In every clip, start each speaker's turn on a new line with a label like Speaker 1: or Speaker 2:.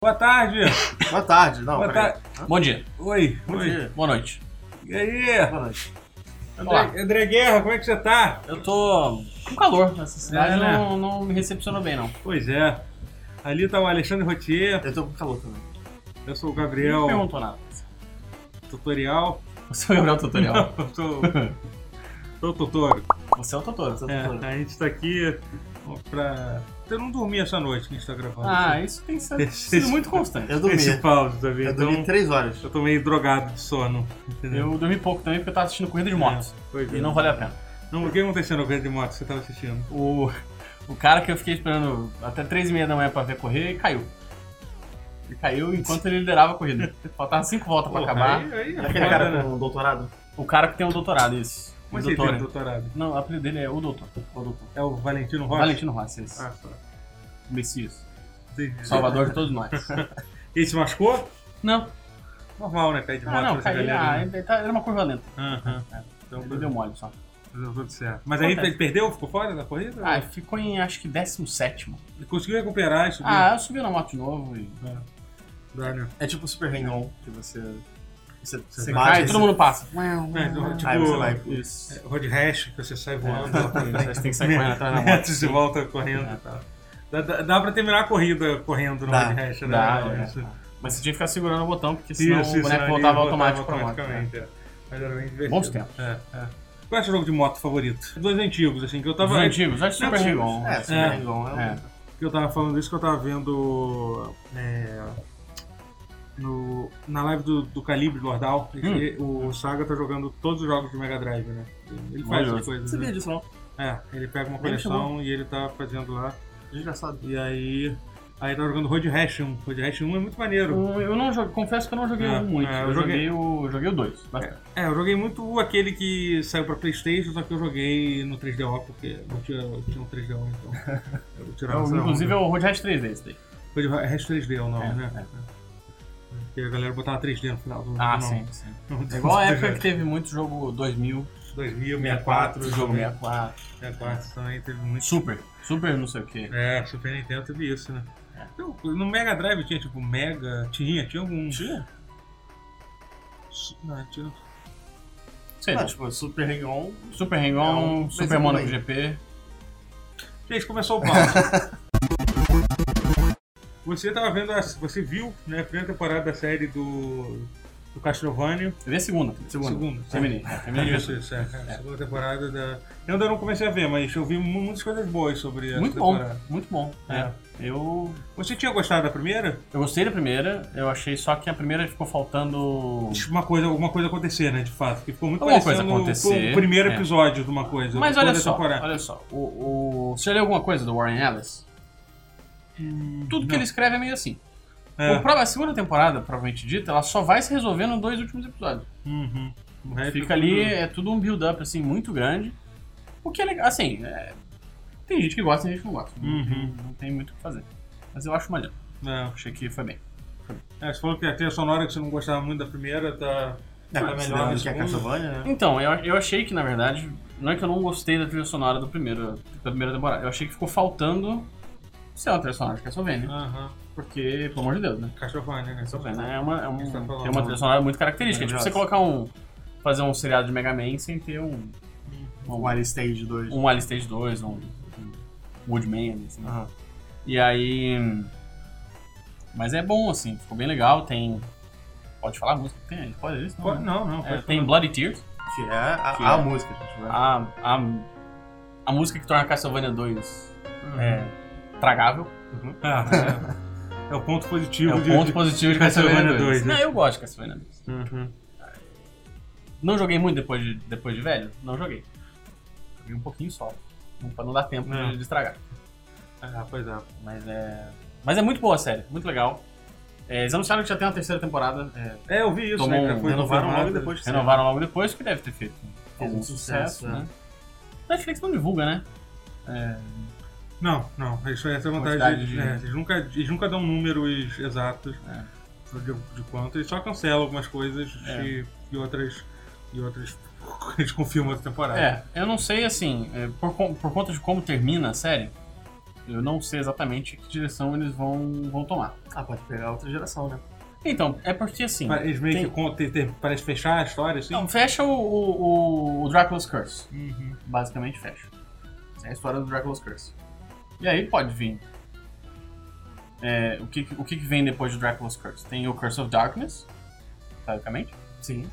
Speaker 1: Boa tarde.
Speaker 2: Boa tarde. Não,
Speaker 1: Boa
Speaker 2: peraí.
Speaker 1: tarde.
Speaker 3: Bom dia,
Speaker 1: Oi.
Speaker 2: Bom
Speaker 1: Oi.
Speaker 2: dia.
Speaker 3: boa noite.
Speaker 1: E aí?
Speaker 2: Boa noite.
Speaker 3: Olá.
Speaker 1: André, André Guerra, como é que você tá?
Speaker 3: Eu tô com calor nessa cidade,
Speaker 1: É, né?
Speaker 3: não, não me recepcionou bem, não.
Speaker 1: Pois é. Ali tá o Alexandre Rotier,
Speaker 2: Eu tô com calor também.
Speaker 1: eu sou o
Speaker 3: Não
Speaker 1: Gabriel
Speaker 3: perguntou nada.
Speaker 1: Tutorial.
Speaker 3: Você é o Gabriel Tutorial.
Speaker 1: Eu sou, sou o tutor.
Speaker 3: Você é o Totoro.
Speaker 2: Tô com
Speaker 1: É,
Speaker 2: calor.
Speaker 1: a gente tá aqui pra... Eu não dormi essa noite que a gente tá gravando.
Speaker 3: Ah, isso tem que ser sido muito constante.
Speaker 2: Eu dormi.
Speaker 1: esse pause, tá
Speaker 2: Eu
Speaker 1: vendo?
Speaker 2: dormi
Speaker 1: Então,
Speaker 2: três horas.
Speaker 1: eu tô meio drogado de sono, entendeu?
Speaker 3: Eu dormi pouco também porque eu tava assistindo Corrida de Mortos.
Speaker 1: Pois é.
Speaker 3: E não valeu a pena.
Speaker 1: Não, o que aconteceu no Grande de Moto que você tava assistindo?
Speaker 3: O, o cara que eu fiquei esperando até 3 e meia da manhã pra ver correr caiu. Ele caiu enquanto ele liderava a corrida. Faltava 5 voltas pra
Speaker 1: Porra,
Speaker 3: acabar.
Speaker 1: Aí, aí, é
Speaker 2: Aquele
Speaker 1: foda,
Speaker 2: cara
Speaker 1: né?
Speaker 2: com um doutorado?
Speaker 3: O cara que tem o doutorado, isso.
Speaker 1: Como é
Speaker 3: o
Speaker 1: que ele tem
Speaker 3: doutor.
Speaker 1: doutorado?
Speaker 3: Não, o apelido dele é o doutor. O doutor.
Speaker 1: É o Valentino Rossi?
Speaker 3: Valentino Rossi, Ah. esse.
Speaker 1: Ah, tá.
Speaker 3: Messias.
Speaker 1: Entendi.
Speaker 3: Salvador de todos nós.
Speaker 1: Ele se machucou?
Speaker 3: Não,
Speaker 1: Normal, né? Cair de moto
Speaker 3: ah, não,
Speaker 1: pra essa
Speaker 3: caiu.
Speaker 1: galera.
Speaker 3: Ah,
Speaker 1: né?
Speaker 3: ele tá- era uma curva lenta.
Speaker 1: Aham. Então,
Speaker 3: Ele deu mole só.
Speaker 1: deu tudo certo. Mas aí
Speaker 3: Acontece.
Speaker 1: ele perdeu? Ficou fora da corrida?
Speaker 3: Ah, ele ficou em acho que 17.
Speaker 1: Ele conseguiu recuperar e subiu.
Speaker 3: Ah, eu subi na moto de novo e.
Speaker 1: Dá, né?
Speaker 2: É tipo Super Hang-On, que você. Você,
Speaker 3: Você
Speaker 2: bate,
Speaker 3: cai e
Speaker 2: você-
Speaker 3: todo mundo passa.
Speaker 1: É, então,
Speaker 2: Aí você vai.
Speaker 1: tipo,
Speaker 3: Isso.
Speaker 1: é, road rash, que você sai voando. lá pra
Speaker 3: Você
Speaker 1: frente.
Speaker 3: É. tem que sair correndo atrás da moto. É.
Speaker 1: Metros de volta correndo e tal. Dá, dá, dá pra terminar a corrida correndo no
Speaker 2: Dá,
Speaker 1: road rash, né?
Speaker 3: dá, é.
Speaker 1: Isso.
Speaker 3: Mas você tinha que ficar segurando o botão, porque senão
Speaker 1: Isso,
Speaker 3: o
Speaker 1: isso,
Speaker 3: boneco
Speaker 1: ali
Speaker 3: voltava
Speaker 1: voltava
Speaker 3: automático pra moto. né?
Speaker 1: automaticamente, é. Mas era bem divertido.
Speaker 3: Bons tempos.
Speaker 1: É, é. Qual é o seu jogo de moto favorito? Dois antigos, assim, que eu
Speaker 3: Os
Speaker 1: tava.
Speaker 3: antigos, acho que Super
Speaker 1: Antigos,
Speaker 3: Rigon.
Speaker 2: É, Super
Speaker 1: É.
Speaker 2: Hang-On é,
Speaker 3: É.
Speaker 2: um.
Speaker 1: que eu tava falando isso que eu tava vendo é, no, na live do, do Calibre do Ordal,
Speaker 3: Hum.
Speaker 1: ele- o Saga tá jogando todos os jogos de Mega Drive, né? Ele faz essas
Speaker 3: Maravilhoso.
Speaker 1: coisas.
Speaker 2: Sabia
Speaker 1: Né?
Speaker 2: disso não?
Speaker 1: É, ele pega uma
Speaker 2: Ele
Speaker 1: coleção e ele tá fazendo lá.
Speaker 2: Desgraçado.
Speaker 1: E aí. Aí tá jogando Road Rash 1. Road Rash 1 é muito maneiro.
Speaker 2: Hum.
Speaker 3: Eu eu não joguei, confesso que eu não joguei
Speaker 1: É,
Speaker 3: um muito.
Speaker 1: é, eu
Speaker 3: eu
Speaker 1: joguei-
Speaker 3: joguei o. Joguei o 2. bastante.
Speaker 1: É, eu joguei muito aquele que saiu pra Playstation, só que eu joguei no 3DO, porque não tinha, tinha um 3DO, então. Eu tirava essa onda.
Speaker 3: Inclusive é o Road Rash 3 desse daí.
Speaker 1: Road Rash 3D é o nome,
Speaker 3: É,
Speaker 1: né? Porque a galera botava 3D no final do do
Speaker 3: Ah,
Speaker 1: nome.
Speaker 3: sim, sim. É igual a época que teve muito jogo 2000,
Speaker 1: 2000, 64,
Speaker 3: 64, jogo 64.
Speaker 1: 64 também teve muito.
Speaker 3: Super, super não sei o que.
Speaker 1: É, Super Nintendo teve isso, né?
Speaker 3: É.
Speaker 1: Então, no Mega Drive tinha tipo Mega. Tinha, tinha algum.
Speaker 3: Tinha?
Speaker 1: Não, tinha.
Speaker 3: Sei
Speaker 2: Não,
Speaker 3: lá.
Speaker 2: tipo, Super Hang-On.
Speaker 3: Super
Speaker 2: é
Speaker 3: Hang-On,
Speaker 2: um- mas é
Speaker 3: Super
Speaker 2: um
Speaker 3: Monaco
Speaker 2: aí.
Speaker 3: GP.
Speaker 1: Gente, começou o pau. você tava vendo. a- você viu, né, a primeira temporada da série do. do Castlevania.
Speaker 3: Eu vi a é segunda. Segunda.
Speaker 1: Segunda.
Speaker 3: Terminei. é, terminei de ver
Speaker 1: Isso,
Speaker 3: tudo.
Speaker 1: isso, é. A Segunda temporada da. Eu ainda não comecei a ver, mas eu vi mu- muitas coisas boas sobre essa
Speaker 3: Muito bom,
Speaker 1: temporada.
Speaker 3: muito bom. É. Eu,
Speaker 1: Você tinha gostado da primeira?
Speaker 3: eu gostei da primeira, eu achei só que a primeira ficou faltando.
Speaker 1: Uma coisa, alguma coisa acontecer, né? De fato. Porque ficou muito
Speaker 3: Alguma coisa
Speaker 1: parecendo
Speaker 3: acontecer,
Speaker 1: com o primeiro
Speaker 3: é.
Speaker 1: episódio de uma coisa.
Speaker 3: Mas
Speaker 1: de toda
Speaker 3: olha
Speaker 1: a
Speaker 3: só,
Speaker 1: temporada.
Speaker 3: olha só. O, o... Você já leu alguma coisa do Warren Ellis? Tudo que
Speaker 1: não.
Speaker 3: ele escreve é meio assim.
Speaker 1: É.
Speaker 3: O prova- a segunda temporada, provavelmente dita, ela só vai se resolver nos dois últimos episódios.
Speaker 1: Uhum. O resto
Speaker 3: Fica
Speaker 1: é
Speaker 3: ali,
Speaker 1: tudo-
Speaker 3: é tudo um build-up, assim, muito grande. O que é legal, assim, é, tem gente que gosta e gente que não gosta. Não
Speaker 1: Uhum.
Speaker 3: tem- Não tem muito o que fazer. Mas eu acho maneiro.
Speaker 1: É.
Speaker 3: Achei que foi bem.
Speaker 1: É, você falou que a trilha sonora que você não gostava muito da primeira tá.
Speaker 2: É pra melhor do que a
Speaker 1: Segunda.
Speaker 2: Castlevania, né?
Speaker 3: Então, eu, eu achei que, na verdade, não é que eu não gostei da trilha sonora do primeiro, da primeira temporada. Eu achei que ficou faltando ser uma trilha sonora de Castlevania. né?
Speaker 1: Aham.
Speaker 3: Porque, pelo amor de Deus, né?
Speaker 1: Castlevania, né?
Speaker 3: Castlevania é uma, é um-
Speaker 1: Isso tá falando.
Speaker 3: tem uma trilha sonora muito característica. É tipo você
Speaker 2: Maravilhosa.
Speaker 3: colocar um... Fazer um seriado de Mega Man sem ter um...
Speaker 2: Um Alien Stage 2.
Speaker 3: Um Alice Stage 2, um... um Woodman, assim.
Speaker 2: Aham.
Speaker 3: E aí. Mas é bom, assim, ficou bem legal. Tem. Pode falar a música? que Tem, a gente pode isso?
Speaker 1: Pode-
Speaker 3: né?
Speaker 1: Não, não.
Speaker 3: É,
Speaker 1: pode
Speaker 3: tem
Speaker 1: falar.
Speaker 3: Bloody Tears,
Speaker 2: Que é a,
Speaker 3: Que
Speaker 2: a
Speaker 3: é.
Speaker 2: música, gente. Né?
Speaker 3: a, a, a música que torna Castlevania 2
Speaker 1: Uhum.
Speaker 3: é, tragável.
Speaker 1: Ah, é. É o ponto positivo
Speaker 3: É o
Speaker 1: de.
Speaker 3: ponto
Speaker 1: de-
Speaker 3: positivo de
Speaker 1: Castlevania
Speaker 3: Castlevania 2.
Speaker 1: 2, né?
Speaker 3: Não, eu gosto de Castlevania 2.
Speaker 1: Uhum.
Speaker 3: Não joguei muito depois de, depois de velho? Não joguei. Joguei um pouquinho só. não- Pra não dar tempo
Speaker 1: É.
Speaker 3: de, de estragar.
Speaker 1: Ah, pois é.
Speaker 3: Mas é. Mas é muito boa a série, muito legal. É, eles anunciaram que já tem uma terceira temporada. é,
Speaker 1: É, eu vi isso,
Speaker 3: Tomou
Speaker 1: né?
Speaker 3: um-
Speaker 1: Foi
Speaker 2: Renovaram
Speaker 1: confirmado.
Speaker 2: logo depois que saiu.
Speaker 3: Renovaram logo depois, que deve ter feito algum
Speaker 2: sucesso,
Speaker 3: sucesso, né? Netflix não divulga, né?
Speaker 1: Não, não. Isso é essa é a vantagem.
Speaker 3: Quantidade
Speaker 1: De,
Speaker 3: de-
Speaker 1: é, eles, nunca, eles nunca dão números exatos
Speaker 3: É.
Speaker 1: de, de quanto. Eles só cancelam algumas coisas
Speaker 3: É.
Speaker 1: e, e outras. E outras. Eles confirmam outra temporada.
Speaker 3: É, eu não sei, assim, é, por, con- por conta de como termina a série, Eu não sei exatamente que direção eles vão, vão tomar.
Speaker 2: Ah, pode pegar outra geração, né?
Speaker 3: Então, é porque assim.
Speaker 1: Eles meio
Speaker 3: tem-
Speaker 1: que con- te- te- parece fechar a história, assim.
Speaker 3: Não, fecha o, o, o Dracula's Curse.
Speaker 1: Uhum.
Speaker 3: Basicamente fecha. Essa é a história do Dracula's Curse. E aí pode vir. é, o que, que- o que, que vem depois do Dracula's Curse? Tem o Curse of Darkness, teoricamente.
Speaker 2: Sim.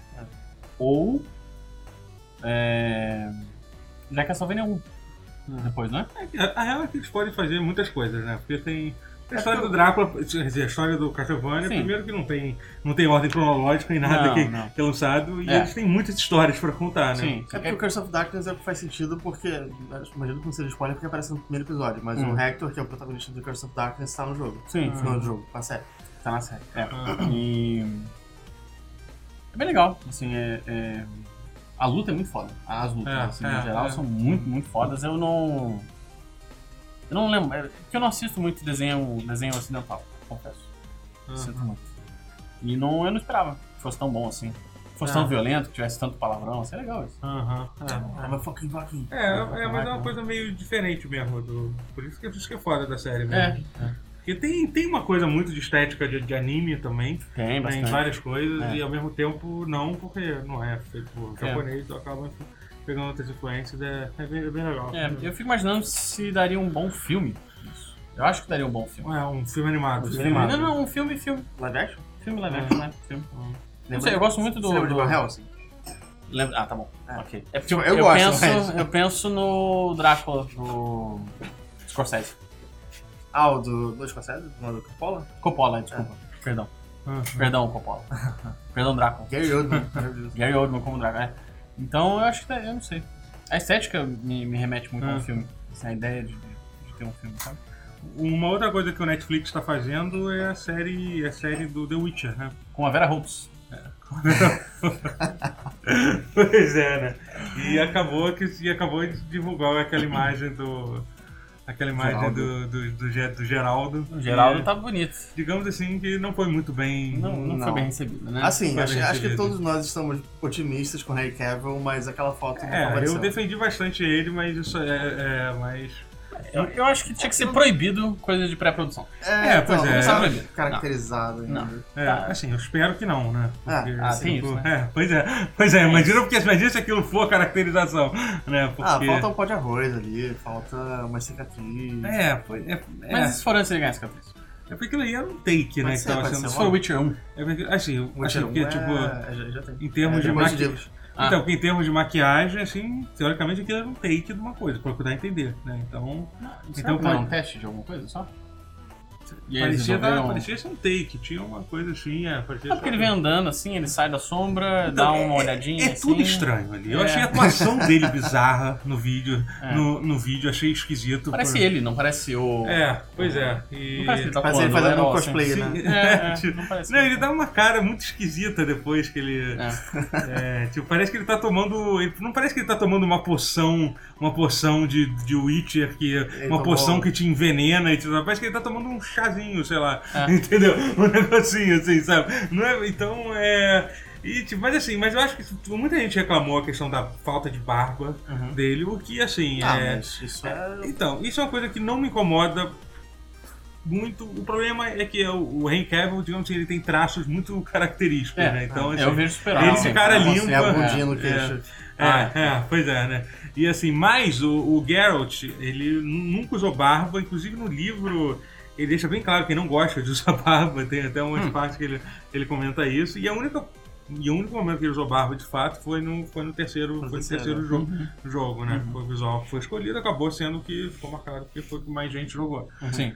Speaker 3: Ou. É, já é Castlevania 1. Depois, né?
Speaker 1: A, a real é que eles podem fazer muitas coisas, né? Porque tem.
Speaker 3: É
Speaker 1: A história do Drácula, quer dizer, a história do Castlevania,
Speaker 3: Sim.
Speaker 1: primeiro que não tem, não tem ordem cronológica e nada
Speaker 3: Não,
Speaker 1: que,
Speaker 3: não.
Speaker 1: que é lançado, e
Speaker 3: É.
Speaker 1: eles têm muitas histórias pra contar, né?
Speaker 3: Sim.
Speaker 2: É porque o Curse of Darkness é o que faz sentido porque. acho- Imagino que não seja spoiler porque aparece no primeiro episódio, mas
Speaker 3: Hum.
Speaker 2: o Hector, que é o protagonista do Curse of Darkness, tá no jogo.
Speaker 3: Sim,
Speaker 2: No final do jogo, tá sério.
Speaker 3: tá na série. É.
Speaker 1: Ah.
Speaker 3: E. É bem legal. Assim, é, é- A luta é muito foda. As lutas,
Speaker 1: É,
Speaker 3: assim,
Speaker 1: é,
Speaker 3: no geral,
Speaker 1: é.
Speaker 3: são muito, muito fodas. Eu não. Eu não lembro. É porque eu não assisto muito desenho, desenho ocidental, confesso.
Speaker 1: Uhum.
Speaker 3: Sinto muito. E não, eu não esperava que fosse tão bom assim. Que fosse
Speaker 1: É.
Speaker 3: tão violento, que tivesse tanto palavrão. Isso é legal isso.
Speaker 1: Aham.
Speaker 2: Ah, mas fucking fucking.
Speaker 1: É, é, é, mas é uma coisa meio diferente mesmo. Do, por, isso que, por isso que é foda da série mesmo.
Speaker 3: É,
Speaker 1: Porque tem, tem uma coisa muito de estética de, de anime também,
Speaker 3: tem
Speaker 1: né, em
Speaker 3: bastante.
Speaker 1: várias coisas,
Speaker 3: É.
Speaker 1: e ao mesmo tempo não, porque não é feito por
Speaker 3: É.
Speaker 1: japonês, então acaba influ- pegando outras influências, é, é, bem, é bem legal.
Speaker 3: É, eu fico imaginando se daria um bom filme. Isso. Eu acho que daria um bom filme.
Speaker 1: É um filme animado.
Speaker 2: Um filme
Speaker 1: Sim.
Speaker 2: animado.
Speaker 3: Não, não, um filme, filme.
Speaker 2: Live action?
Speaker 3: Filme live
Speaker 1: É.
Speaker 3: action, né? Filme. Não sei, eu gosto muito do-
Speaker 2: Você lembra de
Speaker 3: do-
Speaker 2: Van Helsing?
Speaker 3: Lembra- Ah, tá bom.
Speaker 2: É.
Speaker 3: Ok. É porque eu,
Speaker 2: Eu
Speaker 3: eu
Speaker 2: gosto,
Speaker 3: penso,
Speaker 2: mas-
Speaker 3: eu penso no Drácula do Scorsese.
Speaker 2: Ah, o do, do Escocese? Do do Coppola?
Speaker 3: Coppola, desculpa.
Speaker 2: É.
Speaker 3: Perdão.
Speaker 1: Uhum.
Speaker 3: Perdão, Coppola. Perdão, Drácula.
Speaker 2: Gary Oldman. meu Deus.
Speaker 3: Gary Oldman como Drácula. é. Então, eu acho que... tá- Eu não sei. A estética me, me remete muito ao
Speaker 1: Hum.
Speaker 3: filme. Assim, a ideia de, de ter um filme, sabe?
Speaker 1: Uma outra coisa que o Netflix está fazendo é a série, a série do The Witcher, né?
Speaker 3: Com a Vera Holtz.
Speaker 1: pois é, né? E acabou, que, e acabou de divulgar aquela imagem do. Aquela imagem do, do, do, Ge- do Geraldo.
Speaker 3: O Geraldo
Speaker 2: É.
Speaker 1: E,
Speaker 3: tá bonito.
Speaker 1: Digamos assim, que não foi muito bem.
Speaker 3: Não, não, foi
Speaker 2: Não.
Speaker 3: bem recebido, né?
Speaker 2: Assim,
Speaker 1: Foi
Speaker 2: acho,
Speaker 1: bem
Speaker 2: acho que
Speaker 1: recebido.
Speaker 2: todos nós estamos otimistas com Harry Cavill, mas aquela foto não
Speaker 1: É,
Speaker 2: apareceu.
Speaker 1: eu defendi bastante ele, mas isso é. é mas.
Speaker 3: eu, eu acho que tinha que ser proibido coisa de pré-produção.
Speaker 1: É, pois
Speaker 2: então,
Speaker 1: é.
Speaker 2: Não
Speaker 3: Não.
Speaker 2: sabe caracterizado ainda.
Speaker 1: É,
Speaker 3: Tá.
Speaker 1: assim, eu espero que não, né?
Speaker 2: Ah,
Speaker 3: ah, tem
Speaker 1: pô,
Speaker 3: isso,
Speaker 1: É, pois é, pois é, imagina, porque, imagina se aquilo for caracterização, né?
Speaker 2: Ah,
Speaker 1: Porque.
Speaker 2: falta um pó de arroz ali, falta uma cicatriz.
Speaker 1: É, pois é. é.
Speaker 3: um Mas e se for antes de ganhar essa cabeça?
Speaker 1: É porque aquilo ali era um take, né?
Speaker 2: Pode
Speaker 1: Que
Speaker 2: ser,
Speaker 1: tava
Speaker 2: pode
Speaker 1: sendo.
Speaker 2: ser
Speaker 3: Se for Witcher 1.
Speaker 1: É porque, assim, eu
Speaker 2: Witcher
Speaker 1: acho que,
Speaker 2: um é-
Speaker 1: tipo,
Speaker 2: é, já, já tem.
Speaker 1: em termos
Speaker 2: É,
Speaker 1: de
Speaker 2: tem mais
Speaker 1: maqui-
Speaker 2: livros.
Speaker 3: Ah.
Speaker 1: Então, porque em termos de maquiagem, assim, teoricamente aquilo era um take de uma coisa, procurar entender, né? Então,
Speaker 3: Então
Speaker 1: Então
Speaker 3: foi um
Speaker 1: pode-
Speaker 3: teste de alguma coisa só? E aí eles
Speaker 1: parecia,
Speaker 3: resolveram...
Speaker 1: parecia ser um take, tinha uma coisa assim, é, parecia
Speaker 3: Ah, porque ele vem andando assim, ele sai da sombra, dá
Speaker 1: Então,
Speaker 3: uma
Speaker 1: é-
Speaker 3: olhadinha
Speaker 1: É
Speaker 3: assim.
Speaker 1: tudo estranho ali. Eu
Speaker 3: É.
Speaker 1: achei a atuação dele bizarra no vídeo.
Speaker 3: É.
Speaker 1: No, no vídeo, achei esquisito.
Speaker 3: Parece
Speaker 1: Por-
Speaker 3: ele, não parece o...
Speaker 1: É, pois é. E-
Speaker 3: Não parece que ele tá
Speaker 2: Parece ele
Speaker 3: pulando,
Speaker 2: fazendo
Speaker 3: né,
Speaker 2: um
Speaker 3: ó, assim.
Speaker 2: cosplay, né?
Speaker 1: Sim.
Speaker 3: É, é, não parece.
Speaker 1: tipo, Não, ele dá uma cara muito esquisita depois que ele. tá-
Speaker 3: É.
Speaker 1: É, tipo, parece que ele tá tomando. ele- não parece que ele tá tomando uma poção, uma poção de, de Witcher, que, uma
Speaker 2: tomou- um.
Speaker 1: poção que te envenena e tudo. Parece que ele tá tomando um chazinho, sei lá.
Speaker 3: É.
Speaker 1: Entendeu? Um negocinho assim, sabe? Não é, então é. e, tipo, mas assim, mas eu acho que tipo, muita gente reclamou a questão da falta de barba
Speaker 3: Uhum.
Speaker 1: dele, o que assim.
Speaker 2: Ah,
Speaker 1: é,
Speaker 2: mas isso é.
Speaker 1: Então, isso é uma coisa que não me incomoda muito. O problema é que o, o Henry Cavill, digamos assim, ele tem traços muito característicos,
Speaker 3: É,
Speaker 1: né? Então,
Speaker 3: é,
Speaker 1: assim,
Speaker 3: eu vejo super
Speaker 1: ele
Speaker 3: alto,
Speaker 1: se
Speaker 3: né?
Speaker 1: cara
Speaker 2: Nossa,
Speaker 1: limpa.
Speaker 2: É a bundinha no queixo.
Speaker 1: É,
Speaker 2: Ah,
Speaker 1: é, pois é, né? E assim, mas o, o Geralt, ele nu- nunca usou barba, inclusive no livro ele deixa bem claro que não gosta de usar barba, tem até
Speaker 2: Hum.
Speaker 1: umas partes que ele, ele comenta isso, e a única. E o único momento que ele usou barba de fato foi no, foi no terceiro,
Speaker 2: No
Speaker 1: foi no
Speaker 2: terceiro. uhum.
Speaker 1: terceiro jogo, jogo, né? Foi o visual que foi escolhido, acabou sendo o que ficou marcado, porque foi o que mais gente jogou
Speaker 3: Sim.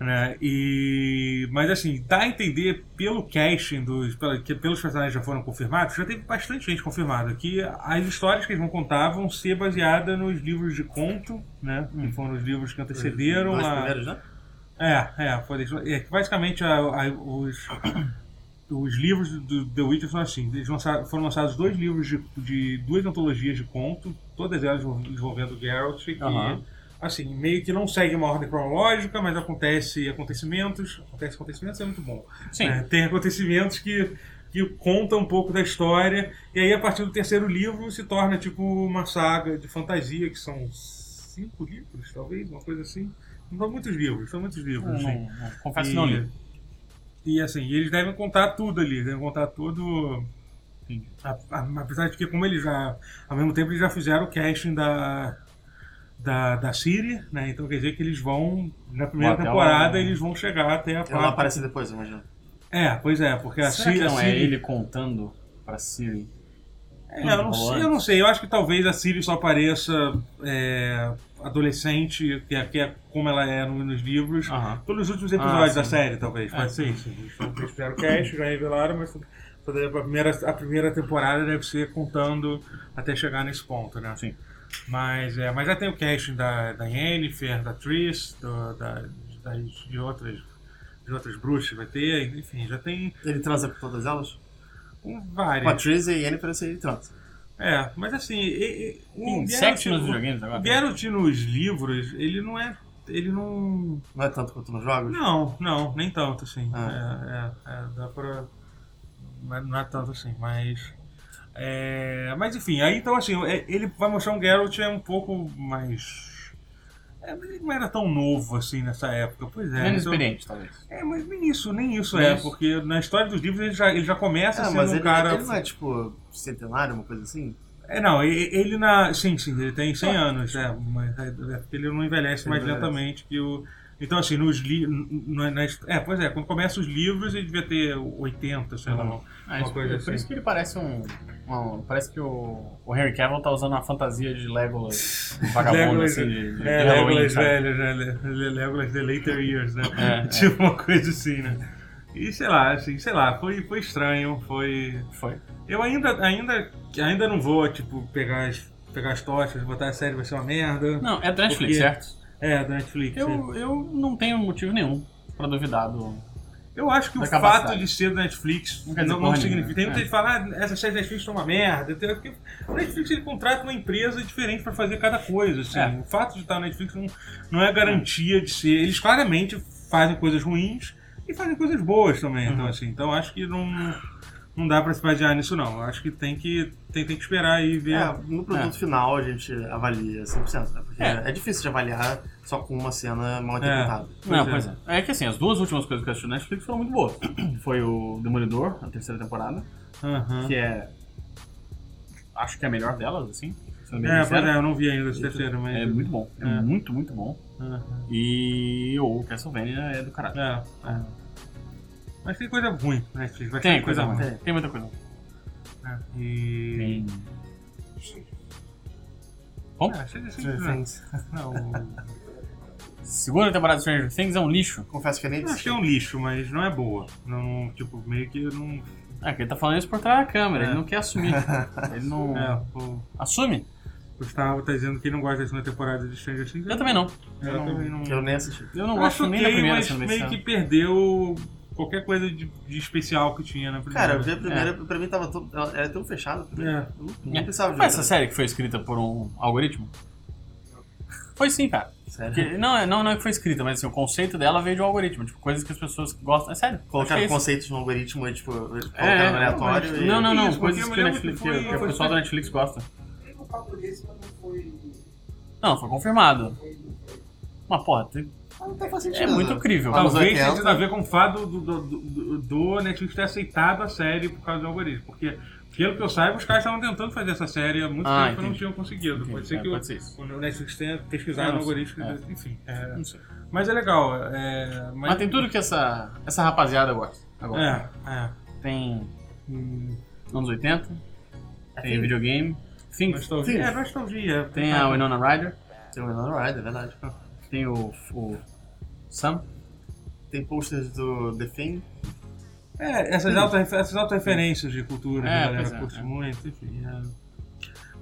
Speaker 1: né? E mas assim, dá a entender pelo casting dos pela- que- pelos personagens que já foram confirmados, já teve bastante gente confirmada que as histórias que eles vão contar vão ser baseadas nos livros de conto, né? Que foram os livros que antecederam
Speaker 2: Hum. Dois
Speaker 1: a
Speaker 2: primeiros, né?
Speaker 1: é, é, foi isso. É que basicamente a- a- os, os livros do The Witcher são assim. Eles lança- foram lançados dois livros de, de duas antologias de conto, todas elas envolv- envolvendo Geralt, que
Speaker 3: Aham.
Speaker 1: assim, meio que não segue uma ordem cronológica, mas acontece acontecimentos. Acontece acontecimentos é muito bom.
Speaker 3: Sim.
Speaker 1: É, tem acontecimentos que, que contam um pouco da história, e aí a partir do terceiro livro se torna tipo uma saga de fantasia, que são cinco livros, talvez, uma coisa assim. Não são muitos livros, são muitos livros.
Speaker 3: Não,
Speaker 1: assim.
Speaker 3: não, não, confesso que não li.
Speaker 1: E assim, eles devem contar tudo ali, devem contar todo.
Speaker 3: Entendi.
Speaker 1: a- a- apesar de que, como eles já. Ao mesmo tempo, eles já fizeram o casting da. Da, da Síria, né? Então quer dizer que eles vão. Na primeira
Speaker 3: Até lá,
Speaker 1: temporada,
Speaker 3: né?
Speaker 1: eles vão chegar até a
Speaker 2: Ela
Speaker 1: parte.
Speaker 2: aparece depois, eu imagino.
Speaker 1: É, pois é, porque a
Speaker 3: Será que
Speaker 1: Síria.
Speaker 3: não é ele contando pra Siri?
Speaker 1: É, eu, não sei, eu não sei, eu acho que talvez a Siri só apareça é, adolescente, que é, que é como ela é no- nos livros.
Speaker 3: Aham.
Speaker 1: Pelos últimos
Speaker 3: Ah,
Speaker 1: episódios
Speaker 3: sim.
Speaker 1: da série, talvez.
Speaker 3: É.
Speaker 1: Pode ser isso. Eles fizeram o cast, já revelaram, mas só deve- a primeira, a primeira temporada deve ser contando até chegar nesse ponto, né?
Speaker 3: Sim.
Speaker 1: Mas, é, mas já tem o casting da, da Yennefer, da Triss, do- da, das- de, outras, de outras bruxas vai ter, enfim, já tem
Speaker 2: Ele transa com todas elas?
Speaker 1: um,
Speaker 2: Com a
Speaker 1: várias.
Speaker 2: Theresa e a Yennefer, assim, ele transa.
Speaker 1: É, mas assim, e- e- o Geralt-
Speaker 3: Tem Um sexo nos
Speaker 1: o-
Speaker 3: videogames agora?
Speaker 1: O Geralt nos livros, ele não é. Ele não.
Speaker 2: Não é tanto quanto nos jogos?
Speaker 1: Não, não, nem tanto assim.
Speaker 2: Ah.
Speaker 1: É, é, é, dá pra. Mas não é tanto assim, mas. é, mas enfim, aí então assim, é- ele vai mostrar um Geralt é um pouco mais. é, mas ele não era tão novo assim nessa época, pois é.
Speaker 3: Menos
Speaker 1: então-
Speaker 3: experiente, talvez.
Speaker 1: É, mas nem isso, nem isso
Speaker 3: Nem
Speaker 1: é,
Speaker 3: isso.
Speaker 1: porque na história dos livros ele já, ele já começa
Speaker 2: É,
Speaker 1: sendo
Speaker 2: mas
Speaker 1: um
Speaker 2: ele,
Speaker 1: cara.
Speaker 2: ele não é tipo centenário, uma coisa assim?
Speaker 1: É, não, e- ele na. Sim, sim, ele tem 100 anos, é, mas é é porque ele não envelhece
Speaker 2: Ele
Speaker 1: mais
Speaker 2: não envelhece.
Speaker 1: lentamente que o. Então, assim, nos livros. É, pois é, quando começa os livros ele devia ter 80, sei lá.
Speaker 3: Uhum. Ah,
Speaker 1: Uma
Speaker 3: isso-
Speaker 1: coisa
Speaker 3: por
Speaker 1: assim.
Speaker 3: isso que ele parece um. um- parece que o, o Henry Cavill tá usando uma fantasia de Legolas vagabundo,
Speaker 1: Legolas,
Speaker 3: assim, de, de
Speaker 1: É,
Speaker 3: Halloween,
Speaker 1: Legolas
Speaker 3: sabe?
Speaker 1: velho, né? Le- Le- Legolas The Later Years, né?
Speaker 3: É, é.
Speaker 1: tipo uma coisa assim, né? E sei lá, assim, sei lá, foi, foi estranho, foi.
Speaker 3: Foi.
Speaker 1: Eu ainda, ainda, ainda não vou, tipo, pegar as, pegar as tochas, botar a série vai ser uma merda.
Speaker 3: Não, é da Netflix,
Speaker 1: Porque-
Speaker 3: certo?
Speaker 1: É, da Netflix. é.
Speaker 3: Eu, eu não tenho motivo nenhum pra duvidar do.
Speaker 1: Eu acho que
Speaker 3: Da
Speaker 1: o
Speaker 3: capacidade.
Speaker 1: fato de ser da Netflix
Speaker 3: Não
Speaker 1: não,
Speaker 3: quer dizer
Speaker 1: não
Speaker 3: porra nenhuma,
Speaker 1: significa. Tem muita
Speaker 3: é.
Speaker 1: gente que fala, ah, essas séries da Netflix são uma merda. Tem- Porque a Netflix ele contrata uma empresa diferente pra fazer cada coisa. Assim.
Speaker 3: É.
Speaker 1: O fato de estar na Netflix não, não é garantia de ser. Eles claramente fazem coisas ruins e fazem coisas boas também.
Speaker 3: Uhum.
Speaker 1: Então, assim, então acho que não, não dá pra se basear nisso, não. Eu Acho que tem que, tem, tem que esperar e ver.
Speaker 2: É, no produto final a gente avalia 100%, né? Porque
Speaker 3: É.
Speaker 2: é. difícil de avaliar só com uma cena mal interpretada.
Speaker 3: não,
Speaker 1: é.
Speaker 3: pois é. É que assim, as duas últimas coisas que eu assisti na Netflix foram muito boas. Foi o Demolidor, a terceira temporada,
Speaker 1: Aham.
Speaker 3: que é. Acho que é a melhor delas, assim. sendo bem
Speaker 1: É, pois
Speaker 3: sincero.
Speaker 1: é, eu não vi ainda esse terceiro, mas.
Speaker 3: é muito bom. É,
Speaker 1: É.
Speaker 3: muito, muito bom.
Speaker 1: Aham.
Speaker 3: E o Castlevania é do caralho.
Speaker 1: É, é. Mas tem coisa ruim na Netflix. vai
Speaker 3: Tem
Speaker 1: ter
Speaker 3: coisa ruim.
Speaker 2: ruim.
Speaker 3: Tem muita coisa ruim.
Speaker 1: né? E.
Speaker 3: Bom,
Speaker 1: Ah, seja assim,
Speaker 2: Stranger
Speaker 3: é.
Speaker 1: né?
Speaker 2: Things.
Speaker 1: Não,
Speaker 3: segunda temporada de Stranger Things é um lixo.
Speaker 2: Confesso que eu nem
Speaker 1: eu acho que é um lixo, mas não é boa. Não, tipo, meio que não.
Speaker 3: É, que ele tá falando isso por trás da câmera,
Speaker 1: É.
Speaker 3: ele não quer assumir. ele não.
Speaker 1: É, o
Speaker 3: Assume?
Speaker 1: Gustavo tá dizendo que não gosta da segunda temporada de Stranger Things.
Speaker 3: Eu também não.
Speaker 1: Eu
Speaker 2: Eu não-
Speaker 1: também não.
Speaker 2: Eu nem assisti.
Speaker 3: Eu não
Speaker 1: Eu
Speaker 3: gosto
Speaker 1: acho
Speaker 3: nem da
Speaker 1: ok,
Speaker 3: primeira,
Speaker 1: mas
Speaker 3: se não me
Speaker 1: meio
Speaker 3: engano.
Speaker 1: que perdeu qualquer coisa de, de especial que tinha na primeira.
Speaker 2: Cara, eu vi
Speaker 3: É.
Speaker 2: a primeira, pra mim tava todo, ela era tão fechada. pra mim.
Speaker 1: É.
Speaker 2: Eu não, não precisava de
Speaker 3: Foi essa
Speaker 2: outra.
Speaker 3: série que foi escrita por um algoritmo? Foi sim, cara.
Speaker 2: Sério?
Speaker 3: Porque- não, é- não, não é que foi escrita, mas assim, o conceito dela veio de um algoritmo. Tipo, coisas que as pessoas gostam. É sério. acho que
Speaker 2: Colocaram
Speaker 3: é isso.
Speaker 2: conceitos no algoritmo e, tipo, colocaram
Speaker 3: É,
Speaker 2: no aleatório.
Speaker 1: mas-
Speaker 2: e-
Speaker 3: Não, não, não.
Speaker 1: Isso,
Speaker 3: coisas
Speaker 1: porque eu
Speaker 3: que, o
Speaker 1: me lembro
Speaker 3: Netflix,
Speaker 1: que foi-
Speaker 3: que o pessoal da Netflix gosta.
Speaker 4: Nem por causa disso não foi.
Speaker 3: Não, foi confirmado.
Speaker 4: foi- foi-
Speaker 3: Mas, porra, tem-
Speaker 2: Ah, Não tá fazendo
Speaker 3: é
Speaker 2: sentido.
Speaker 3: muito crível.
Speaker 2: Anos
Speaker 1: Talvez
Speaker 2: 80.
Speaker 1: tenha tido a ver com o fato do, do, do- do Netflix ter aceitado a série por causa do algoritmo. Porque, pelo que eu saiba, os caras estavam tentando fazer essa série há muito
Speaker 3: Ah,
Speaker 1: tempo e não
Speaker 3: entendi.
Speaker 1: tinham conseguido.
Speaker 3: Entendi.
Speaker 1: Pode ser
Speaker 3: É,
Speaker 1: que o-
Speaker 3: pode ser isso.
Speaker 1: o, Netflix tenha pesquisado
Speaker 3: É,
Speaker 1: o
Speaker 3: não sei.
Speaker 1: algoritmo. Enfim. é.
Speaker 3: Não sei.
Speaker 1: Mas é legal. é, mas,
Speaker 3: Mas tem tudo que essa, essa rapaziada gosta. Agora.
Speaker 1: É, é.
Speaker 3: Tem
Speaker 1: Hum,
Speaker 3: anos 80, tem videogame, Things,
Speaker 1: nostalgia. É, nostalgia.
Speaker 3: tem a Winona Ryder,
Speaker 2: Tem o Winona Ryder, é verdade.
Speaker 3: Ah. tem o, o Sam.
Speaker 2: Tem posters do The Thing.
Speaker 1: É, essas auto- essas autorreferências de cultura
Speaker 3: É,
Speaker 1: que a galera
Speaker 3: pois é,
Speaker 1: curte
Speaker 3: é.
Speaker 1: muito, enfim. é.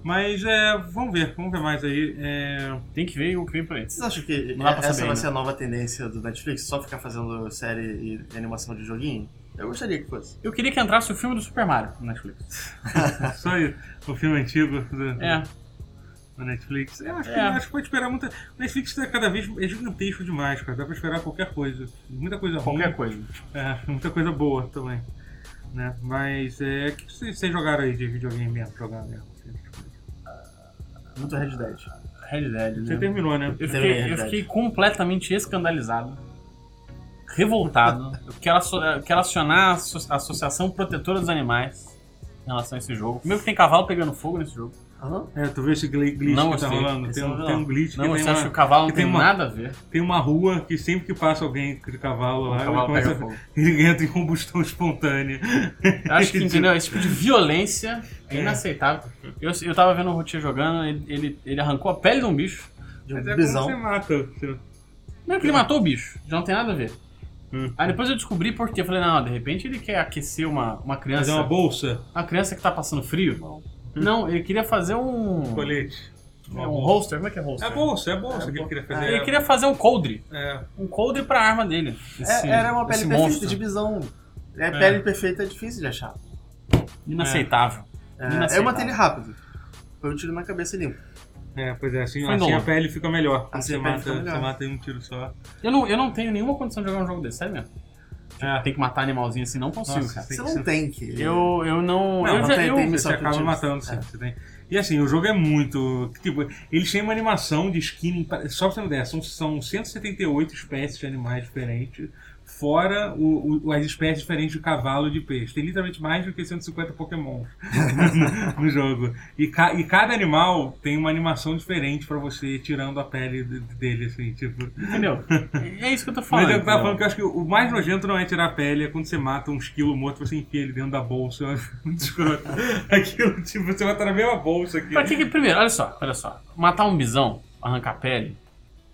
Speaker 1: Mas é, vamos ver, vamos ver mais aí. É,
Speaker 3: Tem que ver o que vem por aí.
Speaker 2: Vocês acham que
Speaker 3: Não dá pra
Speaker 2: essa
Speaker 3: saber,
Speaker 2: vai
Speaker 3: né?
Speaker 2: ser a nova tendência do Netflix? Só ficar fazendo série e animação de joguinho? Eu gostaria que fosse.
Speaker 3: Eu queria que entrasse o filme do Super Mario no Netflix.
Speaker 1: só o filme antigo do,
Speaker 3: Tá. É,
Speaker 1: na Netflix. Eu acho,
Speaker 3: É.
Speaker 1: que, acho que pode esperar muita. O Netflix tá cada vez é gigantesco demais, cara. Dá pra esperar qualquer coisa. Muita coisa
Speaker 3: qualquer
Speaker 1: ruim.
Speaker 3: coisa.
Speaker 1: É, muita coisa boa também. Né? Mas é. O que vocês vocês jogaram aí de videogame mesmo? Jogar mesmo?
Speaker 2: Muito Red Dead.
Speaker 3: Red Red Dead, né?
Speaker 1: Você terminou, né?
Speaker 2: Também é
Speaker 3: Eu fiquei, eu
Speaker 2: verdade.
Speaker 3: fiquei completamente escandalizado, revoltado. Eu quero, asso- eu quero acionar a asso- a Associação Protetora dos Animais em relação a esse jogo. Primeiro que tem cavalo pegando fogo nesse jogo.
Speaker 2: Aham.
Speaker 1: É, tu viu esse gli- glitch
Speaker 3: Não
Speaker 1: que tá
Speaker 3: gostei.
Speaker 1: rolando?
Speaker 3: Esse
Speaker 1: Tem
Speaker 3: eu não
Speaker 1: um,
Speaker 3: vi,
Speaker 1: tem
Speaker 3: não.
Speaker 1: um glitch
Speaker 3: Não,
Speaker 1: que tem
Speaker 3: você acha que o
Speaker 1: uma,
Speaker 3: cavalo não
Speaker 1: que tem
Speaker 3: tem
Speaker 1: uma-
Speaker 3: nada a ver
Speaker 1: tem uma rua que sempre que passa alguém de cavalo
Speaker 3: com o
Speaker 1: lá, ele,
Speaker 3: Um cavalo
Speaker 1: começa-
Speaker 3: pegando fogo.
Speaker 1: ele entra em combustão espontânea.
Speaker 3: Eu Acho que, entendeu? Esse tipo de violência é inaceitável. Eu, eu tava vendo o Routier jogando, ele, ele, ele arrancou a pele de um bicho.
Speaker 2: De um
Speaker 1: Mas é como você
Speaker 2: bisão.
Speaker 1: mata. você-
Speaker 3: Primeiro
Speaker 2: Uhum.
Speaker 3: que ele matou o bicho, já não tem nada a ver.
Speaker 1: Hum.
Speaker 3: Aí depois eu descobri por quê. Eu falei, não, de repente ele quer aquecer uma, uma criança.
Speaker 1: Fazer uma bolsa,
Speaker 3: Uma criança que tá passando frio? Não, ele queria fazer um.
Speaker 1: colete.
Speaker 3: É um holster? Como é que é holster?
Speaker 1: É bolsa, é bolsa
Speaker 2: É
Speaker 1: que ele
Speaker 2: bom.
Speaker 1: queria
Speaker 3: É,
Speaker 1: fazer.
Speaker 3: Ele queria fazer um coldre.
Speaker 1: É,
Speaker 3: Um coldre pra arma dele. Esse-
Speaker 2: É, era uma
Speaker 3: esse
Speaker 2: pele
Speaker 3: monstro.
Speaker 2: perfeita de bisão. É, Pele perfeita é difícil de achar.
Speaker 3: Inaceitável.
Speaker 2: É,
Speaker 3: Inaceitável.
Speaker 2: eu matei ele rápido. Foi um tiro na cabeça e limpo.
Speaker 1: é, pois é, assim,
Speaker 3: Foi
Speaker 1: assim a
Speaker 3: novo.
Speaker 1: pele fica melhor. Quando
Speaker 2: Assim
Speaker 1: você,
Speaker 2: a pele
Speaker 1: mata,
Speaker 2: fica melhor.
Speaker 1: você mata em um tiro só.
Speaker 3: Eu, não, eu não tenho nenhuma condição de jogar um jogo desse, sério mesmo. Tipo,
Speaker 1: É.
Speaker 3: Tem que matar animalzinho assim, não consigo,
Speaker 1: Nossa,
Speaker 3: cara.
Speaker 1: sim.
Speaker 2: Você não tem que.
Speaker 3: Eu, eu não.
Speaker 1: Não,
Speaker 3: eu
Speaker 1: não
Speaker 3: já,
Speaker 2: tem-
Speaker 3: eu,
Speaker 2: tem-
Speaker 1: Você
Speaker 2: Só que
Speaker 1: acaba
Speaker 2: tiro-
Speaker 1: matando, sim,
Speaker 2: é.
Speaker 1: você tem. E assim, o jogo é muito. Tipo, eles têm uma animação de skin. Só pra você ter uma ideia, são, são 178 espécies de animais diferentes, fora o, o- as espécies diferentes de cavalo e de peixe. Tem literalmente mais do que 150 Pokémon no, no jogo. E, ca- e cada animal tem uma animação diferente pra você tirando a pele de- dele, assim, tipo.
Speaker 3: Entendeu? É isso que eu tô falando.
Speaker 1: Mas eu tava
Speaker 3: entendeu?
Speaker 1: falando que eu acho que o mais nojento não é tirar a pele, é quando você mata um esquilo morto, você enfia ele dentro da bolsa. Eu acho muito escroto. Aquilo, tipo, você mata na mesma bolsa aqui.
Speaker 3: Pra que que- primeiro, olha só, olha só. Matar um bisão, arrancar a pele,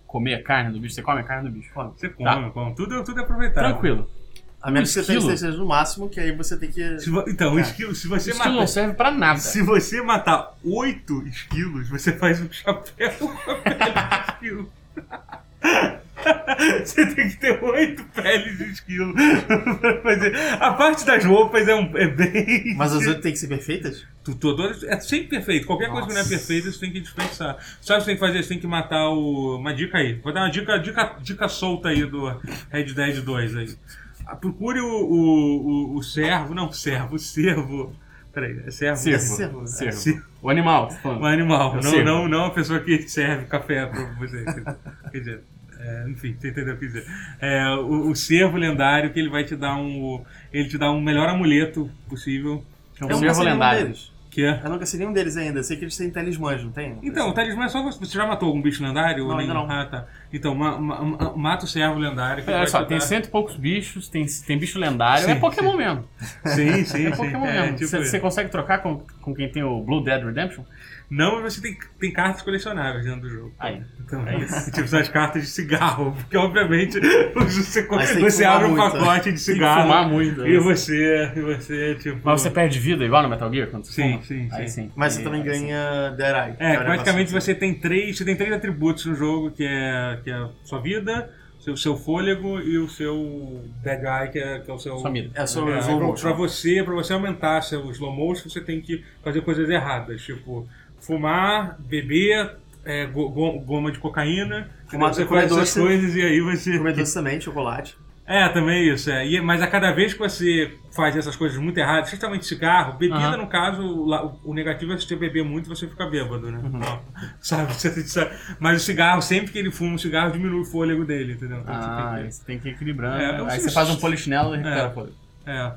Speaker 3: comer a carne do bicho, você come a carne do bicho. come.
Speaker 1: Você come, come. Tudo, tudo é aproveitado.
Speaker 3: Tá. Tranquilo.
Speaker 2: A menos que você tenha
Speaker 3: Esquilo.
Speaker 2: esteja no máximo, que aí você tem que.
Speaker 1: Se vo- Então, o
Speaker 3: Tá.
Speaker 2: É.
Speaker 1: esquilo, se você
Speaker 3: Isso não
Speaker 1: matar.
Speaker 3: serve pra nada.
Speaker 1: Se você matar oito esquilos, você faz um chapéu com a pele de esquilo. Você tem que ter oito peles de esquilo pra fazer. A parte das roupas é, um, é bem.
Speaker 2: Mas as outras têm que ser perfeitas?
Speaker 1: Tu, tu adora- é sempre perfeito. Qualquer coisa que não é
Speaker 3: Nossa.
Speaker 1: perfeita, você tem que dispensar. Sabe o que você tem que fazer? Você tem que matar o. Uma dica aí. Vou dar uma dica, dica, dica solta aí do Red Dead 2 aí. Ah, Procure o, o, o, o servo. Não, servo, servo. Peraí, é servo.
Speaker 3: Cervo.
Speaker 2: É cervo, né?
Speaker 3: Cervo.
Speaker 1: Cervo.
Speaker 3: O animal. tô falando.
Speaker 1: Um animal,
Speaker 3: É
Speaker 1: não,
Speaker 3: cervo.
Speaker 1: não, não a pessoa que serve café pra você. Quer dizer, é, enfim, você entendeu o que eu quis dizer. É, o, o servo lendário que ele vai te dar um. Ele te dá um melhor amuleto possível.
Speaker 3: É um
Speaker 2: eu nunca
Speaker 3: servo
Speaker 2: sei nenhum
Speaker 3: lendário.
Speaker 2: deles.
Speaker 1: Que é.
Speaker 2: Eu nunca sei nenhum deles ainda. Eu sei que eles têm talismãs, não tem?
Speaker 1: Então, o talismã é só você. Você já matou algum bicho lendário?
Speaker 2: Não, ainda
Speaker 1: Nem-
Speaker 2: não.
Speaker 1: Ah, tá. Então, ma- ma- ma- mata o servo lendário. que
Speaker 3: Olha
Speaker 1: vai
Speaker 3: É, só,
Speaker 1: te
Speaker 3: tem
Speaker 1: dar-
Speaker 3: cento e poucos bichos, tem, tem bicho lendário.
Speaker 1: Sim,
Speaker 3: é Pokémon mesmo.
Speaker 1: Sim, sim, sim.
Speaker 3: É Pokémon
Speaker 1: É,
Speaker 3: mesmo.
Speaker 1: tipo
Speaker 3: Você
Speaker 1: isso.
Speaker 3: você consegue trocar com, com quem tem o Blue Dead Redemption?
Speaker 1: Não, mas você tem, tem cartas colecionáveis dentro do jogo.
Speaker 3: Aí.
Speaker 1: Então,
Speaker 3: É isso.
Speaker 1: Tipo, são as cartas de cigarro. Porque, obviamente, você,
Speaker 2: Mas tem que
Speaker 1: você
Speaker 2: fumar
Speaker 1: abre um
Speaker 2: muito, né?
Speaker 1: pacote de
Speaker 3: Tem que fumar
Speaker 1: cigarro.
Speaker 3: muito. né?
Speaker 1: E você, e você, tipo.
Speaker 3: Mas você perde vida igual no Metal Gear quando você
Speaker 1: Sim,
Speaker 3: fuma?
Speaker 1: sim,
Speaker 3: Aí
Speaker 1: É, sim.
Speaker 3: sim.
Speaker 2: Mas
Speaker 3: Aí-
Speaker 2: você também
Speaker 3: aí sim.
Speaker 2: ganha Dead Eye.
Speaker 1: É, praticamente você tem três. Você tem três atributos no jogo, que é, que é sua vida, o seu, seu fôlego e o seu bad guy, que é, que é o seu.
Speaker 3: Sua mira.
Speaker 2: É só
Speaker 1: É,
Speaker 2: slow
Speaker 1: pra-
Speaker 2: motion.
Speaker 1: pra você, pra você aumentar seu slow motion, você tem que fazer coisas erradas, tipo fumar, beber, é, go- go- goma de cocaína,
Speaker 2: Fumar,
Speaker 1: entendeu? você
Speaker 2: comer
Speaker 1: faz essas
Speaker 2: doce.
Speaker 1: coisas e aí você.
Speaker 2: Comer doce também, chocolate.
Speaker 1: É, também isso. É. E- mas a cada vez que você faz essas coisas muito erradas, justamente cigarro, bebida,
Speaker 3: Aham.
Speaker 1: no caso, o, la- o negativo é se você beber muito você fica bêbado, né?
Speaker 2: Uhum.
Speaker 1: Então, sabe, você, sabe? Mas o cigarro, sempre que ele fuma um cigarro, diminui o fôlego dele, entendeu? Então, você tem
Speaker 3: Ah,
Speaker 1: que-
Speaker 3: aí você tem que ir equilibrando.
Speaker 1: É, eu
Speaker 3: aí
Speaker 1: sei-
Speaker 3: você faz um polichinelo e recupera
Speaker 1: É.
Speaker 3: a folha.
Speaker 1: É.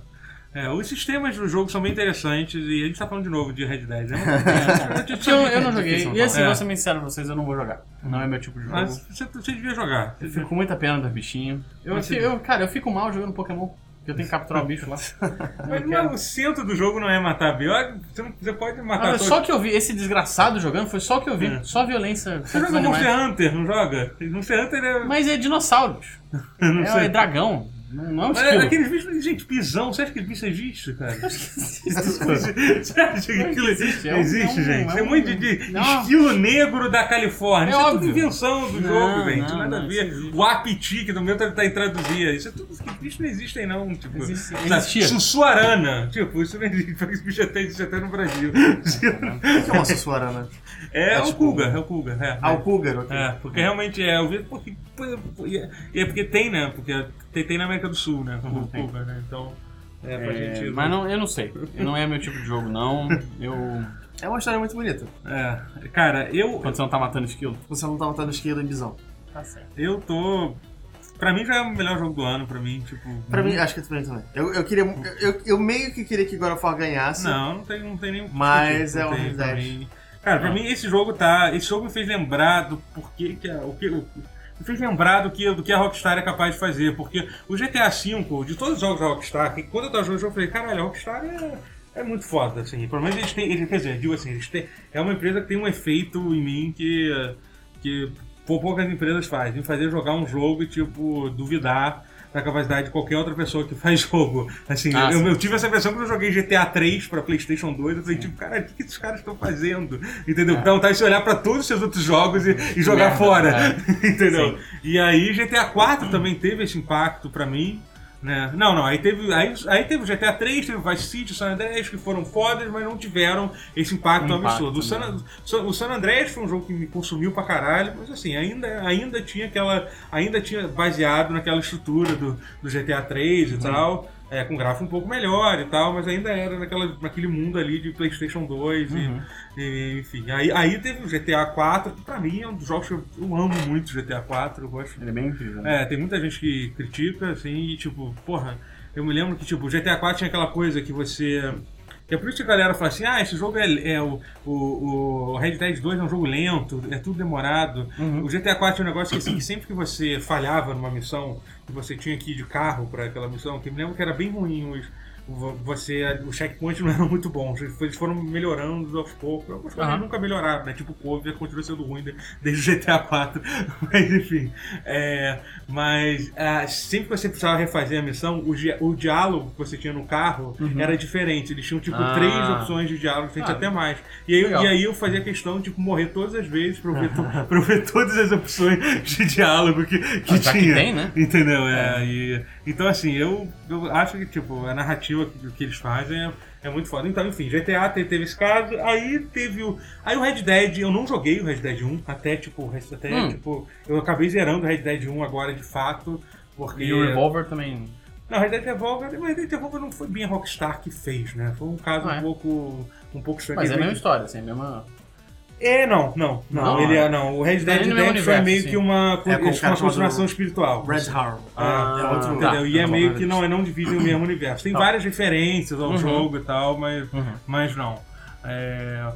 Speaker 1: É, os sistemas do jogo são bem interessantes e a gente tá falando de novo de Red Dead, né? É, eu te-
Speaker 3: Eu, eu não joguei.
Speaker 2: difícil
Speaker 3: E assim,
Speaker 1: falar.
Speaker 3: vou ser bem sincero pra vocês, eu não vou jogar. Não é meu tipo de jogo.
Speaker 1: é. Mas você, você devia jogar.
Speaker 3: Eu fico com muita pena dos bichinhos. Eu,
Speaker 1: Mas
Speaker 3: fi- eu- cara, eu fico mal jogando Pokémon. Porque eu tenho que capturar o bicho lá.
Speaker 1: Mas
Speaker 3: Eu
Speaker 1: não é-
Speaker 3: quero.
Speaker 1: o centro do jogo não é matar biólogo, você, não- você pode matar
Speaker 3: Cara,
Speaker 1: todos.
Speaker 3: Ah, é só que eu vi esse desgraçado jogando, foi só que eu vi.
Speaker 1: Ah, É.
Speaker 3: Só violência.
Speaker 1: Você
Speaker 3: contra os
Speaker 1: joga
Speaker 3: animais.
Speaker 1: Monster Hunter, não joga? Monster Hunter é.
Speaker 3: Mas é dinossauro, bicho.
Speaker 1: não
Speaker 3: É,
Speaker 1: sei.
Speaker 3: é dragão. Não, não é um
Speaker 1: Mas é
Speaker 3: esquilo.
Speaker 1: aqueles bichos, gente, pisão, você acha que bicho existe, cara? Você acha que aquilo existe?
Speaker 3: existe, é um-
Speaker 1: existe,
Speaker 3: é um-
Speaker 1: gente.
Speaker 3: é
Speaker 1: É
Speaker 3: um-
Speaker 1: muito de
Speaker 3: Não.
Speaker 1: estilo negro da Califórnia.
Speaker 3: É
Speaker 1: Isso é
Speaker 3: óbvio.
Speaker 1: tudo invenção do
Speaker 3: Não,
Speaker 1: jogo, gente.
Speaker 3: não,
Speaker 1: Nada a
Speaker 3: não, isso
Speaker 1: ver.
Speaker 3: existe.
Speaker 1: O aptique do meu tá, tá em traduzir. Isso é tudo que bicho não existem, não. Tipo,
Speaker 3: Existe-
Speaker 1: sabe?
Speaker 3: existia.
Speaker 1: Sussuarana. Tipo, isso não existe. Esse bicho até existe até no Brasil.
Speaker 2: O que é uma sussuarana?
Speaker 1: É,
Speaker 2: É
Speaker 1: o
Speaker 2: tipo-
Speaker 1: Cougar, é o Cougar. É,
Speaker 2: Ah, o Cougar, ok.
Speaker 1: É, porque realmente é, eu vi, pô, que- pô, pô, e é, e é porque tem, né? Porque tem, tem na América do Sul, né?
Speaker 3: Uhum,
Speaker 1: O
Speaker 3: tem.
Speaker 1: Cougar, né? Então, é, faz
Speaker 3: É,
Speaker 1: sentido.
Speaker 3: mas não, eu não sei. Não é meu tipo de jogo, não. Eu.
Speaker 2: É uma história muito bonita.
Speaker 1: É, cara, eu,
Speaker 3: Quando você não tá matando esquilo.
Speaker 2: Você não tá matando esquilo em bisão.
Speaker 3: Tá certo.
Speaker 1: eu tô. Pra mim já é o melhor jogo do ano, pra mim, tipo.
Speaker 2: Pra mim, acho que pra mim também. Eu, eu queria. eu- Eu, eu meio que queria que God of War ganhasse.
Speaker 1: Não, não tem, não tem nenhum.
Speaker 2: Mas
Speaker 1: sentido,
Speaker 2: é
Speaker 1: não
Speaker 2: um
Speaker 1: tem,
Speaker 2: dos
Speaker 1: pra
Speaker 2: dez.
Speaker 1: mim. Cara, pra mim esse jogo tá. Esse jogo me fez lembrar do porquê que a. O que, o- me fez lembrar do que, do que a Rockstar é capaz de fazer. Porque o GTA V, de todos os jogos da Rockstar, que quando eu tava jogando, eu falei, caralho, a Rockstar é. É muito foda, assim. Pelo menos eles têm. Eles, quer dizer, digo assim, eles têm. É uma empresa que tem um efeito em mim que. que pou- poucas empresas fazem. Me fazer jogar um jogo e, tipo, duvidar da capacidade de qualquer outra pessoa que faz jogo. Assim,
Speaker 3: Ah,
Speaker 1: eu,
Speaker 3: sim.
Speaker 1: eu tive essa impressão quando eu joguei GTA 3 pra PlayStation 2. Eu falei, tipo, cara, o que, que esses caras estão fazendo?
Speaker 3: É.
Speaker 1: Entendeu? Dá vontade de você olhar pra todos os seus outros jogos e, e jogar
Speaker 3: Merda,
Speaker 1: fora.
Speaker 3: é.
Speaker 1: Entendeu? E aí, GTA 4 também teve esse impacto pra mim. Né? Não, não, aí teve, aí, aí teve o GTA 3, teve o Vice City, o San Andreas, que foram fodas, mas não tiveram esse impacto,
Speaker 3: Um impacto,
Speaker 1: absurdo. O San,
Speaker 3: né?
Speaker 1: o San Andreas foi um jogo que me consumiu pra caralho, mas assim, ainda, ainda tinha aquela. Ainda tinha baseado naquela estrutura do, do GTA 3
Speaker 3: Uhum.
Speaker 1: e tal. É, com gráfico um pouco melhor e tal, mas ainda era naquela, naquele mundo ali de Playstation 2 e-
Speaker 3: Uhum.
Speaker 1: e, enfim. Aí, aí teve o GTA 4, que pra mim é um dos jogos que eu, eu amo muito GTA 4, eu gosto
Speaker 3: Ele é bem incrível, né?
Speaker 1: é, tem muita gente que critica, assim, e tipo, porra, eu me lembro que, tipo, o GTA 4 tinha aquela coisa que você. Que é por isso que a galera fala assim, ah, esse jogo é, é o, o, o Red Dead 2 é um jogo lento, é tudo demorado.
Speaker 3: Uhum.
Speaker 1: O GTA 4 tinha um negócio que, assim, que sempre que você falhava numa missão, que você tinha que ir de carro pra aquela missão, que me lembro que era bem ruim os, vo- você, os checkpoints não eram muito bons, eles foram melhorando aos poucos, algumas coisas
Speaker 3: Aham.
Speaker 1: nunca melhoraram, né? Tipo, o cover continua sendo ruim de- desde o GTA 4, mas enfim. É, mas ah, sempre que você precisava refazer a missão, o, di- o diálogo que você tinha no carro era diferente. Eles tinham tipo
Speaker 3: Uhum. Ah.
Speaker 1: três opções de diálogo, gente
Speaker 3: Ah,
Speaker 1: até mais. E aí, eu-
Speaker 3: legal.
Speaker 1: e aí eu fazia questão de tipo, morrer todas as vezes pra eu ver, to- pra eu ver todas as opções de diálogo que, que
Speaker 3: Ah, já que
Speaker 1: tinha.
Speaker 3: tem, né?
Speaker 1: Entendeu? É, e- então, assim, eu, eu acho que tipo, a narrativa que, que eles fazem é, é muito foda. Então, enfim, GTA te- teve esse caso, aí teve o. Aí o Red Dead, eu não joguei o Red Dead 1, até tipo, res- até,
Speaker 3: Hum.
Speaker 1: tipo, eu acabei zerando o Red Dead 1 agora de fato. Porque.
Speaker 3: E o Revolver também.
Speaker 1: Não, Red Dead Revolver, mas Red Dead Revolver não foi bem a Rockstar que fez, né? Foi um caso
Speaker 3: Ah, é?
Speaker 1: um pouco. Um pouco estranho.
Speaker 3: Mas é a
Speaker 1: Ele-
Speaker 3: mesma história, assim, é a mesma.
Speaker 1: é, não, não, não.
Speaker 3: Não?
Speaker 1: ele é, não. O Red
Speaker 3: Tá
Speaker 1: Dead
Speaker 3: ali no mesmo
Speaker 1: Redemption foi
Speaker 3: universo,
Speaker 1: meio
Speaker 3: sim.
Speaker 1: que uma,
Speaker 2: É, com o cara
Speaker 1: uma
Speaker 2: chamado
Speaker 1: continuação espiritual.
Speaker 2: Red Harrow.
Speaker 1: Ah,
Speaker 2: é outro.
Speaker 3: tá.
Speaker 1: Entendeu? E é
Speaker 2: outro
Speaker 1: meio
Speaker 2: nome.
Speaker 1: que não, não dividem o mesmo universo. Tem
Speaker 2: Tá.
Speaker 1: várias referências ao
Speaker 3: Uhum.
Speaker 1: jogo e tal, mas,
Speaker 3: Uhum.
Speaker 1: mas não. É,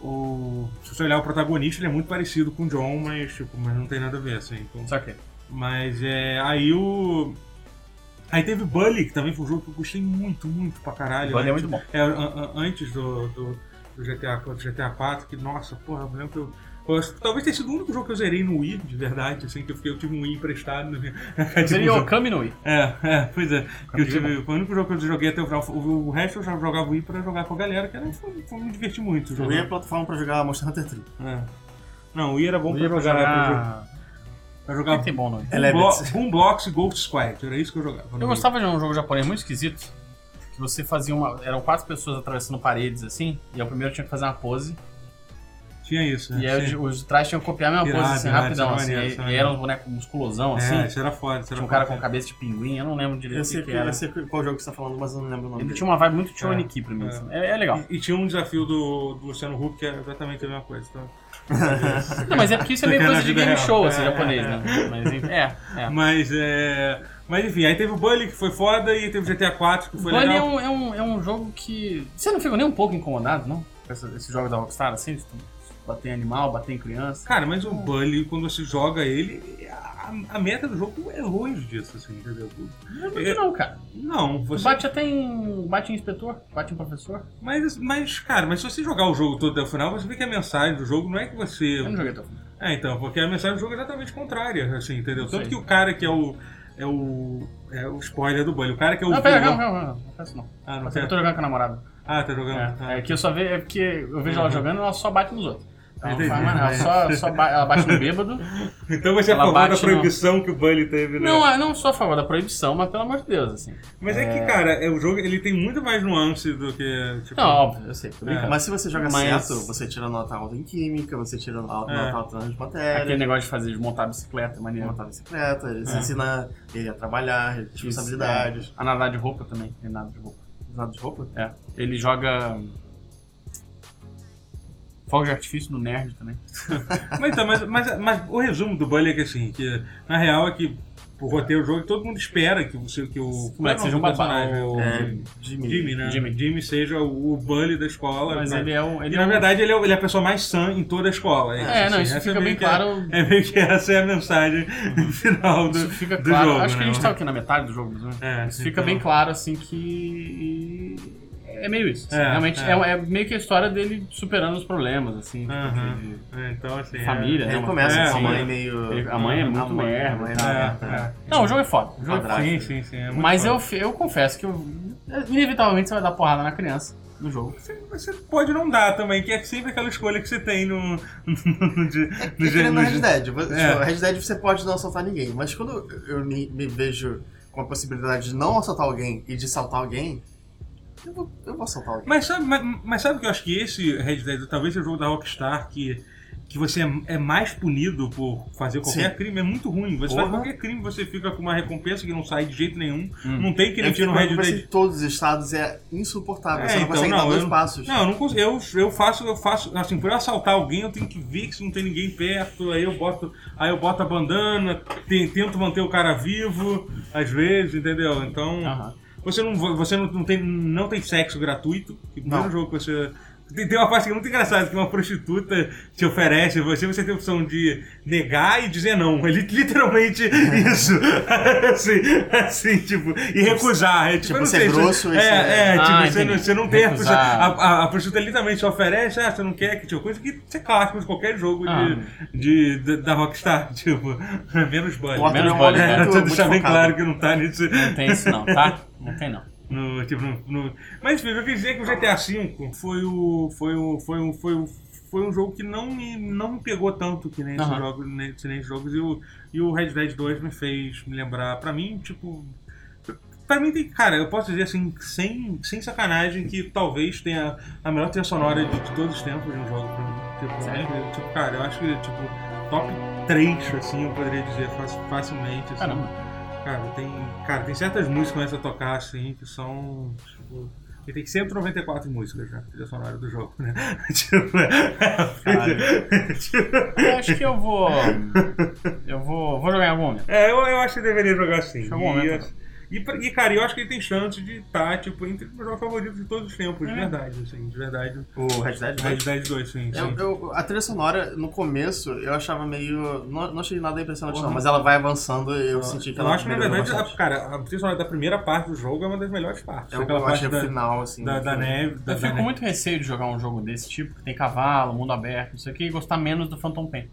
Speaker 1: o, se você olhar o protagonista, ele é muito parecido com o John, mas, tipo, mas não tem nada a ver, assim. Então,
Speaker 3: Só que.
Speaker 1: mas é. Aí o. Aí teve Bully, que também foi um jogo que eu gostei muito, muito pra caralho.
Speaker 3: Bully é
Speaker 1: Antes-
Speaker 3: muito bom.
Speaker 1: é, an- an- antes do, do, do GTA, do GTA 4, que, nossa, porra, eu lembro que eu. eu acho que talvez tenha sido o único jogo que eu zerei no Wii, de verdade, assim, que eu, fiquei, eu tive um Wii emprestado na casa de um
Speaker 3: Seria o
Speaker 1: jogo.
Speaker 3: Okami no Wii.
Speaker 1: É, é, pois é. Que eu
Speaker 3: Campeão.
Speaker 1: tive, foi o único jogo que eu joguei até o final. O, o resto eu já jogava Wii pra jogar com a galera, que era, foi, foi, me diverti muito.
Speaker 2: Eu ia
Speaker 1: Jogando.
Speaker 2: a plataforma pra jogar Monster Hunter 3.
Speaker 1: É. Não, o Wii era bom
Speaker 3: Eu
Speaker 1: pra
Speaker 3: ia pra
Speaker 1: jogar. Pra,
Speaker 3: jogar.
Speaker 1: jo- pra
Speaker 3: O que
Speaker 1: jogar
Speaker 3: que tem bom no Wii?
Speaker 1: Boom, Blo
Speaker 2: Eleventh.
Speaker 1: Boom Blocks e Ghost Squad, era isso que eu jogava. no
Speaker 3: Eu
Speaker 1: Wii.
Speaker 3: gostava de um jogo japonês muito esquisito. Que você fazia uma. Eram quatro pessoas atravessando paredes assim. E eu primeiro tinha que fazer uma pose.
Speaker 1: Tinha isso, né?
Speaker 3: E aí os de-
Speaker 1: Sim.
Speaker 3: os de trás tinham que copiar a mesma
Speaker 1: Irado,
Speaker 3: pose assim,
Speaker 1: irado, isso é
Speaker 3: rapidão. Assim.
Speaker 1: maneiro,
Speaker 3: E-
Speaker 1: isso é
Speaker 3: E
Speaker 1: maneiro.
Speaker 3: era um boneco musculosão
Speaker 1: É,
Speaker 3: assim.
Speaker 1: isso era foda. Isso era
Speaker 3: Tinha um cara
Speaker 1: foda.
Speaker 3: com cabeça de pinguim, eu não lembro direito
Speaker 2: Eu sei,
Speaker 3: o que
Speaker 2: que,
Speaker 3: que era.
Speaker 2: eu sei qual jogo que você tá falando, mas eu não lembro o nome.
Speaker 3: Ele
Speaker 2: dele.
Speaker 3: tinha uma vibe muito
Speaker 1: É,
Speaker 3: Choniki pra mim.
Speaker 1: é.
Speaker 3: assim. É, é legal.
Speaker 1: E, e tinha um desafio do, do Luciano Huck que é exatamente a mesma coisa. Então.
Speaker 3: Não, mas é porque isso é
Speaker 1: Isso
Speaker 3: meio
Speaker 1: aqui é
Speaker 3: coisa
Speaker 1: na
Speaker 3: de
Speaker 1: vida
Speaker 3: game
Speaker 1: real.
Speaker 3: show, assim,
Speaker 1: É,
Speaker 3: japonês,
Speaker 1: é,
Speaker 3: né? Mas enfim, é, é.
Speaker 1: Mas é. Mas enfim, aí teve o Bully que foi foda e teve o GTA 4 que foi
Speaker 3: Bunny é
Speaker 1: legal.
Speaker 3: um, é, um, é um jogo que. Você não ficou nem um pouco incomodado, não? Com essa- esse jogo da Rockstar, assim? de Bater em animal, bater em criança.
Speaker 1: Cara, mas o Bully, quando você joga ele, a, a meta do jogo é longe disso, assim, entendeu?
Speaker 3: Não,
Speaker 1: É-
Speaker 3: não, cara.
Speaker 1: Não,
Speaker 3: Tu
Speaker 1: você.
Speaker 3: bate até em. Bate em inspetor, bate em professor.
Speaker 1: Mas, mas, cara, mas se você jogar o jogo todo até o final, você vê que a mensagem do jogo não é que você.
Speaker 3: Eu não joguei até o fim.
Speaker 1: É, então, porque a mensagem do jogo é exatamente contrária, assim, entendeu? Tanto
Speaker 3: Sim.
Speaker 1: que o cara que é o. É o. É o spoiler do Bully. O cara que é o.
Speaker 3: Não, pera,
Speaker 1: vilão-
Speaker 3: calma, calma, calma. Não faço isso, não.
Speaker 1: Ah, não
Speaker 3: Mas Eu
Speaker 1: quer?
Speaker 3: tô jogando com a namorada.
Speaker 1: Ah, tá jogando. tá.
Speaker 3: É, é que eu só vejo. É porque eu vejo ela
Speaker 1: Uhum.
Speaker 3: jogando e ela só bate nos outros. Ela não
Speaker 1: Entendi.
Speaker 3: faz mais nada. Ela, só, só ba- ela bate no bêbado.
Speaker 1: Então você é a
Speaker 3: Ela
Speaker 1: favor da
Speaker 3: bate
Speaker 1: proibição que o Bully teve, né?
Speaker 3: Não, é- eu não sou a favor da proibição, mas pelo amor de Deus, assim.
Speaker 1: Mas é, que, cara, é, o jogo ele tem muito mais nuance do que. Tipo,
Speaker 3: Não, óbvio, eu sei, tô brincando.
Speaker 2: Mas se você joga
Speaker 3: Mas-
Speaker 2: certo, você tira nota alta em química, você tira nota,
Speaker 1: É.
Speaker 2: nota alta nas
Speaker 3: Aquele
Speaker 2: matérias,
Speaker 3: negócio de fazer, de montar a bicicleta, é maneiro.
Speaker 2: montar bicicleta, ele se
Speaker 1: É.
Speaker 2: ensina ele a trabalhar, responsabilidades.
Speaker 3: Isso, é. A nadar de roupa também, ele nada de roupa.
Speaker 2: Nada de roupa?
Speaker 3: É. Ele joga. hum, Fogo de artifício do nerd também.
Speaker 1: Mas, então, mas, mas, mas o resumo do Bully é que assim, que na real é que o roteiro do jogo todo mundo espera que, você, que o.
Speaker 3: Como é que seja um
Speaker 1: o personagem?
Speaker 3: babá, o-
Speaker 1: o-
Speaker 2: É, Jimmy.
Speaker 1: Jimmy, né?
Speaker 3: Jimmy.
Speaker 1: seja o, o Bully da escola.
Speaker 3: Mas
Speaker 1: né?
Speaker 3: ele é um.
Speaker 1: E
Speaker 3: Ele é
Speaker 1: na
Speaker 3: um-
Speaker 1: verdade ele é, ele é a pessoa mais sã em toda a escola. assim,
Speaker 3: É, não, isso
Speaker 1: essa
Speaker 3: fica
Speaker 1: meio
Speaker 3: bem
Speaker 1: que a-
Speaker 3: claro. Uhum.
Speaker 1: é meio que essa é a mensagem final do,
Speaker 3: Isso fica
Speaker 1: do
Speaker 3: claro.
Speaker 1: jogo.
Speaker 3: Acho que a
Speaker 1: né?
Speaker 3: gente tá aqui na metade do jogo, mas, né?
Speaker 1: É,
Speaker 3: Isso fica
Speaker 1: então-
Speaker 3: bem claro, assim, que. É meio isso. assim.
Speaker 1: É,
Speaker 3: Realmente
Speaker 1: é.
Speaker 3: é. é meio que a história dele superando os problemas, assim.
Speaker 1: Aham.
Speaker 3: de- de-
Speaker 1: É, então, assim. é-
Speaker 3: Família, né?
Speaker 2: Ele
Speaker 3: uma
Speaker 2: começa
Speaker 1: é,
Speaker 2: com a
Speaker 1: sim.
Speaker 2: mãe meio.
Speaker 3: Ele- a mãe é muito merda
Speaker 2: a mãe é
Speaker 3: e tal.
Speaker 2: merda,
Speaker 1: É,
Speaker 2: né?
Speaker 1: é.
Speaker 3: Não, o jogo é foda. O jogo é
Speaker 2: Quadrado.
Speaker 1: Sim,
Speaker 3: foda.
Speaker 1: sim, sim. é muito
Speaker 3: Mas
Speaker 1: foda.
Speaker 3: eu, eu confesso que eu, inevitavelmente você vai dar porrada na criança no jogo.
Speaker 1: Você- Você pode não dar também, que é sempre aquela escolha que você tem no. no, no, de-
Speaker 2: É
Speaker 1: no
Speaker 2: que
Speaker 1: de-
Speaker 2: nem no
Speaker 1: no
Speaker 2: Red
Speaker 1: de-
Speaker 2: Dead. Tipo,
Speaker 1: É.
Speaker 2: Red Dead você pode não assaltar ninguém, mas quando eu me, me vejo com a possibilidade de não assaltar alguém e de saltar alguém, eu vou, eu vou assaltar alguém.
Speaker 1: Mas sabe, mas, mas sabe que eu acho que esse Red Dead talvez seja o jogo da Rockstar que, que você é, é mais punido por fazer qualquer
Speaker 2: Sim.
Speaker 1: crime. É muito ruim. Você
Speaker 2: Porra.
Speaker 1: faz qualquer crime, você fica com uma recompensa que não sai de jeito nenhum.
Speaker 3: Hum.
Speaker 1: Não tem que nem
Speaker 2: É Porque
Speaker 1: no
Speaker 2: quando
Speaker 1: Red
Speaker 2: você
Speaker 1: Dead.
Speaker 2: em todos os estados é insuportável.
Speaker 1: um É,
Speaker 2: você não
Speaker 1: então,
Speaker 2: consegue
Speaker 1: não,
Speaker 2: dar
Speaker 1: eu
Speaker 2: dois
Speaker 1: não-
Speaker 2: passos.
Speaker 1: Não, eu não consigo. Eu, eu faço, eu faço. Assim, pra eu assaltar alguém, eu tenho que ver que não tem ninguém perto. Aí eu boto, aí eu boto a bandana, te- tento manter o cara vivo, às vezes, entendeu? Então.
Speaker 2: Ah.
Speaker 3: Aham.
Speaker 1: Você não, você não, não tem, não tem sexo gratuito. que No
Speaker 2: Não.
Speaker 1: primeiro jogo que você. Tem, tem uma parte que é muito engraçada, que uma prostituta te oferece, você, você tem a opção de negar e dizer não. É li- literalmente isso. assim, assim, tipo, e recusar. É, tipo,
Speaker 2: Tipo,
Speaker 1: eu não
Speaker 2: ser
Speaker 1: sei,
Speaker 2: grosso,
Speaker 1: você,
Speaker 2: isso
Speaker 1: é,
Speaker 2: é-
Speaker 1: é, tipo,
Speaker 3: Ah,
Speaker 1: você, não,
Speaker 3: entendi.
Speaker 1: você não tem a, opção-
Speaker 3: Recusar.
Speaker 1: a, a, a prostituta literalmente te oferece, ah, você não quer que te coisa que é clássico de qualquer jogo
Speaker 3: Ah.
Speaker 1: de, de- da- da Rockstar, tipo, menos Bunny.
Speaker 2: O Arthur é
Speaker 3: Menos
Speaker 2: um
Speaker 3: bola,
Speaker 2: moleque
Speaker 3: né?
Speaker 1: É,
Speaker 2: muito,
Speaker 1: pra
Speaker 2: muito
Speaker 1: deixar bem
Speaker 2: focado.
Speaker 1: claro que não tá nisso.
Speaker 3: Não tem isso não, tá? Não tem não.
Speaker 1: No, tipo, no, no- Mas enfim, eu queria dizer que o GTA V foi o. foi o. foi o. foi o foi um jogo que não me, não me pegou tanto que nem esses
Speaker 3: Aham.
Speaker 1: jogos, nem, que nem esses jogos e o, e o Red Dead 2 me fez me lembrar, pra mim, tipo, pra mim tem, cara, eu posso dizer assim, sem, sem sacanagem, que talvez tenha a melhor trilha sonora de, de todos os tempos de um jogo pra mim. Tipo,
Speaker 3: Sério?
Speaker 1: eu acho que, tipo, cara, eu acho que, tipo, top 3, assim, eu poderia dizer faci- facilmente, assim.
Speaker 3: Caramba.
Speaker 1: Cara, tem, cara, tem certas músicas que começam a tocar assim, que são. Tipo, e tem 194 músicas já, trilha sonora do jogo, né? tipo, é, tipo,
Speaker 3: Eu acho que eu vou. Eu vou. Vou jogar em algum momento.
Speaker 1: é, eu, eu acho que deveria jogar assim.
Speaker 3: Chegou o momento, né?
Speaker 1: E, e, pra- e, cara, eu acho que ele tem chance de estar, tipo, entre os meus jogos favoritos de todos os tempos, de
Speaker 3: É.
Speaker 1: verdade, assim, de verdade.
Speaker 2: O Red Dead, É,
Speaker 1: Red Dead 2, sim. sim.
Speaker 2: Eu, eu- a trilha sonora, no começo, eu achava meio. Não, não achei nada impressionante,
Speaker 1: Porra.
Speaker 2: não, mas ela vai avançando e eu senti que
Speaker 1: Eu
Speaker 2: ela.
Speaker 1: acho que, na
Speaker 2: melhorou
Speaker 1: verdade,
Speaker 2: bastante.
Speaker 1: a, cara, a trilha sonora da primeira parte do jogo é uma das melhores partes.
Speaker 2: eu,
Speaker 1: Aquela
Speaker 2: eu achei
Speaker 1: parte
Speaker 2: o
Speaker 1: da,
Speaker 2: final, assim.
Speaker 1: da, da
Speaker 2: muito-
Speaker 1: neve. Da,
Speaker 3: Eu
Speaker 1: da
Speaker 3: fico com
Speaker 1: neve.
Speaker 3: muito receio de jogar um jogo desse tipo, que tem cavalo, mundo aberto, isso aqui, e gostar menos do Phantom Pain.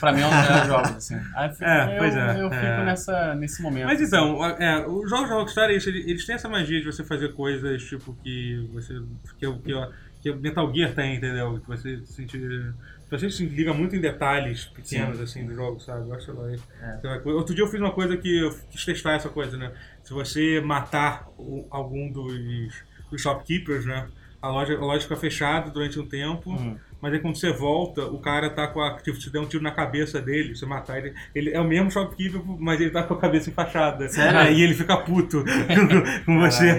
Speaker 3: Pra mim é um dos melhores jogos, assim. Aí eu fico,
Speaker 1: É,
Speaker 3: eu,
Speaker 1: pois é,
Speaker 3: eu fico
Speaker 1: é.
Speaker 3: nessa, nesse momento.
Speaker 1: Mas então, a- é, os jogos da Rockstar, eles, eles têm essa magia de você fazer coisas tipo que você. que, o- que, o- que o Metal Gear tem, entendeu? Que você se sentir. Você se liga muito em detalhes pequenos, assim, do jogo, sabe? Eu acho lá. sei lá, Outro dia eu fiz uma coisa que eu quis testar essa coisa, né? Se você matar o- algum dos, dos shopkeepers, né? A loja, a loja fica fechada durante um tempo,
Speaker 3: Uhum.
Speaker 1: mas aí quando você volta, o cara tá com a. Tipo, se der um tiro na cabeça dele, você matar ele. Ele é o mesmo shopkeeper, mas ele tá com a cabeça enfaixada.
Speaker 2: Sério?
Speaker 1: Aí ele fica puto com- com você.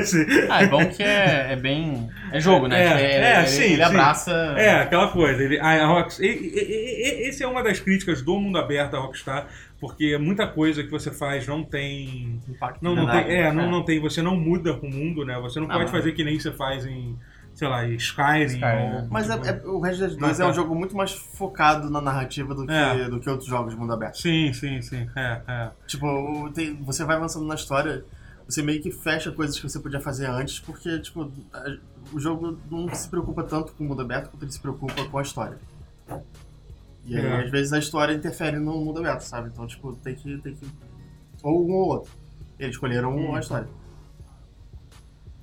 Speaker 1: Assim.
Speaker 3: Ah, é bom que é, é bem. É jogo, né?
Speaker 1: É,
Speaker 3: Ele- ele,
Speaker 1: é,
Speaker 3: ele-
Speaker 1: sim,
Speaker 3: ele
Speaker 1: sim.
Speaker 3: abraça.
Speaker 1: É, aquela coisa. Ele, a, a Rockstar, e- e- e- e- esse é uma das críticas do mundo aberto à Rockstar, porque muita coisa que você faz não tem.
Speaker 3: Impacto.
Speaker 1: Não, não
Speaker 2: Verdade.
Speaker 1: tem, é,
Speaker 3: É.
Speaker 1: não, não tem. Você não muda com o mundo, né? Você não
Speaker 3: Ah,
Speaker 1: pode
Speaker 3: mas-
Speaker 1: fazer que nem você faz em, sei lá, em Skyrim.
Speaker 3: Skyrim,
Speaker 1: ou- tipo
Speaker 3: né?
Speaker 2: Mas é- é- o Red Dead 2
Speaker 1: Mas
Speaker 2: é um
Speaker 1: tá.
Speaker 2: jogo muito mais focado na narrativa do que,
Speaker 1: É.
Speaker 2: do que outros jogos de mundo aberto.
Speaker 1: Sim, sim, sim. É, é.
Speaker 2: Tipo, o- tem- você vai avançando na história, você meio que fecha coisas que você podia fazer antes, porque, tipo, a- o jogo não se preocupa tanto com o mundo aberto quanto ele se preocupa com a história. E aí,
Speaker 1: É.
Speaker 2: às vezes, a história interfere no mundo aberto, sabe? Então, tipo, tem que. Tem que... Ou um ou outro. Eles escolheram um ou a história.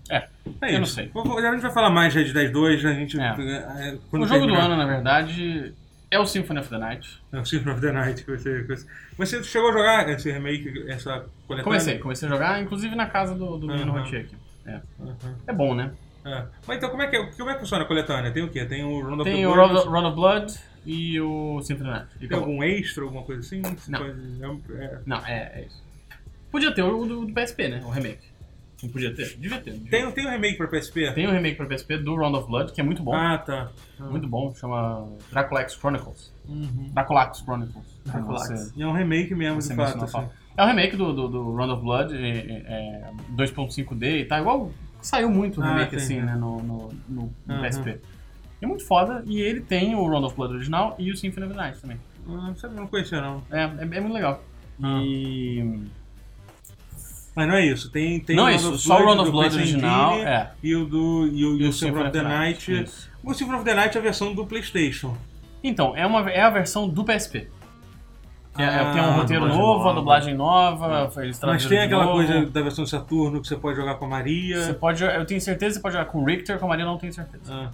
Speaker 1: É
Speaker 3: Eu não
Speaker 1: isso.
Speaker 3: sei.
Speaker 1: Vou- vou- A gente vai falar mais de Red Dead 2, a gente.
Speaker 3: É.
Speaker 1: é, quando
Speaker 3: o jogo do
Speaker 1: terminar.
Speaker 3: ano, na verdade, é o Symphony of the Night.
Speaker 1: É o Symphony of the Night. que você, que você... Você chegou a jogar esse remake, essa coletânea?
Speaker 3: Comecei, comecei a jogar, inclusive na casa do, do menino
Speaker 1: Aham.
Speaker 3: Rotier aqui. É.
Speaker 1: Aham.
Speaker 3: é bom, né?
Speaker 1: É. Mas então, como é, que, é- como é que funciona a coletânea? Tem o quê? Tem o Round of
Speaker 3: Tem
Speaker 1: the
Speaker 3: o
Speaker 1: World,
Speaker 3: Run Run of Blood e o Symphony of the Night. E
Speaker 1: Tem
Speaker 3: acabou.
Speaker 1: algum extra, alguma coisa assim?
Speaker 3: Não.
Speaker 1: Coisa- é um- é-
Speaker 3: Não, é, é isso. Podia ter o do, do PSP, né? O remake. Não podia ter? Devia ter. devia.
Speaker 1: Tem, tem um remake pra PSP?
Speaker 3: Tem um remake pra PSP do Round of Blood, que é muito bom.
Speaker 1: Ah, tá.
Speaker 3: Muito bom. Chama Dracula X Chronicles.
Speaker 1: Uhum.
Speaker 3: Dracula X Chronicles.
Speaker 2: Dracula
Speaker 3: Você-
Speaker 2: X.
Speaker 1: E é um remake mesmo,
Speaker 3: você
Speaker 1: de
Speaker 3: mencionou
Speaker 1: fato.
Speaker 3: a
Speaker 1: assim.
Speaker 3: fala. É um remake do, do, do Round of Blood, é, é, é, 2.5D e tal. Igual saiu muito o
Speaker 1: Ah,
Speaker 3: remake
Speaker 1: sim.
Speaker 3: assim, né, no, no, no- no
Speaker 1: Aham.
Speaker 3: PSP. É muito foda, e ele tem o Round of Blood original e o Symphony of the Night também.
Speaker 1: Não sabia, não conhecia, não.
Speaker 3: É, é, é muito legal.
Speaker 1: Ah.
Speaker 3: E.
Speaker 1: Mas não é isso. Tem, tem
Speaker 3: não,
Speaker 1: Round
Speaker 3: isso,
Speaker 1: of
Speaker 3: só o Round of
Speaker 1: do
Speaker 3: Blood
Speaker 1: Chris
Speaker 3: original.
Speaker 1: Angini
Speaker 3: É.
Speaker 1: E o do e o, e o Symphony of the Night.
Speaker 3: Isso.
Speaker 1: O Symphony of the Night é a versão do PlayStation.
Speaker 3: Então, é, uma, é a versão do PSP. Que é-
Speaker 1: Ah, É.
Speaker 3: tem um roteiro
Speaker 2: dublagem
Speaker 3: novo, a
Speaker 2: nova.
Speaker 3: dublagem nova, eles
Speaker 1: Mas
Speaker 3: traduziram
Speaker 1: tem
Speaker 3: de
Speaker 1: aquela
Speaker 3: novo.
Speaker 1: coisa da versão do Saturno que você pode jogar com a
Speaker 3: Você
Speaker 1: Maria.
Speaker 3: pode, eu tenho certeza que você pode jogar com o Richter, com a Maria eu não tenho certeza.
Speaker 1: Ah.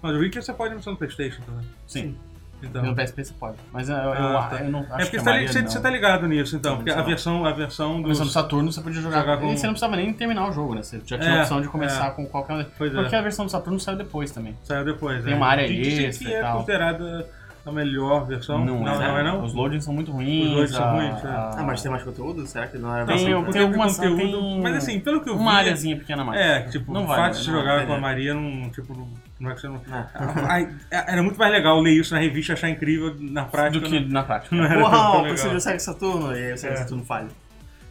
Speaker 1: Mas o Richard você pode na versão do PlayStation também.
Speaker 3: Sim.
Speaker 1: Ah, Então.
Speaker 3: No PSP você pode. Mas eu, eu-
Speaker 1: Ah,
Speaker 3: eu
Speaker 1: tá.
Speaker 3: não
Speaker 1: é
Speaker 3: acho que
Speaker 1: porque
Speaker 3: a
Speaker 1: você tá, li-
Speaker 3: Maria
Speaker 1: você,
Speaker 3: não.
Speaker 1: você tá ligado nisso, então.
Speaker 3: Não,
Speaker 1: Porque
Speaker 3: sei
Speaker 1: a
Speaker 3: lá.
Speaker 1: versão, a versão
Speaker 3: A
Speaker 1: do.
Speaker 3: versão do Saturno você podia jogar,
Speaker 1: jogar
Speaker 3: com...
Speaker 1: É, com-
Speaker 3: E você não precisava nem terminar o jogo, né? Você já tinha
Speaker 1: É,
Speaker 3: a opção de começar com qualquer um.
Speaker 1: Pois é.
Speaker 3: Porque a versão do Saturno saiu depois também.
Speaker 1: Saiu depois.
Speaker 3: Tem
Speaker 1: é.
Speaker 3: uma área
Speaker 1: E dizem
Speaker 3: extra
Speaker 1: que
Speaker 3: e
Speaker 1: é
Speaker 3: tal.
Speaker 1: considerada a melhor versão. não,
Speaker 3: né?
Speaker 1: é não?
Speaker 3: Os loadings são muito ruins.
Speaker 1: Os loadings são
Speaker 3: a-
Speaker 1: ruins, é.
Speaker 3: a-
Speaker 2: Ah, mas tem mais conteúdo? Será que não é
Speaker 1: Não,
Speaker 3: Tem
Speaker 1: assim,
Speaker 3: um-
Speaker 1: conteúdo,
Speaker 3: algumas-
Speaker 1: conteúdo,
Speaker 3: tem um
Speaker 1: Mas assim, pelo que eu vi.
Speaker 3: Uma áreazinha pequena a mais.
Speaker 1: É, tipo,
Speaker 3: Não
Speaker 1: o
Speaker 3: vale,
Speaker 1: fato de
Speaker 3: né?
Speaker 1: você
Speaker 3: Não
Speaker 1: jogar
Speaker 2: vale,
Speaker 1: com a
Speaker 2: né?
Speaker 1: Maria não. Tipo, não- não é que você não.
Speaker 2: Ah.
Speaker 1: Ai, é- Era muito mais legal ler isso na revista e achar incrível na prática. né?
Speaker 3: Do que na prática.
Speaker 1: não era tão
Speaker 2: Uau,
Speaker 1: legal.
Speaker 2: você já segue Saturno e aí o Sega
Speaker 1: É.
Speaker 2: Saturno falha.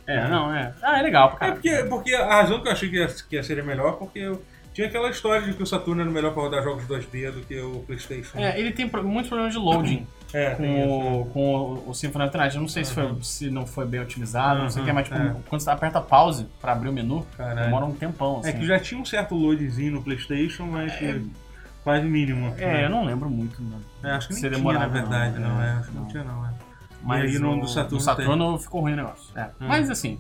Speaker 3: É, não, é. Ah, é legal pra
Speaker 1: É
Speaker 3: caralho.
Speaker 1: porque, porque a razão que eu achei que ia, que ia ser melhor, porque eu tinha aquela história de que o Saturno era melhor pra rodar jogos 2D do que o PlayStation.
Speaker 3: É, ele tem pro- muitos problemas de loading
Speaker 1: É, tem isso.
Speaker 3: com, o, com o- o Symphony of the Night. Eu não sei se, foi, se não foi bem otimizado, não sei o que,
Speaker 1: Uhum,
Speaker 3: mas tipo,
Speaker 1: é.
Speaker 3: quando você aperta pause pra abrir o menu,
Speaker 1: Caralho.
Speaker 3: demora um tempão, assim.
Speaker 1: É que já tinha um certo loadzinho no PlayStation, mas que quase mínimo. né?
Speaker 3: É, eu não lembro muito, não.
Speaker 1: É, acho que nem
Speaker 3: se
Speaker 1: tinha,
Speaker 3: demorava,
Speaker 1: na verdade, não,
Speaker 3: não,
Speaker 1: é.
Speaker 3: é,
Speaker 1: Acho que não,
Speaker 3: não.
Speaker 1: tinha, não, é.
Speaker 3: Mas
Speaker 1: aí no
Speaker 3: o,
Speaker 1: do Saturno
Speaker 3: no Saturno ficou ruim o negócio. É. Mas assim,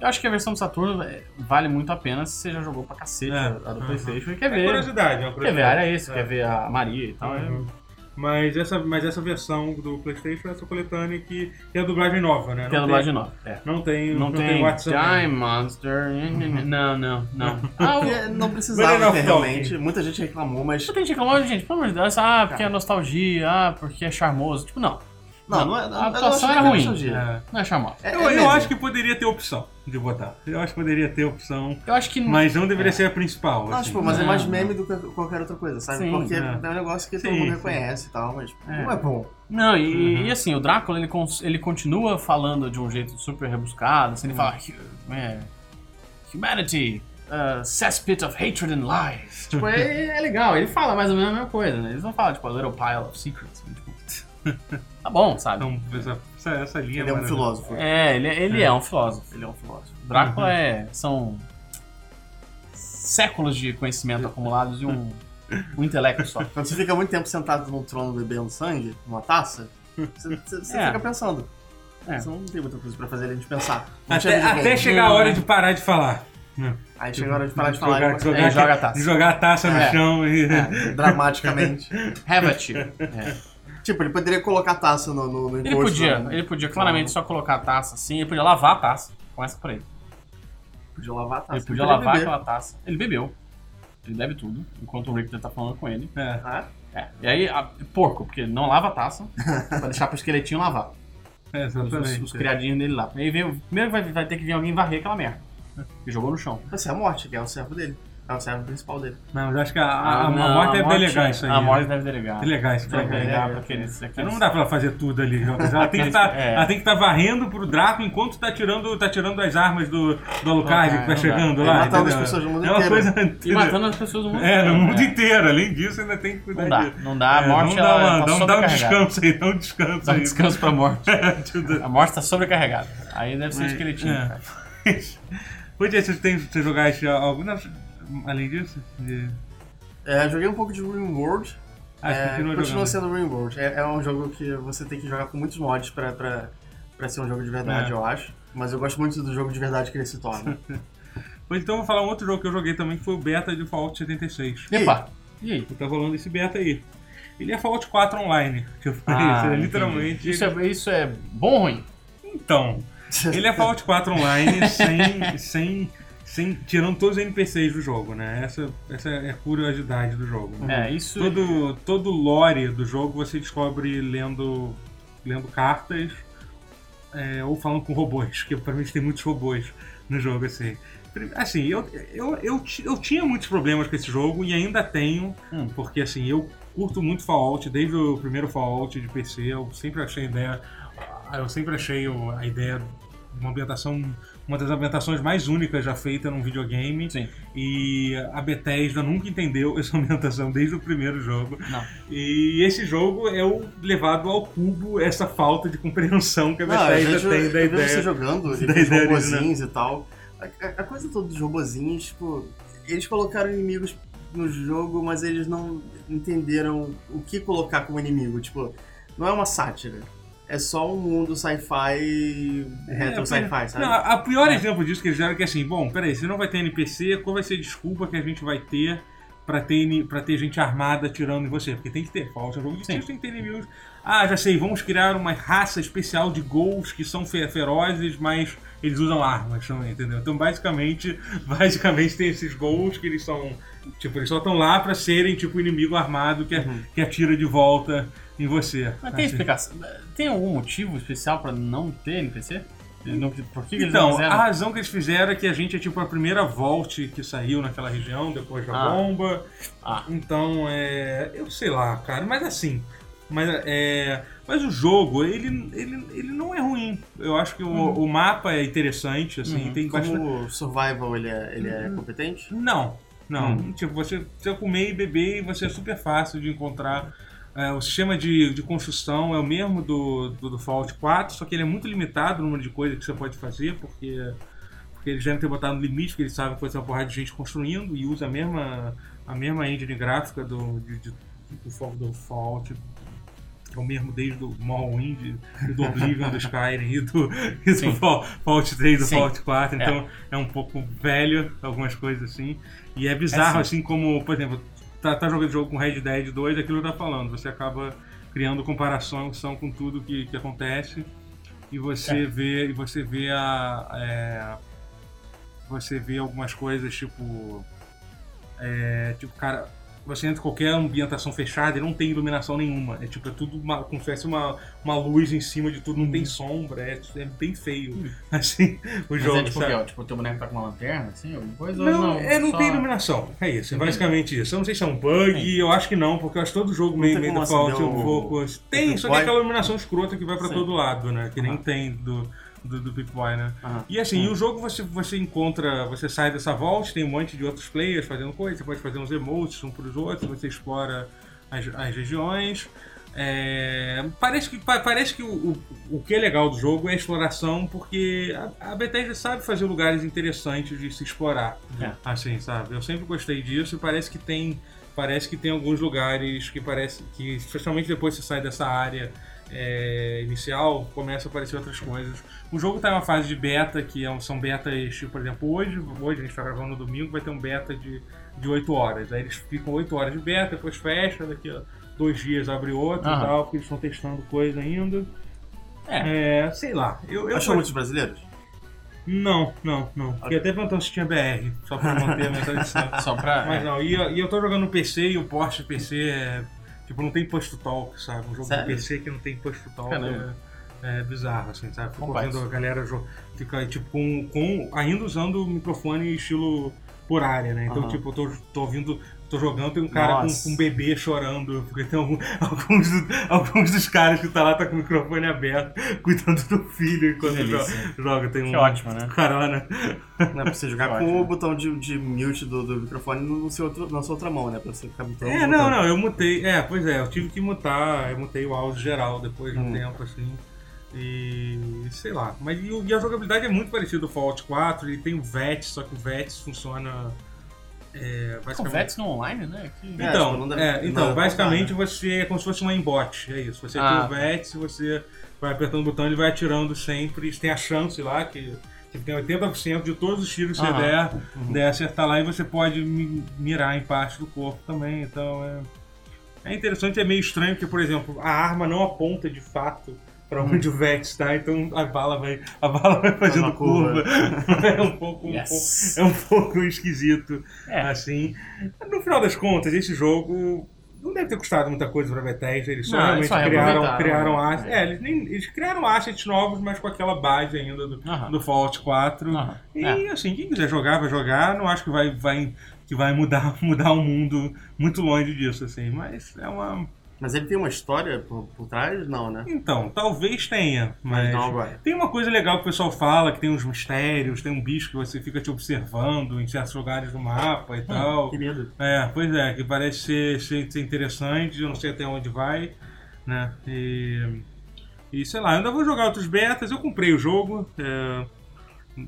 Speaker 3: eu acho que a versão do Saturno é, vale muito a pena se você já jogou pra cacete
Speaker 1: É.
Speaker 3: a a do
Speaker 1: Uhum.
Speaker 3: Playstation e quer
Speaker 1: É
Speaker 3: ver.
Speaker 1: curiosidade, é uma
Speaker 3: Quer ver a
Speaker 1: curiosidade.
Speaker 3: área isso, quer ver a Maria e tal. é-
Speaker 1: Uhum. Mas essa, mas essa versão do PlayStation é essa coletânea que tem a dublagem nova, né?
Speaker 3: Tem a
Speaker 1: Não
Speaker 3: dublagem nova. É.
Speaker 1: Não tem,
Speaker 3: Não, tem,
Speaker 1: WhatsApp.
Speaker 3: Time Monster. né, Não, não, não. Ah, o-
Speaker 2: Porque não
Speaker 1: Very
Speaker 2: precisava
Speaker 1: enough talking.
Speaker 2: ter, realmente. Muita gente reclamou, mas.
Speaker 3: Só tem gente reclamando, gente, pelo amor de Deus, ah, porque é nostalgia, ah, porque é charmoso. Tipo, não,
Speaker 2: Não, não é. não-
Speaker 3: a
Speaker 2: eu não
Speaker 3: atuação
Speaker 2: acho
Speaker 3: era
Speaker 2: que é
Speaker 3: ruim.
Speaker 2: nostalgia.
Speaker 1: É.
Speaker 3: não é charmoso.
Speaker 2: É-
Speaker 1: Eu,
Speaker 2: é
Speaker 1: eu
Speaker 2: média.
Speaker 1: acho que poderia ter opção de botar. Eu acho que poderia ter opção,
Speaker 3: Eu acho que
Speaker 1: mas não
Speaker 3: É.
Speaker 1: deveria ser a principal.
Speaker 2: Não,
Speaker 1: assim.
Speaker 2: tipo, mas é
Speaker 3: Não,
Speaker 2: mais
Speaker 3: não.
Speaker 2: meme do que qualquer outra coisa, sabe?
Speaker 3: Sim,
Speaker 2: Porque é.
Speaker 1: é.
Speaker 2: um negócio que todo
Speaker 1: Sim,
Speaker 2: mundo
Speaker 1: sim.
Speaker 2: reconhece e tal, mas
Speaker 3: É.
Speaker 2: não é bom.
Speaker 3: Não, e, e assim, o Drácula ele, cons- ele continua falando de um jeito super rebuscado, assim, ele fala "Hu- é, Humanity, uh, cesspit of hatred and lies. Tipo, é, é legal, ele fala mais ou menos a mesma coisa, né? Eles não falam, tipo, a little pile of secrets. né? Tipo, tá bom, sabe?
Speaker 1: Então, essa, essa, essa linha.
Speaker 2: Ele é um
Speaker 1: maravilhosa.
Speaker 2: filósofo.
Speaker 3: É, ele, ele é. um filósofo, ele é um filósofo. Drácula é, são séculos de conhecimento acumulados e um, um intelecto só.
Speaker 2: Quando você fica muito tempo sentado num trono bebendo sangue, numa taça, você, você- você
Speaker 3: É.
Speaker 2: fica pensando.
Speaker 3: É.
Speaker 2: Você não tem muita coisa pra fazer além de pensar. Não
Speaker 1: Até,
Speaker 2: chega de
Speaker 1: até
Speaker 2: game.
Speaker 1: chegar a hora de parar de falar.
Speaker 2: Aí chega a hora de parar de falar é,
Speaker 1: Jogar-
Speaker 2: e começa-
Speaker 3: Ele joga a taça.
Speaker 1: De jogar a taça no
Speaker 3: É.
Speaker 1: chão e.
Speaker 2: é, dramaticamente.
Speaker 3: Have at you. É.
Speaker 2: tipo, ele poderia colocar a taça no, no, no
Speaker 3: Ele
Speaker 2: encosto,
Speaker 3: podia,
Speaker 2: né?
Speaker 3: ele podia claramente só colocar a taça assim, ele podia lavar a taça. Começa por aí.
Speaker 2: Podia
Speaker 1: Ah,
Speaker 2: lavar a taça.
Speaker 3: Ele podia
Speaker 2: poderia
Speaker 3: lavar
Speaker 2: beber.
Speaker 3: aquela taça. Ele bebeu. Ele bebe tudo, enquanto o Richter tá falando com ele.
Speaker 1: É.
Speaker 2: Ah,
Speaker 3: É. E aí, a- porco, porque ele não lava a taça, pra deixar pro esqueletinho lavar.
Speaker 1: É,
Speaker 3: Os, os,
Speaker 1: exatamente.
Speaker 3: os criadinhos dele lá. Aí vem, primeiro vai, vai ter que vir alguém varrer aquela merda. Que jogou no chão.
Speaker 2: Você é a morte, que é o servo dele. É o servo principal dele.
Speaker 1: Não, mas eu acho que a, a, a
Speaker 3: Ah, Não,
Speaker 1: morte é bem legal isso aí.
Speaker 3: A
Speaker 1: né?
Speaker 3: morte deve delegar.
Speaker 1: É legal isso pra
Speaker 3: Deve
Speaker 1: mim.
Speaker 3: delegar
Speaker 2: É,
Speaker 3: pra aqueles. aqueles-
Speaker 1: Não dá pra ela fazer tudo ali, Jonas. Ela tem que tá,
Speaker 3: É.
Speaker 1: estar varrendo pro Draco enquanto tá tirando, tá tirando as armas do, do Alucard
Speaker 3: É,
Speaker 1: que tá
Speaker 3: Não dá, não dá.
Speaker 1: chegando
Speaker 2: Ele
Speaker 1: lá.
Speaker 2: matava
Speaker 1: entendeu?
Speaker 2: as pessoas do mundo
Speaker 1: é uma
Speaker 2: inteiro.
Speaker 1: coisa
Speaker 3: E matando as pessoas do mundo.
Speaker 1: É, no
Speaker 3: inteiro,
Speaker 1: mundo
Speaker 3: né?
Speaker 1: inteiro. Além disso, ainda tem que cuidar
Speaker 3: Não dá,
Speaker 1: disso.
Speaker 3: não dá. A
Speaker 1: É,
Speaker 3: morte
Speaker 1: não dá,
Speaker 3: ela
Speaker 1: uma-
Speaker 3: tá
Speaker 1: dá, um- dá um
Speaker 3: sobrecarregada.
Speaker 1: descanso aí, dá um descanso
Speaker 3: Dá um
Speaker 1: aí. É,
Speaker 3: descanso pra morte.
Speaker 1: Tudo-
Speaker 3: A morte tá sobrecarregada. Aí deve ser um
Speaker 1: Mas,
Speaker 3: esqueletinho.
Speaker 1: é.
Speaker 3: cara.
Speaker 1: Podia é, você tem você jogar esse, algum além disso? De-
Speaker 2: É, joguei um pouco de RimWorld.
Speaker 1: Ah,
Speaker 2: É,
Speaker 1: continua jogando.
Speaker 2: continua sendo RimWorld. É, é um jogo que você tem que jogar com muitos mods pra, pra, pra ser um jogo de verdade,
Speaker 1: É.
Speaker 2: eu acho. Mas eu gosto muito do jogo de verdade que ele se torna.
Speaker 1: Pois então eu vou falar um outro jogo que eu joguei também, que foi o beta de Fallout 76.
Speaker 3: Epa! E aí?
Speaker 1: Tá rolando esse beta aí. Ele é Fallout 4 online, que eu falei.
Speaker 3: Ah,
Speaker 1: isso é
Speaker 3: entendi.
Speaker 1: literalmente.
Speaker 3: Isso é, isso é bom ou ruim?
Speaker 1: Então, ele é Fallout 4 online sem, sem, sem. tirando todos os NPCs do jogo, né? Essa, essa é a curiosidade do jogo. né?
Speaker 3: É, isso.
Speaker 1: Todo, todo lore do jogo você descobre lendo, lendo cartas é, ou falando com robôs, que pra mim tem muitos robôs no jogo, assim. Assim, eu, eu, eu, ti- eu tinha muitos problemas com esse jogo e ainda tenho,
Speaker 3: Hum.
Speaker 1: porque assim, eu curto muito Fallout, desde o primeiro Fallout de PC, eu sempre achei a ideia. Eu sempre achei o- a ideia de uma ambientação. Uma das ambientações mais únicas já feita num videogame.
Speaker 3: Sim.
Speaker 1: E a Bethesda nunca entendeu essa ambientação desde o primeiro jogo.
Speaker 3: Não.
Speaker 1: E esse jogo é o levado ao cubo essa falta de compreensão que a
Speaker 2: Não, eu
Speaker 1: Bethesda
Speaker 2: vejo,
Speaker 1: tem
Speaker 2: eu
Speaker 1: da
Speaker 2: vejo
Speaker 1: ideia.
Speaker 2: você jogando, e
Speaker 1: da
Speaker 2: os
Speaker 1: ideia
Speaker 2: robozinhos e tal. A, a- a coisa toda dos robozinhos, tipo, eles colocaram inimigos no jogo, mas eles não entenderam o que colocar como inimigo. Tipo, não é uma sátira. É só um mundo sci-fi, retro sci-fi, sabe?
Speaker 1: É, Não, a a pior exemplo disso que eles deram é que assim, bom, peraí, você não vai ter NPC, qual vai ser a desculpa que a gente vai ter pra ter, ini- pra ter gente armada atirando em você? Porque tem que ter, falta jogo de
Speaker 3: Sim.
Speaker 1: tiro, tem que ter inimigos. Ah, já sei, vamos criar uma raça especial de gols que são fe- ferozes, mas eles usam armas também, entendeu? Então, basicamente, basicamente tem esses gols que eles são, tipo, eles só estão lá pra serem, tipo, inimigo armado que,
Speaker 2: Uhum.
Speaker 1: que atira de volta em você. Assim.
Speaker 3: Mas tem explicação. Tem algum motivo especial pra não ter NPC? Eles não- por que, que eles não
Speaker 1: Então,
Speaker 3: fizeram?
Speaker 1: a razão que eles fizeram é que a gente é tipo a primeira Vault que saiu naquela região depois da
Speaker 3: Ah.
Speaker 1: bomba.
Speaker 3: Ah.
Speaker 1: Então, é. Eu sei lá, cara, mas assim. Mas, é, mas o jogo, ele, ele, ele não é ruim. Eu acho que o, o mapa é interessante, assim,
Speaker 3: Uhum.
Speaker 1: tem bastante.
Speaker 2: Como o survival ele é, ele
Speaker 1: Uhum.
Speaker 2: é competente?
Speaker 1: Não, não.
Speaker 3: Hum.
Speaker 1: Tipo, você, você comer e beber e você é super fácil de encontrar. É, o sistema de, de construção é o mesmo do, do, do Fallout 4, só que ele é muito limitado o número de coisas que você pode fazer, porque, porque eles devem ter botado no limite, porque eles sabem que vai ter uma porrada de gente construindo e usa a mesma, a mesma engine gráfica do, de, de, do, Fall- do Fallout. É o mesmo desde o Morrowind, e do Oblivion, do Skyrim e do, e do
Speaker 3: Sim.
Speaker 1: Fall- Fallout 3, do
Speaker 3: Sim.
Speaker 1: Fallout 4.
Speaker 3: É.
Speaker 1: Então é um pouco velho, algumas coisas assim. E é bizarro,
Speaker 3: É,
Speaker 1: assim como, por exemplo, tá, tá jogando jogo com Red Dead 2, aquilo que eu tá falando. Você acaba criando comparação são com tudo que, que acontece. E
Speaker 3: É.
Speaker 1: você vê. E você vê a. é, você vê algumas coisas tipo. É, tipo, cara. Você entra em qualquer ambientação fechada e não tem iluminação nenhuma. É tipo, é tudo uma, como se tivesse uma, uma luz em cima de tudo, não tem sombra, é, é bem feio. Assim, o
Speaker 3: Uhum. Mas
Speaker 1: jogo.
Speaker 3: é tipo o
Speaker 1: sabe?
Speaker 3: quê? Ó, Tipo, o teu boneco tá com uma lanterna, assim, alguma coisa? ou
Speaker 1: Não,
Speaker 3: não,
Speaker 1: é, não
Speaker 3: só-
Speaker 1: tem iluminação. É isso, é
Speaker 3: Entendi.
Speaker 1: basicamente isso. Eu não sei se é um bug, eu acho que não, porque eu acho que todo jogo meio,
Speaker 2: tem
Speaker 1: meio
Speaker 2: como
Speaker 1: do Fallout é
Speaker 2: acender
Speaker 1: um
Speaker 2: o-
Speaker 1: pouco. Tem,
Speaker 2: o
Speaker 1: só que é
Speaker 2: Pip-Boy?
Speaker 1: aquela iluminação escrota que vai pra
Speaker 2: Sim. Ah.
Speaker 1: todo lado, né? Que nem
Speaker 2: Aham.
Speaker 1: tem do, do, do Pip-Boy, né?
Speaker 2: Aham.
Speaker 1: E assim, e o jogo você, você encontra, você sai dessa vault, tem um monte de outros players fazendo coisa, você pode fazer uns emotes uns pros outros, você explora as, as regiões. É, parece que, pa- parece que o, o, o que é legal do jogo é a exploração, porque a, a Bethesda sabe fazer lugares interessantes de se explorar.
Speaker 3: É.
Speaker 1: Assim, sabe? Eu sempre gostei disso e parece que tem. Parece que tem alguns lugares que parece que, especialmente depois que você sai dessa área é, inicial, começa a aparecer outras coisas. O jogo tá em uma fase de beta, que é um- são betas, tipo, por exemplo, hoje, hoje a gente tá gravando no domingo, vai ter um beta de, de 8 horas. Aí eles ficam 8 horas de beta, depois fecha, daqui a dois dias abre outro
Speaker 3: Aham.
Speaker 1: e tal, porque eles estão testando coisa ainda.
Speaker 3: É.
Speaker 1: É, sei lá. Eu, eu
Speaker 2: Achou
Speaker 1: gosto-
Speaker 2: muitos brasileiros?
Speaker 1: Não, não, não. Fiquei até perguntando se tinha BR, só pra manter a mentalização.
Speaker 3: Só pra... é.
Speaker 1: Mas não, e, eu- e eu tô jogando no PC e o Porsche PC é. Tipo, não tem push to talk, sabe? Um jogo
Speaker 2: Sério?
Speaker 1: de PC que não tem push to talk
Speaker 3: Caramba.
Speaker 1: é, é bizarro, assim, sabe? Fico
Speaker 3: Complexo.
Speaker 1: vendo a galera jo- fica, tipo, com, com- ainda usando o microfone estilo por área, né? Então,
Speaker 2: Aham.
Speaker 1: tipo, eu tô, tô ouvindo. Tô jogando, tem um cara com,
Speaker 2: Nossa.
Speaker 1: com um bebê chorando, porque tem algum- alguns, do- alguns dos caras que tá lá tá com o microfone aberto, cuidando do filho enquanto
Speaker 3: Que
Speaker 1: jo-
Speaker 3: delícia.
Speaker 1: joga. Tem
Speaker 3: Que
Speaker 1: um
Speaker 3: ótimo, né?
Speaker 1: cara lá na,
Speaker 2: Não é pra você jogar
Speaker 3: Ótimo.
Speaker 2: com o botão de, de mute do, do microfone no seu outro, na sua outra mão, né? Pra você ficar mutando.
Speaker 1: É, não, não, eu mutei. É, pois é, eu tive que mutar, eu mutei o áudio geral depois de um
Speaker 2: Hum.
Speaker 1: tempo, assim. E sei lá. Mas e, o- e a jogabilidade é muito parecida do Fallout 4, ele tem o VETS, só que o VETS funciona. É, basicamente.
Speaker 3: Confetes no online, né? Que-
Speaker 2: É,
Speaker 1: Então,
Speaker 2: tipo, não deve-
Speaker 1: é,
Speaker 2: não
Speaker 1: então
Speaker 2: deve
Speaker 1: basicamente
Speaker 2: contar,
Speaker 1: você é como se fosse um aimbot, é isso. Você tem
Speaker 3: Ah,
Speaker 1: o VETS, você vai apertando o botão, ele vai atirando sempre, tem a chance lá que. que tem 80% de todos os tiros que você
Speaker 3: Aham.
Speaker 1: der,
Speaker 2: Uhum.
Speaker 1: der acertar lá e você pode mi- mirar em parte do corpo também, então é. É interessante, é meio estranho, porque, por exemplo, a arma não aponta de fato pra onde
Speaker 2: Uhum.
Speaker 1: o Vex tá, então a bala vai, a bala vai fazendo
Speaker 2: uma
Speaker 1: curva.
Speaker 2: Tá curva.
Speaker 1: é um pouco, um
Speaker 3: Yes.
Speaker 1: pouco- é um pouco esquisito,
Speaker 3: É.
Speaker 1: assim. No final das contas, esse jogo, Não deve ter custado muita coisa pra Bethesda, eles só
Speaker 3: Não,
Speaker 1: realmente
Speaker 3: eles só
Speaker 1: criaram,
Speaker 3: reaproveitaram,
Speaker 1: criaram
Speaker 3: né?
Speaker 1: assets. É, eles, nem- eles criaram assets novos, mas com aquela base ainda do,
Speaker 3: Aham.
Speaker 1: do Fallout 4.
Speaker 3: Aham.
Speaker 1: E
Speaker 3: Ah. É.
Speaker 1: assim, quem quiser jogar, vai jogar. Não acho que vai, vai, que vai mudar, mudar o mundo muito longe disso, assim. Mas é uma.
Speaker 2: Mas ele tem uma história por, por trás? Não, né?
Speaker 1: Então, talvez tenha, mas.
Speaker 2: Mas não agora.
Speaker 1: Tem uma coisa legal que o pessoal fala, que tem uns mistérios, tem um bicho que você fica te observando em certos lugares do mapa
Speaker 3: Ah,
Speaker 1: e tal.
Speaker 2: Que medo.
Speaker 1: É, pois é, que parece ser, ser, ser interessante, eu não sei até onde vai, né? E, e sei lá, eu ainda vou jogar outros betas, eu comprei o jogo. É,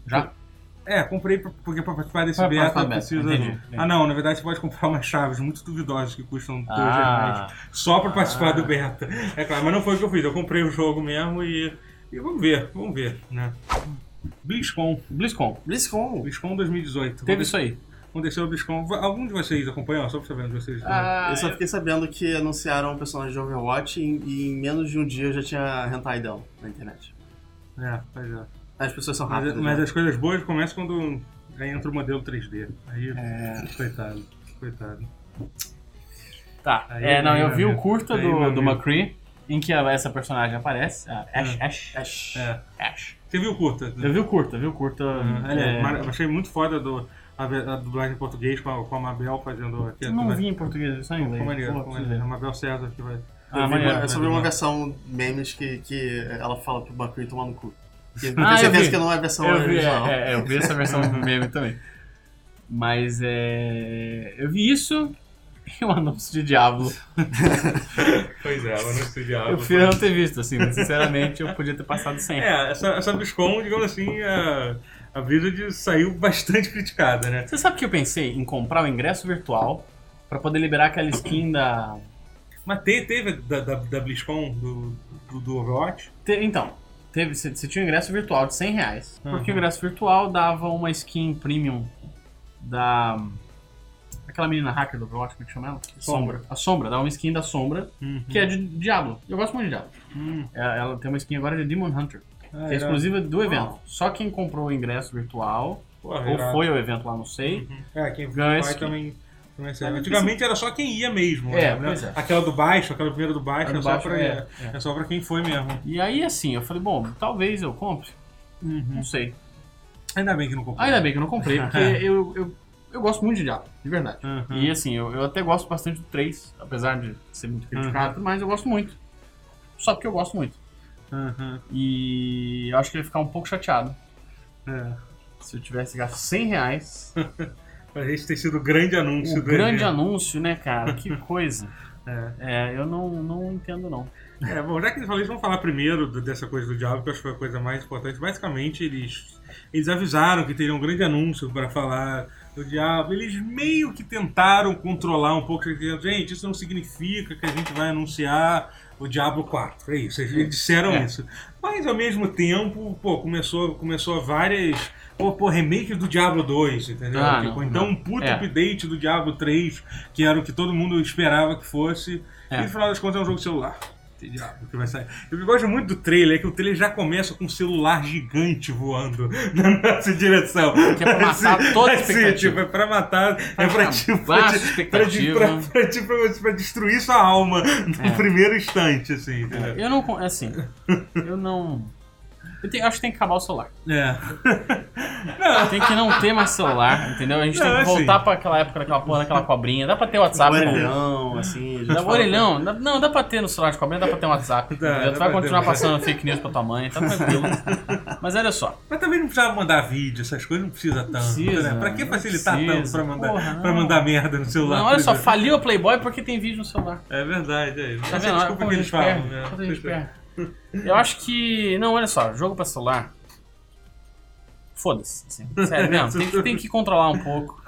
Speaker 3: Já?
Speaker 1: é, comprei pra- porque para participar desse
Speaker 3: Pra
Speaker 1: beta
Speaker 3: participar do beta,
Speaker 1: precisa.
Speaker 3: entendi, entendi.
Speaker 1: Ah não, na verdade você pode comprar umas chaves muito duvidosas que custam dois reais
Speaker 3: Ah,
Speaker 1: só pra participar
Speaker 3: Ah.
Speaker 1: do beta. É claro, mas não foi o que eu fiz, eu comprei o jogo mesmo e, e vamos ver, vamos ver, né? BlizzCon,
Speaker 3: BlizzCon.
Speaker 2: BlizzCon.
Speaker 1: BlizzCon 2018.
Speaker 3: Teve isso aí.
Speaker 1: Aconteceu o BlizzCon. Algum de vocês acompanhou? Só pra saber onde vocês estão.
Speaker 3: Ah.
Speaker 2: Ah, eu só fiquei sabendo que anunciaram o personagem de Overwatch e, e em menos de um dia eu já tinha hentai dela na internet.
Speaker 1: É, pois é.
Speaker 2: As pessoas são
Speaker 1: Mas,
Speaker 2: rápidas.
Speaker 1: mas
Speaker 2: né?
Speaker 1: as coisas boas começam quando aí entra o modelo 3D. Aí,
Speaker 2: É.
Speaker 1: coitado, coitado.
Speaker 3: Tá.
Speaker 1: Aí
Speaker 3: é, não, eu
Speaker 1: meu
Speaker 3: vi o
Speaker 1: amigo.
Speaker 3: curta
Speaker 1: Aí,
Speaker 3: do,
Speaker 1: meu
Speaker 3: do
Speaker 1: amigo.
Speaker 3: McCree, em que a- essa personagem aparece, a Ash,
Speaker 1: Hum.
Speaker 3: Ash,
Speaker 2: Ash.
Speaker 1: É.
Speaker 3: Ash.
Speaker 1: Você viu o curta?
Speaker 3: Eu vi o curta, vi o curta.
Speaker 1: Aliás,
Speaker 3: é,
Speaker 1: mar- eu achei muito foda do, a, ve- a dublagem em português com a, com a Mabel fazendo aqui. né?
Speaker 3: eu não vi em português, eu só em inglês.
Speaker 1: Ficou maneiro,
Speaker 3: Pô,
Speaker 1: ficou
Speaker 3: preciso
Speaker 1: maneiro. A
Speaker 3: ver.
Speaker 1: Mabel César que vai.
Speaker 3: Ah,
Speaker 2: Eu vi
Speaker 3: maneiro.
Speaker 2: uma- é sobre
Speaker 1: maneiro.
Speaker 2: uma versão memes que, que ela fala pro Macri tomar no cu. E
Speaker 3: Ah,
Speaker 2: tenho
Speaker 3: eu
Speaker 2: certeza
Speaker 3: vi.
Speaker 2: que não é a versão
Speaker 3: Eu vi,
Speaker 2: original.
Speaker 3: é, é, eu vi essa versão do meme também. Mas é. Eu vi isso e o anúncio de Diablo.
Speaker 1: Pois é, mas não se
Speaker 3: Eu prefiro não ter visto, assim, mas sinceramente eu podia ter passado sem.
Speaker 1: É, essa, essa BlizzCon, digamos assim, a, a Blizzard saiu bastante criticada, né?
Speaker 3: Você sabe que eu pensei em comprar o ingresso virtual pra poder liberar aquela skin da.
Speaker 1: Mas te- teve da, da, da BlizzCon, do, do, do Overwatch?
Speaker 3: Te- Então, teve, você você tinha um ingresso virtual de 100 reais. Porque
Speaker 1: Uhum.
Speaker 3: o ingresso virtual dava uma skin premium da. Aquela menina hacker do Overwatch, como é que chama ela?
Speaker 1: Sombra. Uhum.
Speaker 3: A Sombra, dava uma skin da Sombra, que é de Diablo. Eu gosto muito de Diablo.
Speaker 1: Hum.
Speaker 3: Ela ela tem uma skin agora de Demon Hunter,
Speaker 1: Ah,
Speaker 3: que é
Speaker 1: era-
Speaker 3: exclusiva do evento. Só quem comprou o ingresso virtual,
Speaker 1: Porra,
Speaker 3: ou
Speaker 1: era-
Speaker 3: foi ao evento lá, não sei.
Speaker 1: É, quem
Speaker 3: Ganha
Speaker 1: vai
Speaker 3: esse-
Speaker 1: também. também serve.
Speaker 3: Mas não
Speaker 1: Antigamente era só quem ia mesmo.
Speaker 3: É,
Speaker 1: né?
Speaker 3: pois é.
Speaker 1: Aquela do baixo, aquela primeira do baixo,
Speaker 3: A do
Speaker 1: é, só
Speaker 3: baixo,
Speaker 1: pra,
Speaker 3: é,
Speaker 1: é,
Speaker 3: é.
Speaker 1: só pra quem foi mesmo.
Speaker 3: E aí, assim, eu falei, bom, talvez eu compre,
Speaker 1: Uhum.
Speaker 3: não sei.
Speaker 1: Ainda bem que não comprou.
Speaker 3: Uhum. Ainda bem que eu não comprei, porque eu, eu, eu gosto muito de Diablo, de verdade.
Speaker 1: Uhum.
Speaker 3: E assim, eu, eu até gosto bastante do 3, apesar de ser muito criticado, mas eu gosto muito. Só porque eu gosto muito.
Speaker 1: Uhum.
Speaker 3: E eu acho que eu ia ficar um pouco chateado
Speaker 1: É.
Speaker 3: se eu tivesse gasto 100 reais.
Speaker 1: Pra gente ter sido o grande anúncio
Speaker 3: o
Speaker 1: do
Speaker 3: grande
Speaker 1: evento.
Speaker 3: anúncio, né, cara? Que coisa.
Speaker 1: É.
Speaker 3: É, eu não, não entendo, não.
Speaker 1: É, bom, já que eles falaram, eles vão falar primeiro do- dessa coisa do Diablo, que eu acho que foi a coisa mais importante. Basicamente, eles, eles avisaram que teria um grande anúncio para falar do Diablo. Eles meio que tentaram controlar um pouco, dizendo, gente, isso não significa que a gente vai anunciar o Diablo 4. É isso, eles disseram
Speaker 3: É.
Speaker 1: isso. Mas, ao mesmo tempo, pô, começou, começou várias... Pô, pô, remake do Diablo 2, entendeu?
Speaker 3: Ah,
Speaker 1: Tipo,
Speaker 3: não,
Speaker 1: então,
Speaker 3: não.
Speaker 1: um puto
Speaker 3: É.
Speaker 1: update do Diablo 3, que era o que todo mundo esperava que fosse.
Speaker 3: É.
Speaker 1: E no final das contas é um jogo de celular. Tem diabo que vai sair. Eu gosto muito do trailer, é que o trailer já começa com um celular gigante voando na nossa direção.
Speaker 3: Que é pra matar toda a expectativa.
Speaker 1: tipo, é pra matar, é pra,
Speaker 3: acabar
Speaker 1: tipo, pra,
Speaker 3: a
Speaker 1: te- pra, te-
Speaker 3: expectativa.
Speaker 1: pra, pra, te- pra- pra destruir sua alma no
Speaker 3: É.
Speaker 1: primeiro instante, assim, entendeu?
Speaker 3: Eu não. con- Assim, eu não. Eu tenho- acho que tem que acabar o celular.
Speaker 1: É.
Speaker 3: Tem que não ter mais celular, entendeu? A gente tem
Speaker 1: Não,
Speaker 3: que
Speaker 1: assim-
Speaker 3: voltar pra aquela época daquela porra, daquela cobrinha. Dá pra ter WhatsApp, com-
Speaker 2: orelhão, assim. a gente
Speaker 3: Dá um
Speaker 2: fala-
Speaker 3: orelhão? Dá- não, dá pra ter no celular de cobrinha, dá pra ter um WhatsApp.
Speaker 1: Dá,
Speaker 3: entendeu?
Speaker 1: dá
Speaker 3: tu
Speaker 1: pra
Speaker 3: vai
Speaker 1: ter,
Speaker 3: continuar
Speaker 1: mas-
Speaker 3: passando fake news pra tua mãe, tá tranquilo. Mas olha só.
Speaker 1: Mas também não precisava mandar vídeo, essas coisas não precisa tanto.
Speaker 3: precisa,
Speaker 1: né? Pra que
Speaker 3: não
Speaker 1: facilitar tanto
Speaker 3: precisa.
Speaker 1: pra mandar,
Speaker 3: Porra, não.
Speaker 1: pra mandar merda no celular?
Speaker 3: Não, olha só,
Speaker 1: primeiro?
Speaker 3: faliu a Playboy porque tem vídeo no celular.
Speaker 1: É verdade, é. Essa é
Speaker 3: Tá
Speaker 1: a
Speaker 3: vendo? Olha
Speaker 1: desculpa
Speaker 3: como
Speaker 1: que
Speaker 3: a
Speaker 1: eles
Speaker 3: gente
Speaker 1: falam,
Speaker 3: perde,
Speaker 1: né?
Speaker 3: quanto a gente perde. Eu acho que. Não, olha só, jogo pra celular. Foda-se. assim, sério mesmo, tem que, tem que controlar um pouco.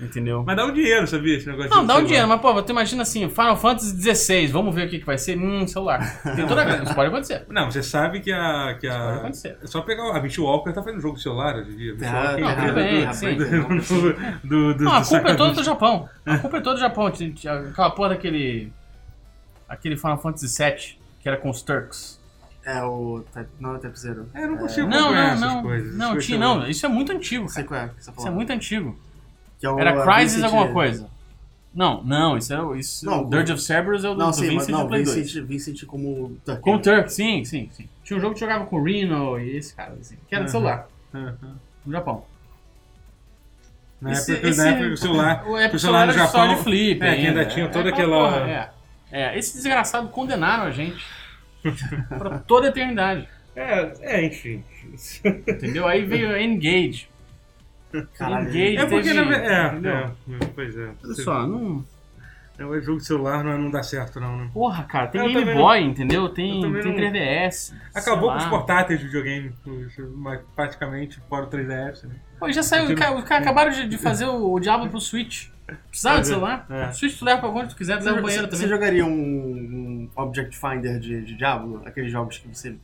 Speaker 3: Entendeu?
Speaker 1: Mas dá um dinheiro, sabia? Esse negócio
Speaker 3: Não,
Speaker 1: de
Speaker 3: dá um
Speaker 1: celular.
Speaker 3: dinheiro, mas pô, tu imagina assim, Final Fantasy XVI, vamos ver o que, que vai ser? Hum, celular. Tem toda a... Isso pode acontecer.
Speaker 1: Não, você sabe que a. Que
Speaker 3: Isso pode
Speaker 1: a
Speaker 3: acontecer.
Speaker 1: é só pegar. A Beach Walker tá fazendo jogo de celular hoje em dia. Beach
Speaker 2: Tá,
Speaker 1: Walker
Speaker 3: Não,
Speaker 2: tá,
Speaker 1: é
Speaker 3: tudo
Speaker 1: do-
Speaker 3: bem,
Speaker 2: rapaz,
Speaker 3: Ah, sim.
Speaker 2: não.
Speaker 1: do, do, do,
Speaker 3: Não, a
Speaker 1: do
Speaker 3: culpa é toda
Speaker 1: sacanagem.
Speaker 3: do Japão. A culpa é toda do Japão. Tinha- tinha Aquela porra daquele. Aquele Final Fantasy VII, que era com os Turks.
Speaker 2: É o. Type- Não, é o Type Zero.
Speaker 1: É, eu não consigo
Speaker 3: Não,
Speaker 1: acompanhar
Speaker 3: não,
Speaker 1: essas
Speaker 3: não.
Speaker 1: coisas. essas
Speaker 3: não,
Speaker 1: coisas
Speaker 3: tinha,
Speaker 1: são-
Speaker 3: não. Isso é muito antigo,
Speaker 2: Não sei
Speaker 3: cara.
Speaker 2: qual é que você
Speaker 3: Isso é
Speaker 2: falou.
Speaker 3: muito antigo.
Speaker 2: Que é o-
Speaker 3: Era
Speaker 2: a
Speaker 3: Crysis
Speaker 2: Vincent-
Speaker 3: alguma coisa. Não, não, isso é o. Isso,
Speaker 2: Não,
Speaker 3: o Dirge of Cerberus é o do,
Speaker 2: Não,
Speaker 3: do
Speaker 2: sim, mas
Speaker 3: Vincent
Speaker 2: não,
Speaker 3: do Play 2.
Speaker 2: Vincent, Vincent como. Turk,
Speaker 3: Com o
Speaker 2: né?
Speaker 3: Turk, sim, sim, sim. Tinha um jogo que jogava com o Reno e esse cara, assim, que era de
Speaker 1: Uhum.
Speaker 3: celular,
Speaker 1: Aham.
Speaker 3: no Japão.
Speaker 1: Na
Speaker 3: Esse-
Speaker 1: época,
Speaker 3: esse-
Speaker 1: na época que Né? o celular.
Speaker 3: O
Speaker 1: que
Speaker 3: Epic
Speaker 1: o celular
Speaker 3: Solar
Speaker 1: no
Speaker 3: era só de
Speaker 1: Japão.
Speaker 3: flip.
Speaker 1: É, que ainda
Speaker 3: ainda
Speaker 1: tinha toda
Speaker 3: É, aquela
Speaker 1: aquela-
Speaker 3: porra, é. É, esse desgraçado condenaram a gente pra toda a eternidade.
Speaker 1: É, é, enfim.
Speaker 3: Entendeu? Aí veio o Engage.
Speaker 2: Caralho.
Speaker 3: Engage
Speaker 1: É porque
Speaker 3: teve,
Speaker 1: na ve-
Speaker 3: entendeu?
Speaker 1: É, é, pois é.
Speaker 3: Olha só, não.
Speaker 1: Não, é jogo de celular não, não dá certo, não. né?
Speaker 3: Porra, cara, tem
Speaker 1: Eu
Speaker 3: Game
Speaker 1: também
Speaker 3: Boy, entendeu? Tem,
Speaker 1: eu também
Speaker 3: tem
Speaker 1: não-
Speaker 3: 3DS.
Speaker 1: Acabou com os
Speaker 3: sei lá.
Speaker 1: portáteis de videogame, os- mas praticamente fora o 3DS, né?
Speaker 3: Pô, já saiu, os caras acabaram de, de fazer o, o Diablo pro Switch. Precisava de celular?
Speaker 1: É.
Speaker 3: O Switch tu leva pra onde tu quiser, tu
Speaker 2: Você,
Speaker 3: leva no banheiro
Speaker 2: você, você
Speaker 3: também.
Speaker 2: jogaria um, um Object Finder de, de Diablo? Aqueles jogos que você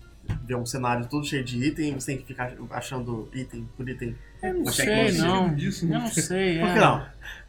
Speaker 2: vê um cenário todo cheio de item e você tem que ficar achando item por item.
Speaker 3: Eu não
Speaker 2: Você
Speaker 3: sei,
Speaker 2: consegue
Speaker 3: não.
Speaker 1: disso, né?
Speaker 3: Eu não sei, é.
Speaker 2: Por que não?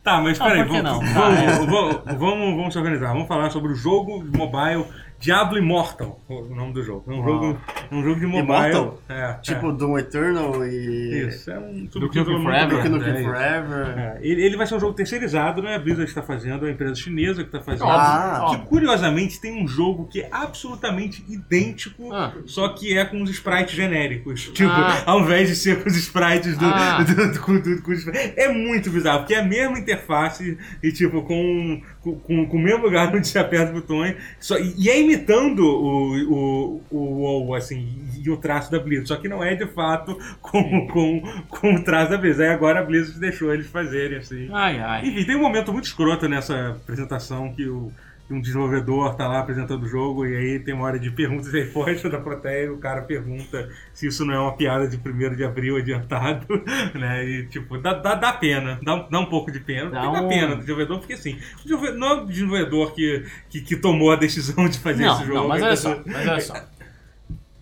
Speaker 1: Tá, mas
Speaker 3: Não,
Speaker 1: peraí,
Speaker 3: por que
Speaker 1: vamos,
Speaker 3: não?
Speaker 1: Vamos,
Speaker 3: Tá, é.
Speaker 1: vamos, vamos, vamos se organizar. Vamos falar sobre o jogo de mobile Diablo Immortal, o nome do jogo. É um,
Speaker 2: Uau.
Speaker 1: jogo,
Speaker 3: Ah.
Speaker 1: é um jogo de mobile.
Speaker 2: Immortal?
Speaker 1: É,
Speaker 2: Tipo Doom Eternal
Speaker 1: é.
Speaker 2: e.
Speaker 1: Isso, é um
Speaker 3: Duke Nukem
Speaker 1: subtítulo muito
Speaker 3: Forever.
Speaker 2: Duke
Speaker 1: grande,
Speaker 2: Nukem
Speaker 1: é isso.
Speaker 2: Forever.
Speaker 1: É, ele, ele vai ser um jogo terceirizado, não é a Blizzard que está fazendo, é a empresa chinesa que está fazendo.
Speaker 2: Ah.
Speaker 3: Óbvio,
Speaker 1: Que curiosamente tem um jogo que é absolutamente idêntico,
Speaker 3: Ah.
Speaker 1: só que é com os sprites genéricos. Tipo,
Speaker 3: Ah.
Speaker 1: ao invés de ser com os sprites do.
Speaker 3: Ah.
Speaker 1: do- do- com- do- com os- é muito bizarro, porque é a mesma interface e, tipo, com, com, com- com o mesmo lugar onde você aperta os botões. Só, e, e é imitando o, o, o, WoW, assim, e o traço da Blizzard. Só que não é de fato com, com, com o traço da Blizzard. Aí agora a Blizzard deixou eles fazerem, assim.
Speaker 3: Ai, ai.
Speaker 1: Enfim, tem um momento muito escroto nessa apresentação que o- que um desenvolvedor tá lá apresentando o jogo e aí tem uma hora de perguntas e respostas da plateia e o cara pergunta se isso não é uma piada de 1 de abril adiantado, né? E tipo, dá, dá, dá pena, dá, um- dá um pouco de pena,
Speaker 3: Dá
Speaker 1: dá, dá
Speaker 3: um-
Speaker 1: pena do desenvolvedor, porque assim, o desenvolvedor, não é o desenvolvedor que, que, que tomou a decisão de fazer
Speaker 3: Não,
Speaker 1: esse jogo.
Speaker 3: não, mas olha
Speaker 1: então-
Speaker 3: só, mas olha só.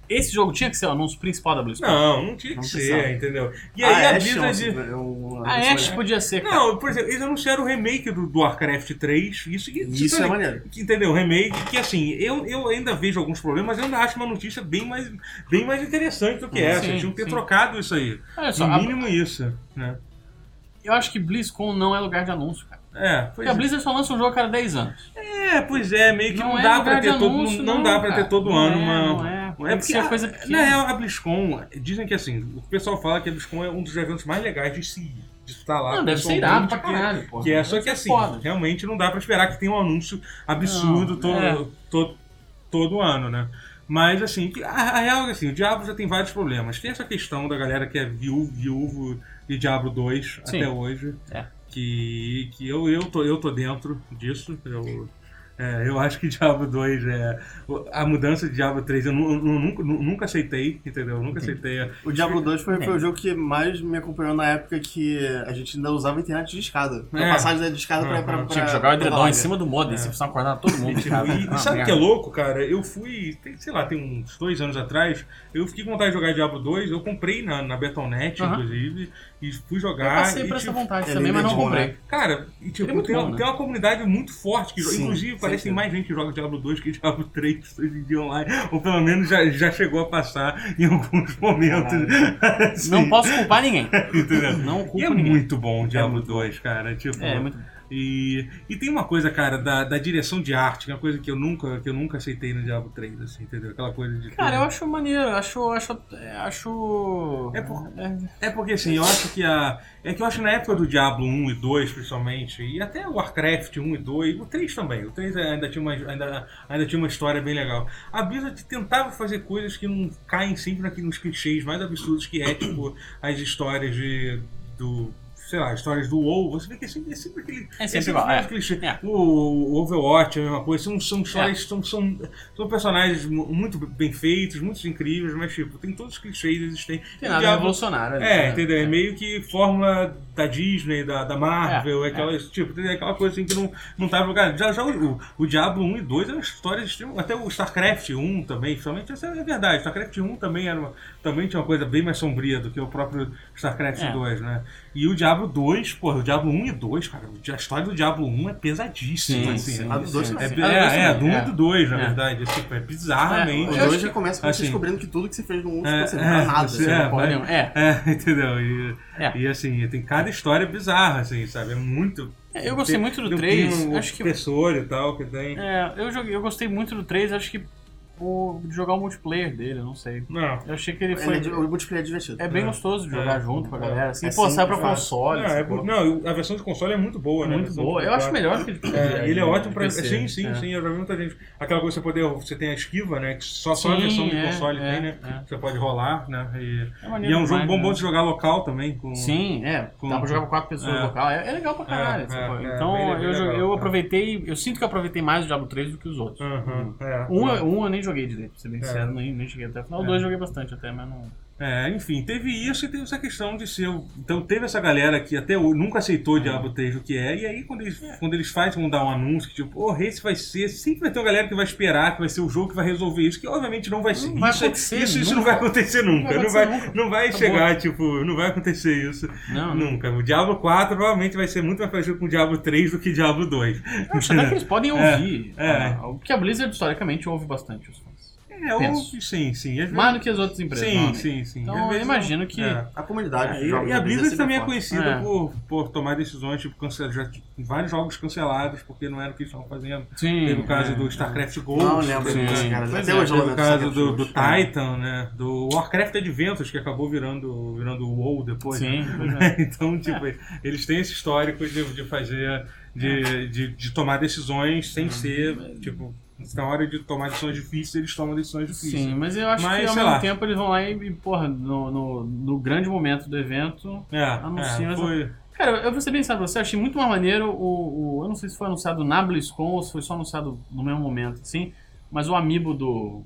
Speaker 3: Esse jogo tinha que ser o anúncio principal da BlizzCon.
Speaker 1: Não, não tinha que
Speaker 2: Não
Speaker 1: ser,
Speaker 2: precisava.
Speaker 1: entendeu? E aí
Speaker 2: Ah,
Speaker 1: a
Speaker 2: Ash é um-
Speaker 1: Blizzard.
Speaker 2: é um-
Speaker 3: A Ash podia ser, cara.
Speaker 1: Não, por exemplo, eles anunciaram o remake do, do Warcraft 3. Isso,
Speaker 2: Isso é maneiro.
Speaker 1: que, entendeu? Remake, que assim, eu, eu ainda vejo alguns problemas, mas eu ainda acho uma notícia bem mais, bem mais interessante do que
Speaker 3: Hum,
Speaker 1: essa.
Speaker 3: sim,
Speaker 1: Eles Tinham que ter
Speaker 3: sim.
Speaker 1: trocado isso aí.
Speaker 3: Olha só,
Speaker 1: No
Speaker 3: a-
Speaker 1: mínimo isso. Né?
Speaker 3: eu acho que BlizzCon não é lugar de anúncio, cara.
Speaker 1: É,
Speaker 3: Porque
Speaker 1: pois
Speaker 3: a Blizzard só lança um jogo a cada 10 anos.
Speaker 1: é, pois é, meio que
Speaker 3: Não
Speaker 1: não,
Speaker 3: é
Speaker 1: dá
Speaker 3: lugar
Speaker 1: pra
Speaker 3: de
Speaker 1: ter todo.
Speaker 3: anúncio,
Speaker 1: não,
Speaker 3: não,
Speaker 1: dá pra
Speaker 3: cara.
Speaker 1: ter todo
Speaker 3: Não
Speaker 1: ano
Speaker 3: é,
Speaker 1: uma.
Speaker 3: não é. assim. Tem que ser
Speaker 1: a-
Speaker 3: coisa pequena.
Speaker 1: Na real, a BlizzCon, dizem que assim, o pessoal fala que a BlizzCon é um dos eventos mais legais de se ir, de estar lá.
Speaker 3: Não, deve ser
Speaker 1: pessoalmente,
Speaker 3: irado pra
Speaker 1: porque-
Speaker 3: caralho, porra. né?
Speaker 1: Que é, só
Speaker 3: Deve
Speaker 1: que assim,
Speaker 3: ser foda.
Speaker 1: realmente não dá pra esperar que tenha um anúncio absurdo
Speaker 3: Não,
Speaker 1: todo,
Speaker 3: é.
Speaker 1: todo, todo ano, né? Mas assim, que- a, a real é que assim, o Diablo já tem vários problemas. Tem essa questão da galera que é viú- viúvo de Diablo 2
Speaker 3: Sim.
Speaker 1: até hoje.
Speaker 3: É.
Speaker 1: Que, que eu, eu, tô, eu tô dentro disso. Eu, é, eu acho que Diablo 2 é. A mudança de Diablo 3 eu, nu- nu- nunca, nu- nunca aceitei, entendeu? Eu nunca aceitei a-
Speaker 2: O Diablo 2 foi,
Speaker 3: É.
Speaker 2: foi o jogo que mais me acompanhou na época que a gente ainda usava internet de escada.
Speaker 1: É.
Speaker 2: A passagem da discada pra,
Speaker 1: Uhum.
Speaker 2: pra, pra.
Speaker 3: Tinha que jogar o
Speaker 2: pra
Speaker 3: edredom em
Speaker 2: larga.
Speaker 3: cima do modem, você precisava acordar todo mundo.
Speaker 1: Tipo,
Speaker 3: cara.
Speaker 1: e,
Speaker 3: Ah,
Speaker 1: e sabe o que
Speaker 3: merda.
Speaker 1: é louco, cara? Eu fui, tem- sei lá, tem uns dois anos atrás, eu fiquei com vontade de jogar Diablo 2, eu comprei na, na Battle.net,
Speaker 3: Aham.
Speaker 1: inclusive, e fui
Speaker 3: Eu
Speaker 1: jogar.
Speaker 3: passei
Speaker 1: e,
Speaker 3: por essa
Speaker 1: tipo,
Speaker 3: vontade
Speaker 2: ele
Speaker 3: também,
Speaker 2: é
Speaker 3: mas não
Speaker 2: muito bom,
Speaker 3: comprei.
Speaker 1: Cara, e tipo,
Speaker 3: Ele é muito
Speaker 1: tem,
Speaker 3: bom,
Speaker 1: uma-
Speaker 3: né?
Speaker 1: tem uma comunidade muito forte que joga.
Speaker 2: Sim,
Speaker 1: Inclusive, parece que tem
Speaker 2: certeza.
Speaker 1: mais gente que joga Diablo 2 que Diablo 3 hoje em dia online. Ou pelo menos já, já chegou a passar em alguns momentos. Assim,
Speaker 3: Não posso culpar ninguém.
Speaker 1: entendeu?
Speaker 3: Não culpo
Speaker 1: E é
Speaker 3: ninguém.
Speaker 1: muito bom o Diablo 2, cara. Tipo,
Speaker 3: É, é muito
Speaker 1: E, e tem uma coisa, cara, da, da direção de arte, que é uma coisa que eu nunca, que eu nunca aceitei no Diablo 3, assim, entendeu? Aquela coisa de.
Speaker 3: Cara,
Speaker 2: É.
Speaker 3: eu acho maneiro, eu acho. eu acho, é, acho...
Speaker 1: É por- É porque assim, eu acho que a. É que eu acho que na época do Diablo 1 e 2, principalmente, e até o Warcraft 1 e 2, o 3 também, o 3 ainda tinha uma, ainda, ainda tinha uma história bem legal. A Blizzard tentava fazer coisas que não caem sempre naqueles nos clichês mais absurdos que é, tipo, as histórias de. do. Sei lá, histórias do WoW, você vê que é sempre, é sempre aquele.
Speaker 3: É sempre igual,
Speaker 1: o
Speaker 3: é.
Speaker 1: mesmo clichê.
Speaker 3: É.
Speaker 1: O o Overwatch é a mesma coisa, são, são histórias, são, são, são personagens mu- muito bem feitos, muito incríveis, mas tipo, tem todos os clichês existentes.
Speaker 3: Tem
Speaker 1: E o
Speaker 3: nada
Speaker 1: Diablo-
Speaker 3: revolucionário ali,
Speaker 1: é,
Speaker 3: né?
Speaker 1: entendeu? É meio que fórmula da Disney, da, da Marvel,
Speaker 3: É,
Speaker 1: é, aquelas, tipo, entendeu? aquela coisa assim que não, não tava lugar. Já, já o, o Diablo 1 e é 2 eram histórias extremamente. Até o StarCraft 1 também, principalmente, isso é verdade. StarCraft 1 também, era uma- também tinha uma coisa bem mais sombria do que o próprio StarCraft
Speaker 3: É.
Speaker 1: 2, né? E o Diablo Diablo 2, porra, o Diablo 1 e 2, cara, a história do Diablo 1 é pesadíssima,
Speaker 3: Sim,
Speaker 1: assim.
Speaker 3: sim,
Speaker 1: é-
Speaker 2: a do dois
Speaker 3: sim.
Speaker 2: também.
Speaker 1: É,
Speaker 2: sim.
Speaker 1: é,
Speaker 3: Ah,
Speaker 1: é,
Speaker 3: eu
Speaker 1: do 1
Speaker 3: também,
Speaker 1: e do 2, na
Speaker 3: É.
Speaker 1: verdade. É, tipo, é
Speaker 2: O
Speaker 1: bizarramente.
Speaker 3: eu acho
Speaker 2: dois já começa com
Speaker 1: assim,
Speaker 2: você descobrindo que tudo que você fez no 1
Speaker 1: É,
Speaker 2: você não pra
Speaker 1: é,
Speaker 2: nada.
Speaker 1: você-
Speaker 2: né?
Speaker 1: é,
Speaker 3: Porra
Speaker 1: vai-
Speaker 3: nenhuma. É,
Speaker 1: É, entendeu? E,
Speaker 3: É.
Speaker 1: e, assim, tem cada história bizarra, assim, sabe? É muito.
Speaker 3: É, eu gostei
Speaker 1: tem-
Speaker 3: muito do
Speaker 1: tem um
Speaker 3: três,
Speaker 1: clima
Speaker 3: acho que-
Speaker 1: opressor e tal, que tem.
Speaker 3: É, eu, joguei, eu gostei muito do 3, acho que por jogar o multiplayer dele, eu não sei.
Speaker 1: Não.
Speaker 3: Eu achei que ele
Speaker 2: Ele
Speaker 3: foi.
Speaker 2: é de- o multiplayer é divertido.
Speaker 3: É bem
Speaker 1: É.
Speaker 3: gostoso de jogar junto com a
Speaker 1: É.
Speaker 3: galera. Assim,
Speaker 2: É
Speaker 3: pô, sai pra
Speaker 2: simples, né?
Speaker 3: console.
Speaker 1: não, é
Speaker 3: essa
Speaker 1: bu-
Speaker 3: porra.
Speaker 1: não, a versão de console é muito boa, né? A
Speaker 3: muito
Speaker 1: versão
Speaker 3: boa.
Speaker 1: de
Speaker 3: Eu acho
Speaker 1: console.
Speaker 3: melhor que ele.
Speaker 1: É, ele é ótimo pra.
Speaker 3: PC.
Speaker 1: Sim, sim,
Speaker 3: É.
Speaker 1: sim. Eu já vi muita gente. Aquela coisa que você poder. Você tem a esquiva, né? Que só, só a
Speaker 3: Sim,
Speaker 1: versão de
Speaker 3: é,
Speaker 1: console
Speaker 3: é,
Speaker 1: tem, né?
Speaker 3: é.
Speaker 1: Você pode rolar, né? E,
Speaker 3: É
Speaker 1: e
Speaker 3: maneiro
Speaker 1: é um jogo
Speaker 3: demais,
Speaker 1: bom,
Speaker 3: né?
Speaker 1: bom de jogar local também. Com,
Speaker 3: Sim, é.
Speaker 1: Com-
Speaker 3: Dá pra jogar com quatro pessoas
Speaker 1: É.
Speaker 3: local. É, é legal pra caralho.
Speaker 1: É,
Speaker 3: essa
Speaker 1: é,
Speaker 3: porra.
Speaker 1: é,
Speaker 3: então
Speaker 1: bem- bem
Speaker 3: eu, jo-
Speaker 1: legal,
Speaker 3: eu
Speaker 1: é.
Speaker 3: aproveitei. Eu sinto que eu aproveitei mais o Diablo 3 do que os outros.
Speaker 1: Aham, é.
Speaker 3: Um, eu- um eu nem joguei direito, pra ser bem
Speaker 1: É.
Speaker 3: sincero, nem, nem cheguei até o final. O
Speaker 1: É.
Speaker 3: 2 eu joguei bastante até, mas não.
Speaker 1: É, enfim, teve isso e teve essa questão de ser. o- Então teve essa galera que até hoje nunca aceitou o Diablo 3 o que é, e aí quando eles, quando eles fazem, vão dar um anúncio, que tipo, oh, esse vai ser. Sempre vai ter uma galera que vai esperar, que vai ser o jogo que vai resolver isso, que obviamente não vai ser.
Speaker 3: Não vai
Speaker 1: isso, é-
Speaker 3: acontecer
Speaker 1: isso, isso não
Speaker 3: nunca.
Speaker 1: vai acontecer nunca.
Speaker 3: Não
Speaker 1: Não
Speaker 3: vai acontecer
Speaker 1: vai,
Speaker 3: nunca.
Speaker 1: não vai
Speaker 3: Acabou. Ah.
Speaker 1: chegar, tipo, não vai acontecer isso
Speaker 3: Não, não.
Speaker 1: nunca. O Diablo 4 provavelmente vai ser muito mais parecido com o Diablo 3 do que o Diablo 2.
Speaker 3: Acho até que eles podem ouvir.
Speaker 1: É, é.
Speaker 3: ah, O que a Blizzard, historicamente, ouve bastante os fãs.
Speaker 1: É, ou,
Speaker 3: Penso.
Speaker 1: sim, sim. às
Speaker 3: Mais do que as outras empresas.
Speaker 1: vezes- Sim,
Speaker 3: normalmente.
Speaker 1: sim, sim.
Speaker 3: Então,
Speaker 1: Às vezes
Speaker 3: eu imagino que-
Speaker 1: é.
Speaker 2: A comunidade.
Speaker 1: É,
Speaker 2: de
Speaker 1: e-
Speaker 2: jogos
Speaker 1: e a
Speaker 2: da
Speaker 1: Blizzard
Speaker 2: sempre
Speaker 1: também é
Speaker 2: forte.
Speaker 1: conhecida
Speaker 3: É.
Speaker 1: Por, por tomar decisões, tipo, cancel, já t- vários jogos cancelados porque não era o que estavam fazendo.
Speaker 3: Sim,
Speaker 1: Teve o caso
Speaker 3: é.
Speaker 1: do StarCraft Gold.
Speaker 2: Não lembro
Speaker 3: Sim.
Speaker 2: disso, cara. É.
Speaker 3: Pois
Speaker 2: Até
Speaker 3: é,
Speaker 2: hoje eu
Speaker 1: Teve
Speaker 2: lembro
Speaker 1: o
Speaker 2: dessa
Speaker 1: caso
Speaker 2: época
Speaker 1: do, do
Speaker 2: de jogos.
Speaker 1: Titan, né? Do Warcraft Adventures, que acabou virando, virando o WoW depois.
Speaker 3: Sim, pois é.
Speaker 1: né? Então, tipo, eles têm esse histórico de, de fazer, de, de, de tomar decisões sem ser, tipo, na hora de tomar decisões difíceis, eles tomam decisões difíceis.
Speaker 3: Sim, mas eu acho
Speaker 1: Mas,
Speaker 3: que ao
Speaker 1: sei
Speaker 3: mesmo
Speaker 1: lá.
Speaker 3: tempo eles vão lá e, e, porra, no, no, no grande momento do evento.
Speaker 1: É,
Speaker 3: Anuncia,
Speaker 1: é,
Speaker 3: mas-
Speaker 1: foi...
Speaker 3: Cara, eu vou ser bem sincero pra você, eu achei muito mais maneiro o, o- Eu não sei se foi anunciado na BlizzCon ou se foi só anunciado no mesmo momento, assim. Mas o amiibo do.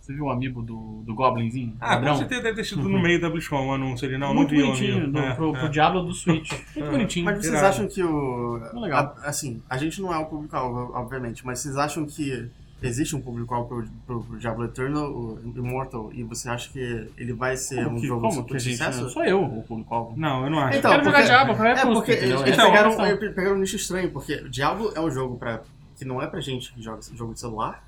Speaker 3: Você viu o amiibo do, do Goblinzinho?
Speaker 1: Ah,
Speaker 3: Ladrão?
Speaker 1: com certeza deve ter sido no meio da BlizzCon o anúncio ali. Não,
Speaker 3: muito
Speaker 1: não vi o
Speaker 3: bonitinho,
Speaker 1: anúncio.
Speaker 3: do,
Speaker 1: É,
Speaker 3: pro,
Speaker 1: é.
Speaker 3: pro Diablo do Switch. Muito
Speaker 1: É.
Speaker 3: bonitinho.
Speaker 2: Mas vocês
Speaker 1: Irado.
Speaker 2: acham que o.
Speaker 3: Legal.
Speaker 2: a- assim, a gente não é o público-alvo, obviamente, mas vocês acham que existe um público-alvo pro, pro, pro Diablo Eternal, o Immortal, e você acha que ele vai ser
Speaker 3: Como
Speaker 2: um
Speaker 3: que,
Speaker 2: jogo
Speaker 3: como
Speaker 2: super
Speaker 3: que a gente.
Speaker 2: sucesso?
Speaker 3: Sou eu o público-alvo.
Speaker 1: Não, eu não acho.
Speaker 2: Então,
Speaker 3: Quero jogar
Speaker 2: porque-
Speaker 3: Diablo, qual é a
Speaker 2: É,
Speaker 3: custa,
Speaker 2: porque
Speaker 3: entendeu?
Speaker 2: eles, eles
Speaker 3: Essa é a
Speaker 2: pegaram,
Speaker 3: questão.
Speaker 2: eles pegaram um nicho estranho, porque Diablo é um jogo pra, que não é pra gente que joga jogo de celular,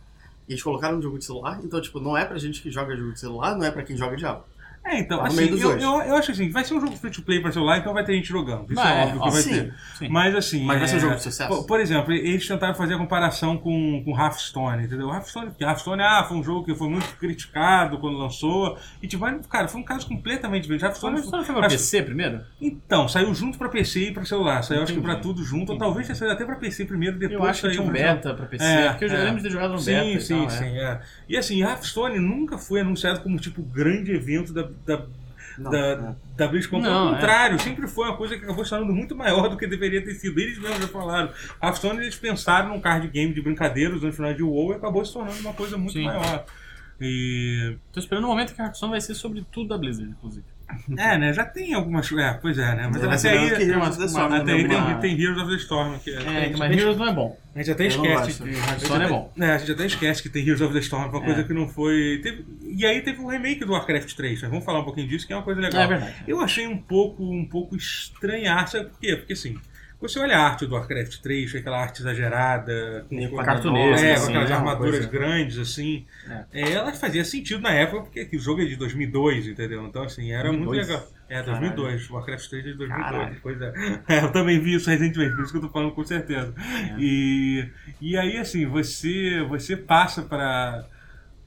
Speaker 2: e eles colocaram um jogo de celular, então, tipo, não é pra gente que joga jogo de celular, não é pra quem joga Diablo.
Speaker 1: É, então,
Speaker 2: Tá no
Speaker 1: assim,
Speaker 2: meio dos
Speaker 1: eu,
Speaker 2: dois.
Speaker 1: eu, eu acho assim, vai ser um jogo free to play pra celular, então vai ter gente jogando. Isso
Speaker 3: Ah,
Speaker 1: é
Speaker 3: é,
Speaker 1: óbvio
Speaker 3: ó,
Speaker 1: que vai
Speaker 2: sim,
Speaker 1: ter.
Speaker 3: sim.
Speaker 1: Mas assim.
Speaker 2: Mas vai ser um
Speaker 1: é,
Speaker 2: jogo de sucesso?
Speaker 1: Por, por exemplo, eles tentaram fazer a comparação com, com Hearthstone, entendeu? Hearthstone, porque Hearthstone ah, foi um jogo que foi muito criticado quando lançou. E tipo, mas, cara, foi um caso completamente diferente. Hearthstone
Speaker 3: Mas
Speaker 1: foi-
Speaker 3: você não foi pra PC primeiro?
Speaker 1: Então, saiu junto pra PC e pra celular. Saiu acho que
Speaker 3: Entendi.
Speaker 1: pra tudo junto, ou
Speaker 3: Entendi.
Speaker 1: talvez tenha saído até pra PC primeiro, depois
Speaker 3: Eu acho que
Speaker 1: saiu
Speaker 3: tinha um
Speaker 1: pra-
Speaker 3: beta pra PC,
Speaker 1: É,
Speaker 3: porque eu já
Speaker 1: é.
Speaker 3: lembro de ter jogado um
Speaker 1: sim,
Speaker 3: beta. e
Speaker 1: Sim,
Speaker 3: tal, é.
Speaker 1: sim, é. E assim, Hearthstone nunca foi anunciado como tipo grande evento da, da,
Speaker 2: Não,
Speaker 1: da,
Speaker 2: não.
Speaker 1: da BlizzCon.
Speaker 3: Não,
Speaker 1: Pelo
Speaker 3: é.
Speaker 1: contrário, sempre foi uma coisa que acabou se tornando muito maior do que deveria ter sido. Eles mesmos já falaram. Hearthstone eles pensaram num card game de brincadeira usando final de WoW e acabou se tornando uma coisa muito
Speaker 3: Sim.
Speaker 1: maior. E.
Speaker 3: Tô esperando o momento que a Hearthstone vai ser sobre tudo da Blizzard, inclusive.
Speaker 1: É, né? Já tem algumas. É, pois é, né? Mas
Speaker 2: Vai ser
Speaker 1: até
Speaker 2: melhor que
Speaker 1: aí.
Speaker 2: Heroes
Speaker 3: uma-
Speaker 2: of the
Speaker 3: uma-
Speaker 2: Storm,
Speaker 1: Até
Speaker 2: né,
Speaker 1: aí
Speaker 2: uma-
Speaker 1: tem, tem Heroes of the Storm, que a
Speaker 3: É,
Speaker 1: gente
Speaker 3: mas
Speaker 1: até-
Speaker 3: Heroes não é bom.
Speaker 1: a gente até
Speaker 2: Eu não
Speaker 1: esquece
Speaker 2: gosto.
Speaker 1: que
Speaker 3: Hearthstone é bom.
Speaker 1: É, a gente até esquece que tem Heroes of the Storm, uma
Speaker 3: É.
Speaker 1: coisa que não foi. teve- E aí teve o remake do Warcraft 3, nós vamos falar um pouquinho disso, que é uma coisa legal.
Speaker 3: É verdade.
Speaker 1: Eu achei um pouco, um pouco estranhar, sabe por quê? Porque assim, você olha a arte do Warcraft 3, com aquela arte exagerada, com,
Speaker 2: Meio
Speaker 1: com-
Speaker 2: cartunesco,
Speaker 1: é, com
Speaker 2: assim,
Speaker 1: aquelas
Speaker 3: né, uma
Speaker 1: armaduras
Speaker 3: coisa.
Speaker 1: grandes, assim. É, ela fazia sentido na época, porque aqui o jogo é de 2002, entendeu? Então, assim, era muito
Speaker 2: 2002?
Speaker 1: legal. É, 2002. Warcraft 3 é de 2002.
Speaker 2: Caralho.
Speaker 1: Pois é. É, Eu também vi isso recentemente, por isso que eu tô falando com certeza. E, e aí, assim, você, você passa pra.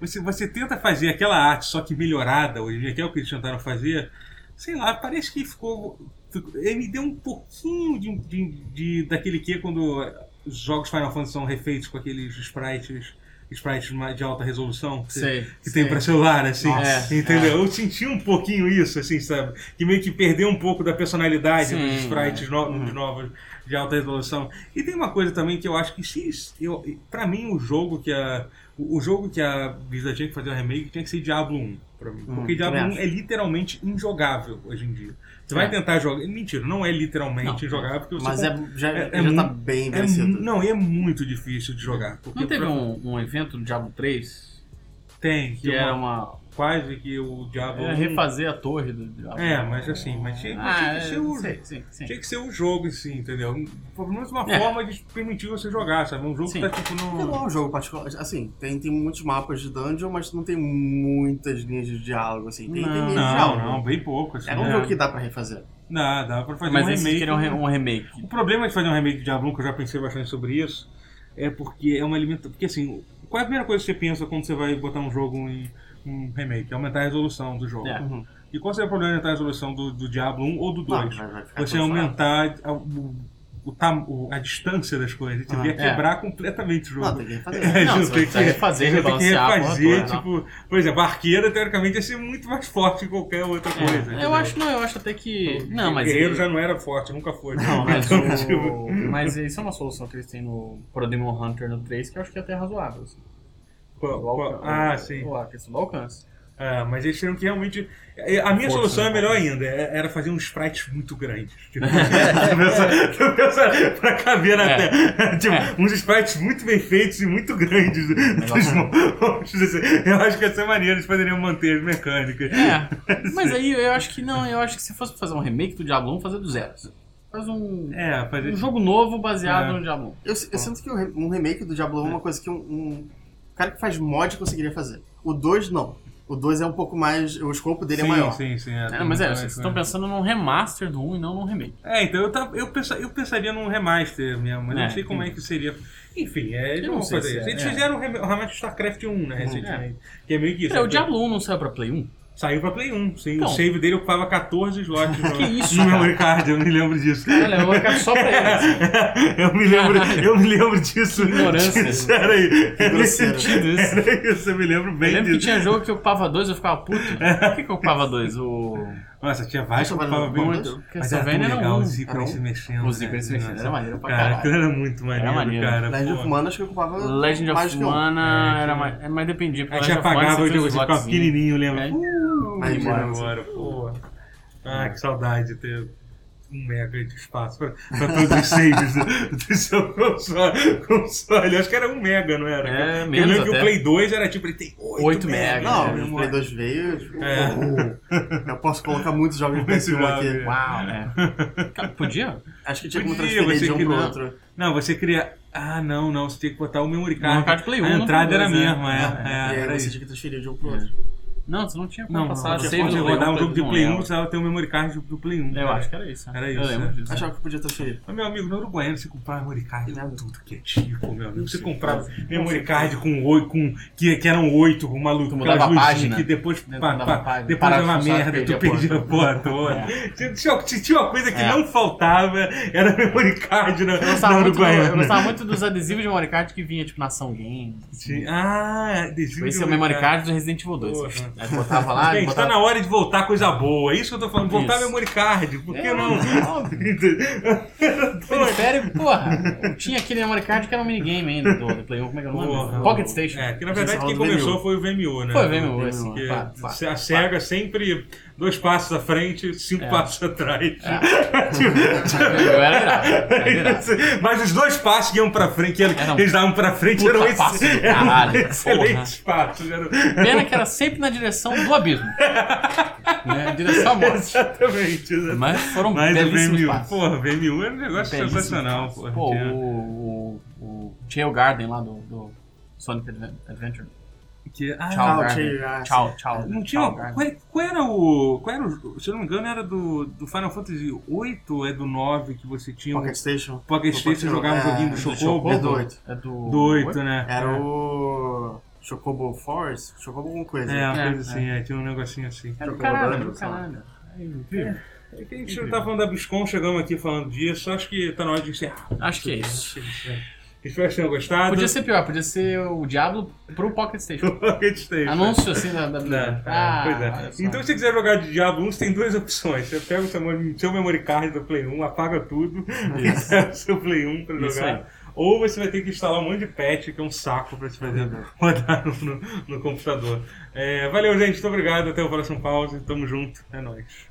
Speaker 1: Você, você tenta fazer aquela arte, só que melhorada hoje em dia, que é o que eles tentaram fazer. Sei lá, parece que ficou. ficou- Ele me deu um pouquinho de, de- de- daquele que quando os jogos Final Fantasy são refeitos com aqueles sprites, sprites de alta resolução. que você-
Speaker 3: Sei.
Speaker 1: que tem pra celular, assim.
Speaker 2: É.
Speaker 3: Nossa.
Speaker 1: entendeu? Eu senti um pouquinho isso, assim, sabe? Que meio que perdeu um pouco da personalidade
Speaker 3: Sim,
Speaker 1: dos sprites no-
Speaker 2: Uhum.
Speaker 1: dos novos de alta resolução. E tem uma coisa também que eu acho que se eu, pra mim o jogo que a o o jogo que a Blizzard tinha que fazer o remake tinha que ser Diablo 1, pra mim. Porque
Speaker 2: Hum,
Speaker 1: Diablo 1
Speaker 2: também
Speaker 1: é literalmente injogável hoje em dia. Você vai
Speaker 3: É.
Speaker 1: tentar jogar. Mentira, não é literalmente
Speaker 3: Não.
Speaker 1: injogável, porque você.
Speaker 2: Mas
Speaker 1: com-
Speaker 2: é, já,
Speaker 1: é-
Speaker 2: já
Speaker 1: é
Speaker 2: tá
Speaker 1: mu-
Speaker 2: bem
Speaker 1: é mu-
Speaker 2: envelhecido.
Speaker 1: Não, e é muito difícil de jogar. porque
Speaker 3: Não teve
Speaker 1: pra-
Speaker 3: um, um evento do Diablo 3
Speaker 1: Tem,
Speaker 3: que
Speaker 1: uma-
Speaker 3: era uma.
Speaker 1: quase que o Diablo.
Speaker 3: É,
Speaker 1: um-
Speaker 3: refazer a torre do
Speaker 2: Tá
Speaker 3: diabo.
Speaker 1: É, mas assim, mas tinha, tinha
Speaker 3: Ah,
Speaker 1: que ser o,
Speaker 3: sim, sim, sim.
Speaker 1: tinha que ser um jogo em si, entendeu? Pelo menos uma
Speaker 3: É.
Speaker 1: forma de permitir você jogar, sabe? Um jogo
Speaker 3: Sim.
Speaker 1: que tá tipo
Speaker 2: Porque não
Speaker 1: no.
Speaker 2: é um jogo particular. Assim, tem, tem muitos mapas de dungeon, mas não tem muitas linhas de diálogo, assim. Tem, tem
Speaker 3: Não,
Speaker 2: linhas de
Speaker 1: Não,
Speaker 2: diálogo.
Speaker 1: não, bem pouco. Assim,
Speaker 2: É um
Speaker 1: né?
Speaker 2: jogo que dá pra refazer.
Speaker 1: Dá, dá pra fazer
Speaker 3: Mas
Speaker 1: um
Speaker 3: esse
Speaker 1: remake.
Speaker 3: queria um, re- um remake.
Speaker 1: O problema de fazer um remake de Diablo, que eu já pensei bastante sobre isso, é porque é uma alimentação. Porque assim, qual é a primeira coisa que você pensa quando você vai botar um jogo em um remake? É aumentar a resolução do jogo.
Speaker 3: É.
Speaker 2: Uhum.
Speaker 1: E qual seria o problema de aumentar a resolução do, do Diablo 1 ou do
Speaker 2: Não,
Speaker 1: 2?
Speaker 2: vai- vai ficar
Speaker 1: Você
Speaker 2: tudo
Speaker 1: aumentar a, o, o tam- o- a distância das coisas. Você
Speaker 2: Ah,
Speaker 1: ia
Speaker 2: é.
Speaker 1: quebrar completamente o
Speaker 2: falado. Não,
Speaker 1: jogo.
Speaker 2: tem que
Speaker 1: É, você
Speaker 2: refazer.
Speaker 3: Não, você
Speaker 1: tem
Speaker 3: vai
Speaker 1: que-
Speaker 3: refazer,
Speaker 1: Você tem que
Speaker 3: rebalancear a porra
Speaker 1: refazer,
Speaker 3: toda, não.
Speaker 1: tipo, por exemplo, a arqueira teoricamente ia ser muito mais forte que qualquer outra coisa.
Speaker 3: É,
Speaker 1: entendeu?
Speaker 3: eu acho, não, eu acho até que. Não,
Speaker 1: o
Speaker 3: mas.
Speaker 1: guerreiro
Speaker 3: ele-
Speaker 1: já não era forte, nunca foi.
Speaker 3: Não, mas,
Speaker 1: Então, tipo,
Speaker 3: o... mas isso é uma solução que eles têm no Pro Demon Hunter no 3 que eu acho que é até razoável. Assim.
Speaker 1: qual-
Speaker 3: O
Speaker 1: qual-
Speaker 3: alcan-
Speaker 1: ah,
Speaker 3: o-
Speaker 1: sim.
Speaker 3: o- A questão do alcance.
Speaker 1: Ah, mas eles tinham que realmente. A minha
Speaker 3: Força,
Speaker 1: solução
Speaker 3: né?
Speaker 1: é melhor ainda, é- era fazer uns sprites muito grandes. Tipo, pensa- pensa pra caber na
Speaker 3: É.
Speaker 1: tela. Tipo,
Speaker 3: É.
Speaker 1: uns sprites muito bem feitos e muito grandes dos
Speaker 3: Negócio-
Speaker 1: monstros. assim. Eu acho que essa maneira eles poderiam manter as mecânicas.
Speaker 3: É, mas aí eu acho que não, eu acho que se fosse fazer um remake do Diablo 1, fazer do zero. Faz um,
Speaker 1: É, fazer.
Speaker 3: um jogo novo baseado
Speaker 1: É.
Speaker 3: no Diablo 1.
Speaker 2: Eu, eu sinto que um re- um remake do Diablo 1 é uma coisa que um, um cara que faz mod conseguiria fazer. O 2, não. O 2 é um pouco mais. O escopo dele
Speaker 1: sim,
Speaker 2: é maior.
Speaker 1: Sim, sim,
Speaker 3: É, mas é,
Speaker 1: tem-
Speaker 3: vocês estão pensando num remaster do 1 e não num remake.
Speaker 1: É, então eu, tava, eu, pensa- eu pensaria num remaster mesmo, mas eu
Speaker 3: É,
Speaker 1: não sei como é que seria. Enfim, é, eles não
Speaker 3: Eu não
Speaker 1: vão
Speaker 3: sei
Speaker 1: fazer
Speaker 3: se
Speaker 1: isso.
Speaker 3: é,
Speaker 1: Eles
Speaker 3: é.
Speaker 1: fizeram o rem- o remaster de StarCraft 1, né, recentemente. Que é meio que isso.
Speaker 3: Peraí,
Speaker 1: é-
Speaker 3: o Diablo 1 não saiu pra Play 1?
Speaker 1: Saiu pra Play 1, sim.
Speaker 3: Então.
Speaker 1: o save dele ocupava 14 slots no,
Speaker 3: Que isso,
Speaker 1: no
Speaker 3: cara?
Speaker 1: memory card, eu me lembro disso.
Speaker 3: Olha, eu vou ficar só pra ele. assim.
Speaker 1: eu, me lembro,
Speaker 3: Caralho.
Speaker 1: eu me lembro disso.
Speaker 3: Que ignorância. né?
Speaker 1: Disso, Era aí.
Speaker 2: Que grosseiro.
Speaker 1: Era isso, eu me lembro
Speaker 3: Eu
Speaker 1: bem
Speaker 3: lembro que
Speaker 1: disso.
Speaker 3: tinha jogo que ocupava dois eu ficava puto.
Speaker 1: É.
Speaker 3: Por que, que ocupava dois? O.
Speaker 1: Nossa, tinha vários que
Speaker 2: Mas
Speaker 1: ocupavam bem
Speaker 2: era
Speaker 1: muito.
Speaker 3: O
Speaker 1: Mas era
Speaker 3: Castlevania
Speaker 1: é tão
Speaker 3: era,
Speaker 1: legal
Speaker 3: um.
Speaker 1: os
Speaker 2: Era um.
Speaker 1: ícones se mexendo.
Speaker 3: Os
Speaker 1: né?
Speaker 3: ícones se mexendo, era maneiro pra
Speaker 1: Cara, aquilo
Speaker 3: caralho.
Speaker 1: era muito maneiro,
Speaker 3: maneiro. né?
Speaker 1: cara.
Speaker 2: Legend
Speaker 1: pô.
Speaker 2: of Mana acho que ocupava
Speaker 3: Legend
Speaker 2: mais
Speaker 3: of
Speaker 2: que um.
Speaker 3: Mana
Speaker 1: É,
Speaker 3: era
Speaker 1: que-
Speaker 3: mais. é, Mas dependia, porque
Speaker 1: Aí tinha
Speaker 3: Legend of Mana
Speaker 1: apagava o
Speaker 3: você tem
Speaker 1: jogo,
Speaker 3: um
Speaker 1: você ficava
Speaker 3: slotzinho.
Speaker 1: pequenininho, lembra?
Speaker 3: É.
Speaker 2: Aí,
Speaker 1: Aí
Speaker 2: mano,
Speaker 1: agora, pô. Ah, que saudade de ter um mega de espaço pra, pra todos os saves do, do seu console, console. Acho que era um mega, não era?
Speaker 3: É,
Speaker 1: Eu
Speaker 3: menos
Speaker 1: lembro que o
Speaker 3: até.
Speaker 1: Play 2 era tipo, ele tem 8,
Speaker 3: Oito
Speaker 1: mega.
Speaker 3: mega,
Speaker 2: Não,
Speaker 3: né?
Speaker 2: o é, Play 2 veio. tipo,
Speaker 1: É.
Speaker 2: oh, eu posso colocar muitos jogos de
Speaker 1: Muitos
Speaker 2: PS1
Speaker 1: jogos,
Speaker 2: aqui.
Speaker 1: é.
Speaker 3: Uau, é. Cara, Podia?
Speaker 2: Acho que tinha como
Speaker 1: Podia,
Speaker 2: transferir
Speaker 1: você
Speaker 2: de um pro
Speaker 1: criar-
Speaker 2: outro.
Speaker 1: Não, você cria. Ah, não, não. Você tinha que botar o memory card.
Speaker 3: Memory card Play 1,
Speaker 1: A
Speaker 3: não
Speaker 1: entrada
Speaker 3: Play
Speaker 1: era a
Speaker 3: 2, né?
Speaker 1: mesma, é.
Speaker 2: e
Speaker 1: é,
Speaker 2: aí
Speaker 1: era
Speaker 2: você
Speaker 1: isso. É.
Speaker 2: tinha que transferir de um pro outro.
Speaker 3: Não, você não tinha como
Speaker 1: Não, não,
Speaker 3: passar
Speaker 1: você
Speaker 2: tinha
Speaker 3: save
Speaker 2: como
Speaker 1: pode
Speaker 3: do
Speaker 1: rodar
Speaker 3: Play 1
Speaker 1: um
Speaker 3: pra
Speaker 1: jogo de
Speaker 3: Play
Speaker 1: Play 1,
Speaker 3: 2,
Speaker 1: precisava ter o memory card do Play 1.
Speaker 3: é. Eu acho que era isso. né?
Speaker 1: Era
Speaker 3: Eu
Speaker 1: isso,
Speaker 3: lembro
Speaker 1: é.
Speaker 3: disso.
Speaker 2: Achava que podia transferir.
Speaker 1: Mas, meu amigo, no Uruguai não se comprava memory card
Speaker 2: Nada.
Speaker 1: de tudo que é tipo, meu amigo. Você comprava memory card com oito, com, que, que eram oito, com uma luz,
Speaker 3: Tu mudava
Speaker 1: aquelas
Speaker 3: a
Speaker 1: luzinhas
Speaker 3: página.
Speaker 1: que depois,
Speaker 3: Dentro
Speaker 1: pá,
Speaker 3: da
Speaker 1: pá,
Speaker 3: página.
Speaker 1: depois
Speaker 3: Parava
Speaker 1: era uma
Speaker 3: de funcionar,
Speaker 1: merda, tu
Speaker 3: perdia
Speaker 1: perdia a porta. olha. Tinha- Tinha, tinha uma coisa que
Speaker 3: É.
Speaker 1: não faltava, era memory card na,
Speaker 3: Eu gostava,
Speaker 1: na
Speaker 3: muito do- eu
Speaker 1: Uruguaiana.
Speaker 3: gostava muito dos adesivos de memory card que vinha, tipo, na ação games. assim.
Speaker 1: Tinha- Ah,
Speaker 3: Tipo,
Speaker 1: adesivo
Speaker 3: Esse
Speaker 1: de
Speaker 3: é o memory card do Resident Evil 2.
Speaker 1: Porra.
Speaker 3: Aí botava lá,
Speaker 1: Gente, tá
Speaker 3: botava...
Speaker 1: na hora de voltar coisa boa. É isso que eu tô falando. Voltar
Speaker 3: Isso.
Speaker 1: memory card. Por que
Speaker 3: É,
Speaker 1: não?
Speaker 3: óbvio. Periférico, porra. Tinha aquele memory card que era um minigame ainda do, do Play 1. Como é que é o
Speaker 1: Porra.
Speaker 3: nome? Pocket Station.
Speaker 1: É, que na
Speaker 2: Vocês
Speaker 1: verdade
Speaker 2: falam
Speaker 1: quem
Speaker 2: do VMU.
Speaker 1: começou foi o VMO, né?
Speaker 3: Foi mesmo, assim.
Speaker 1: Porque
Speaker 3: pá, pá.
Speaker 1: a SEGA sempre dois passos à frente, cinco
Speaker 3: É.
Speaker 1: passos atrás. Tipo,
Speaker 3: Eu era virado. Era virado.
Speaker 1: Mas os dois passos que iam pra frente, que
Speaker 3: Era um
Speaker 1: eles davam pra frente,
Speaker 3: puta
Speaker 1: eram, ex-
Speaker 3: passo do
Speaker 1: eram
Speaker 3: caralho,
Speaker 1: excelentes passos. eram-
Speaker 3: Pena que era sempre na direção do abismo. né? Direção à morte.
Speaker 1: Exatamente, exatamente.
Speaker 3: Mas foram
Speaker 1: Mas o
Speaker 3: belíssimos
Speaker 1: VMU,
Speaker 3: passos.
Speaker 1: porra, VMU é um negócio
Speaker 3: Belíssimos
Speaker 1: sensacional,
Speaker 3: passos.
Speaker 1: porra. é-
Speaker 3: Pô,
Speaker 1: Tinha-
Speaker 3: o, o, o Chael Garden lá do, do Sonic Adven- Adventure.
Speaker 1: que- ah,
Speaker 3: Tchau,
Speaker 2: Tchau,
Speaker 3: Garden.
Speaker 2: Chael Garden.
Speaker 3: Tchau, tchau.
Speaker 1: Não tinha.
Speaker 3: tchau,
Speaker 1: Qual, é,
Speaker 3: Garden.
Speaker 1: qual era o. Qual era o. Se eu não me engano, era do, do Final Fantasy 8 ou é do 9 que você tinha o
Speaker 2: Pocket Station.
Speaker 1: um Pocket
Speaker 2: Do
Speaker 1: Station
Speaker 2: Pocket-
Speaker 1: jogava um
Speaker 2: é,
Speaker 1: joguinho do
Speaker 2: do
Speaker 1: Chocobo?
Speaker 2: É do 8.
Speaker 3: É do...
Speaker 1: Do 8, né?
Speaker 2: Era o. Chocobo Force? Chocobo alguma coisa.
Speaker 1: É, uma
Speaker 3: É,
Speaker 1: coisa assim, é, tinha um negocinho assim.
Speaker 3: Era do
Speaker 2: Chocobo
Speaker 3: caralho, era
Speaker 2: Dungeon,
Speaker 3: do
Speaker 2: sei lá.
Speaker 3: caralho. É incrível.
Speaker 1: É que a gente não tá falando da BlizzCon, chegamos aqui falando disso, acho que tá na hora de encerrar.
Speaker 3: Acho que é isso.
Speaker 1: Espero que tenham gostado.
Speaker 3: Podia ser pior, podia ser o Diablo pro Pocket Station.
Speaker 1: Ah, Pocket Station.
Speaker 3: Anúncio assim da... da...
Speaker 1: Não, é,
Speaker 3: Ah,
Speaker 1: pois é.
Speaker 3: olha só.
Speaker 1: Então, se você quiser jogar de Diablo 1, você tem duas opções. Você pega o seu, mem- seu memory card do Play 1, apaga tudo, e pega o seu Play 1 pra
Speaker 3: Isso
Speaker 1: jogar.
Speaker 3: aí.
Speaker 1: Ou você vai ter que instalar um monte de patch, que é um saco pra se fazer
Speaker 3: Uhum.
Speaker 1: rodar no, no- no computador. É, valeu, gente. Muito obrigado. Até o próximo pause. Tamo junto. É nóis.